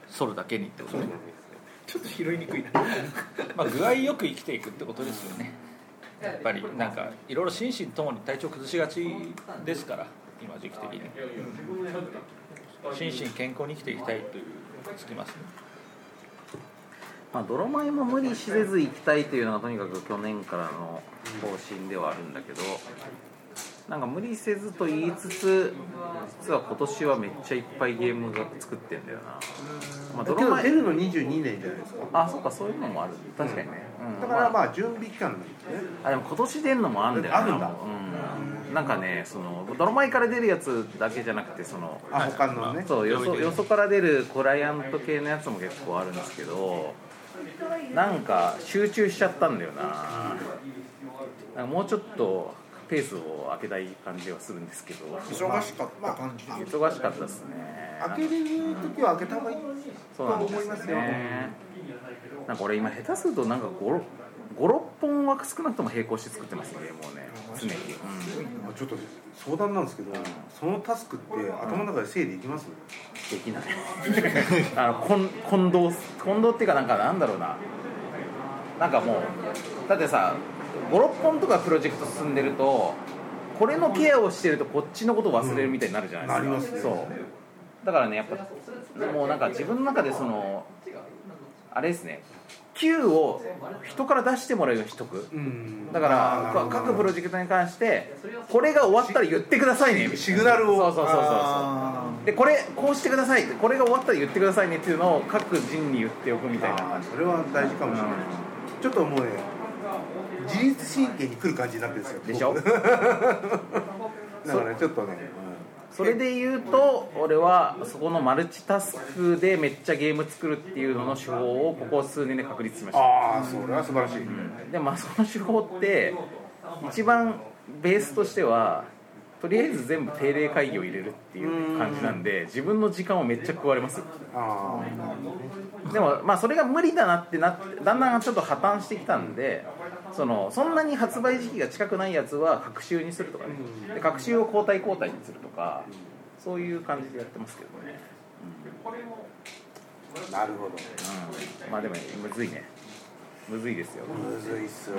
[SPEAKER 3] 剃るだけにってことね
[SPEAKER 5] ちょっと拾いにくいな
[SPEAKER 3] まあ具合よく生きていくってことですよねやっぱりなんかいろいろ心身ともに体調崩しがちですから今時期的に心身健康に生きていきたいというつきますね
[SPEAKER 2] まあ泥米も無理しせず行きたいというのがとにかく去年からの方針ではあるんだけどなんか無理せずと言いつつ実は今年はめっちゃいっぱいゲームが作ってんだよな、まあ、
[SPEAKER 6] だ
[SPEAKER 2] 泥
[SPEAKER 6] けど出
[SPEAKER 2] 米
[SPEAKER 6] るの22年じゃないですか
[SPEAKER 2] あそうかそういうのもある確かにね、うん
[SPEAKER 6] だからまあ準備期間なんですね
[SPEAKER 2] あでも今年出るのもあるんだよな
[SPEAKER 6] あるんだ
[SPEAKER 2] うん、なんかねその泥米から出るやつだけじゃなくてその
[SPEAKER 6] あ他のね
[SPEAKER 2] そうよそよそから出るクライアント系のやつも結構あるんですけどなんか集中しちゃったんだよななんかもうちょっとペースを開けたい感じはするんですけど
[SPEAKER 5] 忙しかった感じで
[SPEAKER 2] 忙しかったですね
[SPEAKER 6] 開けれる時は開けた方がいい
[SPEAKER 2] そうなんです
[SPEAKER 6] と思いますよ
[SPEAKER 2] ねなんか俺今下手するとなんか56 5-6本は少なくとも並行して作ってますねもうね常に、うん、
[SPEAKER 6] ちょっと相談なんですけどそのタスクって頭の中で整理できます
[SPEAKER 2] できない あの混混同す混同っていうかなんかなんだろうななんかもうだってさ56本とかプロジェクト進んでるとこれのケアをしてるとこっちのことを忘れるみたいになるじゃないですか、
[SPEAKER 6] うんなりますね
[SPEAKER 2] そうだからねやっぱもうなんか自分の中でそのあれですね Q を人から出してもらうようにしとく
[SPEAKER 6] うん
[SPEAKER 2] だからか各プロジェクトに関してこれが終わったら言ってくださいねみたいな
[SPEAKER 6] シグナルを
[SPEAKER 2] そうそうそうそうそう
[SPEAKER 5] あ
[SPEAKER 2] でこれこうしてくださいこれが終わったら言ってくださいねっていうのを各人に言っておくみたいな
[SPEAKER 6] あーそれは大事かもしれないちょっともうね自律神経に来る感じになってるん
[SPEAKER 2] で
[SPEAKER 6] ですよ
[SPEAKER 2] しょ
[SPEAKER 6] 僕 だからねちょっとね
[SPEAKER 2] それで言うと俺はそこのマルチタスクでめっちゃゲーム作るっていうのの手法をここ数年で確立しました
[SPEAKER 6] ああそれは素晴らしい
[SPEAKER 2] でまあその手法って一番ベースとしてはとりあえず全部定例会議を入れるっていう感じなんで自分の時間をめっちゃ食われます
[SPEAKER 6] あ
[SPEAKER 2] でもまあそれが無理だなってなってだんだんちょっと破綻してきたんでそのそんなに発売時期が近くないやつは隔週にするとかねで隔週を交代交代にするとかそういう感じでやってますけどね、
[SPEAKER 6] あなるほ
[SPEAKER 2] う
[SPEAKER 6] ど
[SPEAKER 2] ん、まあでもむずいねむずいですよ
[SPEAKER 6] むずいっすよ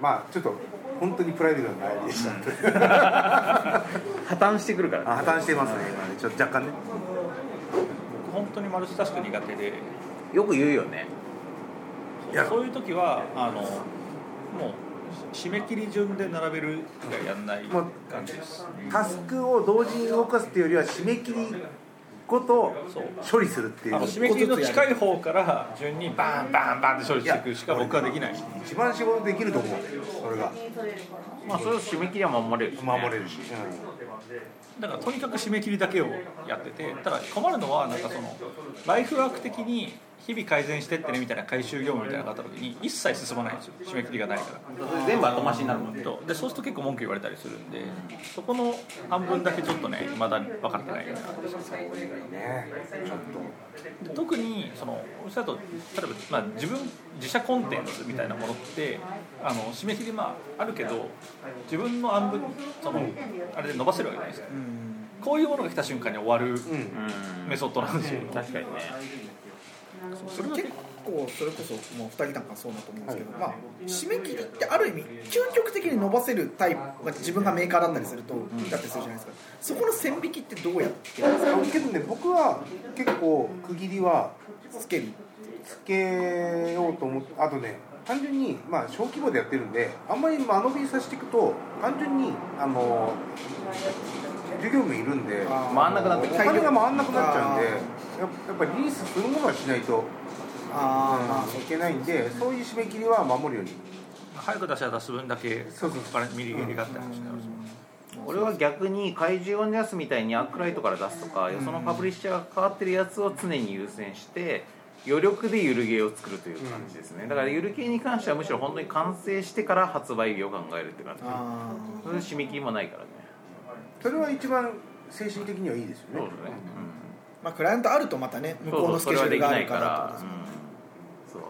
[SPEAKER 6] まあちょっと本当にプライベートな悩みでした
[SPEAKER 2] 破綻してくるからね
[SPEAKER 6] あ破綻してますね今ねちょっと若干ね
[SPEAKER 3] 僕本当にマルチタスク苦手で
[SPEAKER 2] よく言うよね
[SPEAKER 6] いや
[SPEAKER 3] そういう時はあのもう締め切り順で並べる以外やんない
[SPEAKER 6] もう
[SPEAKER 3] 感じです
[SPEAKER 6] タスクを同時に動かすっていうよりは締め切りごと処理するってい
[SPEAKER 3] あ
[SPEAKER 6] う
[SPEAKER 3] の締め切りの近い方から順にバンバンバンって処理していくしか僕はできない
[SPEAKER 6] 一番仕事できると思うそれが
[SPEAKER 2] まあそれを締め切りは守れるし、
[SPEAKER 6] 守れるし、
[SPEAKER 3] だからとにかく締め切りだけをやっててただ困るのはなんかそのライフワーク的に日々改善してってねみたいな回収業務みたいなのがあった時に一切進まないんですよ締め切りがないから
[SPEAKER 2] 全部後回しになるもんね
[SPEAKER 3] とでそうすると結構文句言われたりするんでそこの半分だけちょっとねいまだに分かってない
[SPEAKER 6] ねちょっ
[SPEAKER 3] で
[SPEAKER 6] と
[SPEAKER 3] 特にそのおっしゃると例えば、まあ、自分自社コンテンツみたいなものってあの締め切りまああるけど自分の案分そのあれで伸ばせるわけじゃないですか、こういうものが来た瞬間に終わる
[SPEAKER 6] うん
[SPEAKER 2] うん
[SPEAKER 3] メソッドなんですよ、
[SPEAKER 2] 確かにね
[SPEAKER 5] それ結構それこそもう二人なんかそうだと思うんですけど、まあ、締め切りってある意味究極的に伸ばせるタイプが自分がメーカーだったりするとだってするじゃないですかそこの線引きってどうやって
[SPEAKER 6] あけどね僕は結構区切りは
[SPEAKER 5] つける
[SPEAKER 6] つけようと思ってあとね単純に、まあ、小規模でやってるんであんまり間延びさせていくと単純にあの従業員もいるんで
[SPEAKER 5] あ
[SPEAKER 2] 回んなくなって
[SPEAKER 6] お
[SPEAKER 2] く
[SPEAKER 5] 大
[SPEAKER 6] 金
[SPEAKER 5] 量
[SPEAKER 6] が回んなくなっちゃうんで
[SPEAKER 5] あ
[SPEAKER 6] やっやっぱりリリースするものはしないと、うん
[SPEAKER 5] あ
[SPEAKER 6] いけないんでそういう締め切りは守るように
[SPEAKER 3] 早く出したら出す分だけ
[SPEAKER 6] そうそう
[SPEAKER 3] からミリギリがあって話になるんですよ
[SPEAKER 2] 俺は逆に怪獣オンジャスみたいにアークライトから出すとかよそのパブリッシャーが変わってるやつを常に優先して余力でゆるゲーを作るという感じですねだからゆるゲーに関してはむしろ本当に完成してから発売日を考えるって感じ
[SPEAKER 5] ああ
[SPEAKER 2] それで締め切りもないからね
[SPEAKER 6] それは一番精神的にはいいですよね
[SPEAKER 2] そうだね、
[SPEAKER 5] あまあクライアントあるとまたね
[SPEAKER 2] うん、
[SPEAKER 5] 向こうのス
[SPEAKER 2] そう
[SPEAKER 5] ケ
[SPEAKER 2] そうそれ
[SPEAKER 5] ジュール
[SPEAKER 2] は
[SPEAKER 5] があ
[SPEAKER 2] で
[SPEAKER 5] る
[SPEAKER 2] き
[SPEAKER 5] か
[SPEAKER 2] ないからら、うん、そう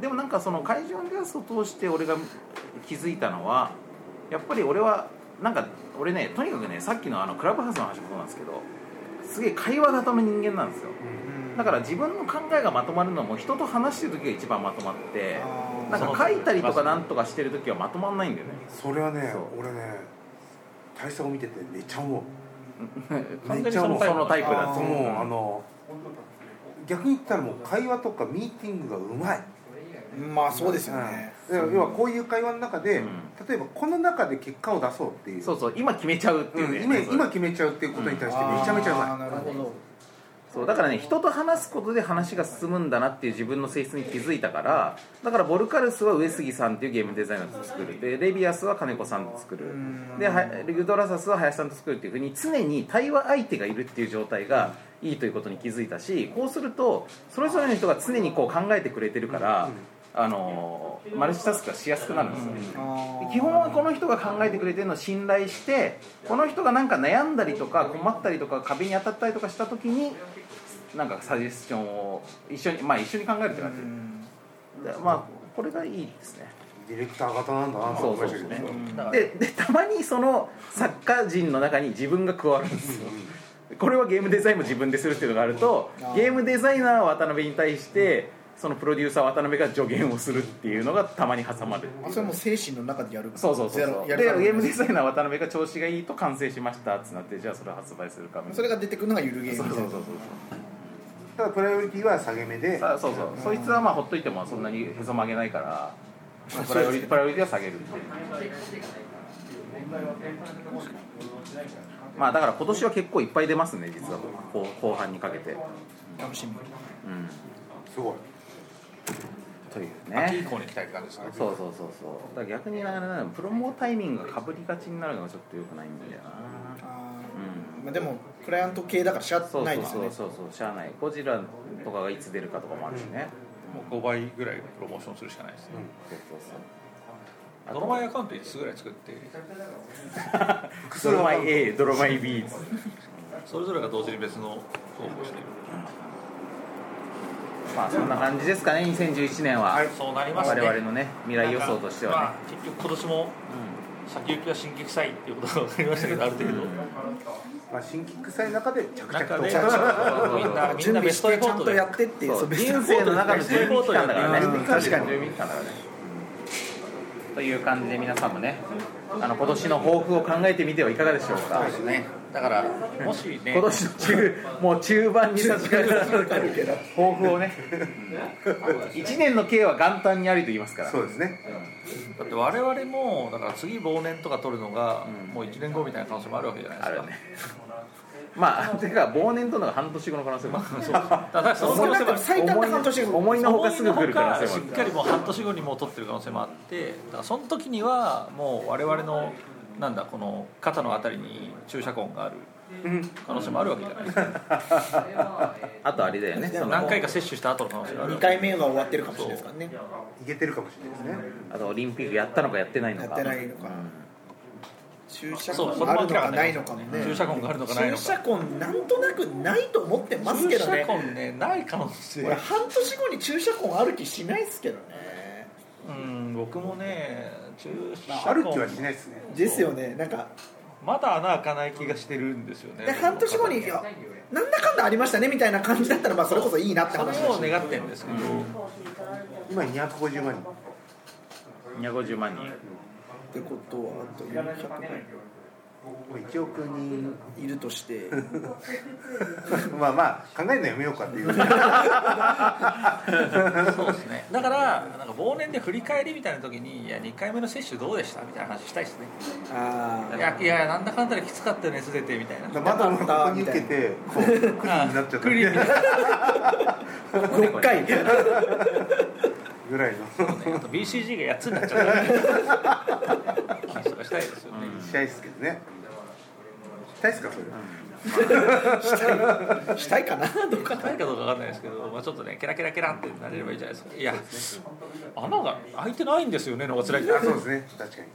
[SPEAKER 2] でもなんかその怪獣オンジャスを通して俺が気づいたのはやっぱり俺はなんか俺ねとにかくねさっきのあのクラブハウスの話もそうなんですけどすげえ会話型の人間なんですよだから自分の考えがまとまるのも人と話してる時が一番まとまってなんか書いたりとかなんとかしてる時はまとまんないんだよね
[SPEAKER 6] それはね
[SPEAKER 2] そう
[SPEAKER 6] 俺ね大佐を見ててめっちゃ思う
[SPEAKER 3] 完全にそのタイプ
[SPEAKER 2] そのタイプだ
[SPEAKER 6] あ
[SPEAKER 2] と
[SPEAKER 6] と
[SPEAKER 2] 思
[SPEAKER 6] もう
[SPEAKER 2] う
[SPEAKER 6] あの逆に言ったらもう会話とかミーティングがうまい、
[SPEAKER 5] まあそうですよね、
[SPEAKER 6] うん要はこういう会話の中で、
[SPEAKER 2] うん
[SPEAKER 6] 例えばこの中で結果を出そうっていう
[SPEAKER 2] そうそう今決めちゃうっていうね、
[SPEAKER 6] ん、今
[SPEAKER 2] そう
[SPEAKER 6] 今決めちゃうっていうことに対してめちゃめちゃうまい、
[SPEAKER 5] あーなるほど
[SPEAKER 2] そうだからね人と話すことで話が進むんだなっていう自分の性質に気づいたからだからボルカルスは上杉さんっていうゲームデザイナーと作るでレビアスは金子さんと作るではユドラサスは林さんと作るっていうふうに常に対話相手がいるっていう状態がいいということに気づいたしこうするとそれぞれの人が常にこう考えてくれてるから、あのーマルチタスクがしやすくなるんですよね、
[SPEAKER 5] あ
[SPEAKER 2] 基本はこの人が考えてくれてるのを信頼してこの人がなんか悩んだりとか困ったりとか壁に当たったりとかした時になんかサジェスションを一緒にまあ一緒に考えるって
[SPEAKER 5] ーう
[SPEAKER 2] 感
[SPEAKER 5] ん
[SPEAKER 2] じでまあこれがいいですね
[SPEAKER 6] ディレクター型なんだなと思いましたけど
[SPEAKER 2] そうそうそう
[SPEAKER 3] だから
[SPEAKER 2] ででたまにその作家陣の中に自分が加わるんですよこれはゲームデザインも自分でするっていうのがあるとゲームデザイナー渡辺に対してそのプロデューサー渡辺が助言をするっていうのがたまに挟まる
[SPEAKER 5] あそれも精神の中でやる
[SPEAKER 2] そうそうそう
[SPEAKER 5] や
[SPEAKER 2] そう
[SPEAKER 5] る
[SPEAKER 2] で
[SPEAKER 5] や
[SPEAKER 2] ゲ
[SPEAKER 5] る
[SPEAKER 2] ームデザイナー渡辺が調子がいいと完成しましたっつなってじゃあそれを発売するかみたいな
[SPEAKER 5] それが出てくるのがゆるゲームみ
[SPEAKER 2] そう
[SPEAKER 5] たい
[SPEAKER 2] そ
[SPEAKER 5] な
[SPEAKER 2] うそうそう
[SPEAKER 6] ただプライオリティは下げ目で
[SPEAKER 2] さあそうそうそいつはまあほっといてもそんなにへそ曲げないからプライオリティプライオリティは下げるっていうまあだから今年は結構いっぱい出ますね実は後後半にかけて
[SPEAKER 5] 楽しみ
[SPEAKER 2] うん
[SPEAKER 6] すごい
[SPEAKER 2] という
[SPEAKER 3] 秋以
[SPEAKER 2] ね
[SPEAKER 3] 降に来たいって感じですか
[SPEAKER 2] そうそうそうそうだから逆になかなかプロモタイミングがかぶりがちになるのがちょっとよくないんだよな
[SPEAKER 5] あ
[SPEAKER 2] う
[SPEAKER 5] ー
[SPEAKER 2] ん
[SPEAKER 5] まあ、でもクライアント系だからしゃ
[SPEAKER 2] そう
[SPEAKER 5] な
[SPEAKER 2] そ
[SPEAKER 5] いうです
[SPEAKER 2] そう
[SPEAKER 5] よね
[SPEAKER 2] そうそうしゃあないゴジラとかがいつ出るかとかもあるしね、
[SPEAKER 3] もう5倍ぐらいプロモーションするしかないですね、
[SPEAKER 2] そうそうそうあ
[SPEAKER 3] ドロマイアカウント5つぐらい作って
[SPEAKER 2] ドロマイ A ドロマイ B
[SPEAKER 3] それぞれが同時に別の投稿している
[SPEAKER 2] まあそんな感じですかね2011年は、
[SPEAKER 3] そうなります
[SPEAKER 2] 我
[SPEAKER 3] ね
[SPEAKER 2] 々のね未来予想として
[SPEAKER 3] なん
[SPEAKER 2] は
[SPEAKER 3] かまあ、結局今年も先行きは新規臭いっていうことが分かりましたけどある程度、
[SPEAKER 6] まあ、新規臭い中で着々
[SPEAKER 3] 中
[SPEAKER 6] と
[SPEAKER 3] で
[SPEAKER 6] 着々
[SPEAKER 2] う
[SPEAKER 3] みん
[SPEAKER 5] だか
[SPEAKER 3] な
[SPEAKER 5] ら
[SPEAKER 3] み
[SPEAKER 5] 準
[SPEAKER 3] んな
[SPEAKER 5] 備
[SPEAKER 3] ベス
[SPEAKER 5] し
[SPEAKER 3] トエ
[SPEAKER 5] て
[SPEAKER 3] フ
[SPEAKER 5] ち
[SPEAKER 3] ォ
[SPEAKER 5] ゃ
[SPEAKER 3] ー
[SPEAKER 5] ん
[SPEAKER 3] ト
[SPEAKER 5] と
[SPEAKER 3] で
[SPEAKER 5] やってっていう
[SPEAKER 2] うん、
[SPEAKER 5] そ
[SPEAKER 2] そう
[SPEAKER 5] うベ
[SPEAKER 2] 人
[SPEAKER 5] スト
[SPEAKER 2] 生の中の準備期間だからね
[SPEAKER 3] うん
[SPEAKER 5] 確かに
[SPEAKER 2] 準備期間だからねという感じで皆さんもねあの今年の抱負を考えてみてはいかがでしょうか、
[SPEAKER 3] だからもしね
[SPEAKER 2] 今年の中もう中盤に差し掛かる抱負をね1年の計は元旦にありと言いますから
[SPEAKER 6] そうですね
[SPEAKER 3] だって我々もだから次忘年とか取るのが
[SPEAKER 2] うん
[SPEAKER 3] もう1年後みたいな可能性もあるわけじゃないです
[SPEAKER 2] あ
[SPEAKER 3] か
[SPEAKER 2] れねまあてか忘年とのが半年後の可能性もあ
[SPEAKER 3] だからその可能性もある
[SPEAKER 5] 最短で半年後
[SPEAKER 2] 思いのほかすぐ来る可能性も
[SPEAKER 3] しっ
[SPEAKER 2] あ
[SPEAKER 3] か
[SPEAKER 2] る
[SPEAKER 3] りもう半年後にもう取ってる可能性もあってだからその時にはもう我々のなんだこの肩のあたりに注射痕がある可能性もあるわけじゃないですか
[SPEAKER 2] あとあれだよねその
[SPEAKER 3] 何回か接種した後の可能性がある
[SPEAKER 5] 2
[SPEAKER 3] わけ
[SPEAKER 5] 回目が終わってるかもしれないですからね
[SPEAKER 6] いけてるかもしれないですね
[SPEAKER 2] あとオリンピックやったのかやってないの
[SPEAKER 5] や
[SPEAKER 2] か
[SPEAKER 5] ってないのか注射
[SPEAKER 3] そう
[SPEAKER 5] 痕
[SPEAKER 3] それ
[SPEAKER 5] があ
[SPEAKER 3] も
[SPEAKER 5] る
[SPEAKER 3] 明ら
[SPEAKER 5] の
[SPEAKER 3] か
[SPEAKER 5] か
[SPEAKER 3] に
[SPEAKER 5] ないのかもね
[SPEAKER 3] 注射痕があるのかないの
[SPEAKER 5] 注
[SPEAKER 3] か
[SPEAKER 5] 射痕なんとなくないと思ってますけど
[SPEAKER 3] 注射
[SPEAKER 5] ね
[SPEAKER 3] 痕ねない可能性
[SPEAKER 5] 俺半年後に注射痕ある気しないっすけどね
[SPEAKER 3] うん僕もね注射
[SPEAKER 6] ある気は
[SPEAKER 3] 痕
[SPEAKER 6] しないですね
[SPEAKER 5] ですよねなんか
[SPEAKER 3] まだ穴開かない気がしてるんですよね
[SPEAKER 5] で半年後にいやなんだかんだありましたねみたいな感じだったらまあそれこそいいなっ
[SPEAKER 3] そ
[SPEAKER 5] て
[SPEAKER 3] れ
[SPEAKER 5] 話だし
[SPEAKER 3] を願ってんですけど、
[SPEAKER 6] 今250万人
[SPEAKER 2] 250万人
[SPEAKER 5] ってことはあと400
[SPEAKER 6] 1億人
[SPEAKER 5] いるとして
[SPEAKER 6] まあまあ考えるのやめようかっていう
[SPEAKER 3] そうですねだからなんか忘年で振り返りみたいな時にいや2回目の接種どうでしたみたいな話したいですね
[SPEAKER 5] あ
[SPEAKER 3] いやいやなんだかんだできつかったよ熱出てみたいな
[SPEAKER 6] まだここに受けてこうクリーンになっちゃった
[SPEAKER 3] クリーンになっち
[SPEAKER 5] あ6回
[SPEAKER 6] ぐらいの
[SPEAKER 3] そうねあと BCG が8つになっちゃ った話とかしたいですよね、
[SPEAKER 6] したいですけどねしたいっすかそれ
[SPEAKER 5] したいかなどうか
[SPEAKER 3] ないかどうかわかんないですけど、まあ、ちょっとねケラケラケラってなれればいいじゃないですかいや穴が開いてないんですよねのが辛い
[SPEAKER 6] あそうですね確かに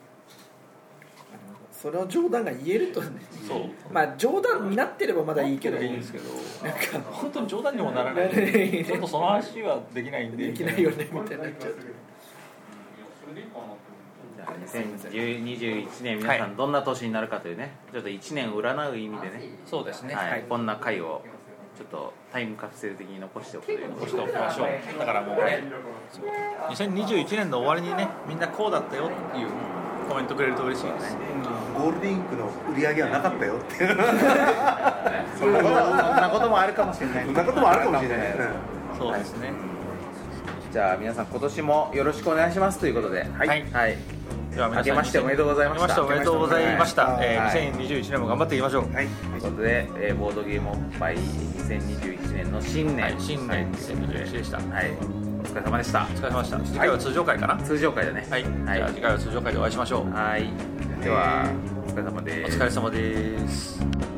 [SPEAKER 5] それを冗談が言えるとね
[SPEAKER 3] そう
[SPEAKER 5] まあ冗談になってればまだいい
[SPEAKER 3] け
[SPEAKER 5] け
[SPEAKER 3] ど
[SPEAKER 5] ど
[SPEAKER 3] いいんですけどなんか本当に冗談にもならな
[SPEAKER 5] ならな
[SPEAKER 3] い
[SPEAKER 5] いね
[SPEAKER 3] ちょっとその話はできないんで
[SPEAKER 5] できないよねみたいになっちゃう
[SPEAKER 2] じゃあ2021年皆さ
[SPEAKER 3] は
[SPEAKER 2] んどんな年になるかというねちょっと1年占う意味でね
[SPEAKER 3] そうですね
[SPEAKER 2] は
[SPEAKER 3] はいい
[SPEAKER 2] こんな回をちょっとタイムカプセル的に残しておくというのも
[SPEAKER 3] 残しておきましょうだからもうね2021年の終わりにねみんなこうだったよっていうコメントくれると嬉しいです
[SPEAKER 6] ゴールデンウィークの売り上げはなかったよって
[SPEAKER 2] そんなことそんなこともあるかもしれない
[SPEAKER 6] そんなこともあるかもしれないね
[SPEAKER 3] そうですね
[SPEAKER 2] じゃあ皆さん今年もよろしくお願いしますということではいはい
[SPEAKER 3] では
[SPEAKER 2] 明
[SPEAKER 3] 皆さん
[SPEAKER 2] けましておめでとうございました
[SPEAKER 3] 明けしておめでとうございました
[SPEAKER 2] は、い
[SPEAKER 3] えー、2021年も頑張っていきましょう
[SPEAKER 6] はい
[SPEAKER 2] ということで、えーボードゲームおっぱい2021年の新年、
[SPEAKER 3] はい新年2021でした
[SPEAKER 2] はいお疲れ様でした
[SPEAKER 3] お疲れ様でした次回は通常回かな
[SPEAKER 2] 通常回だね
[SPEAKER 3] はい、
[SPEAKER 2] はい
[SPEAKER 3] じゃあ次回は通常回でお会いしましょう
[SPEAKER 2] はいではお疲れ様です
[SPEAKER 3] お疲れ様です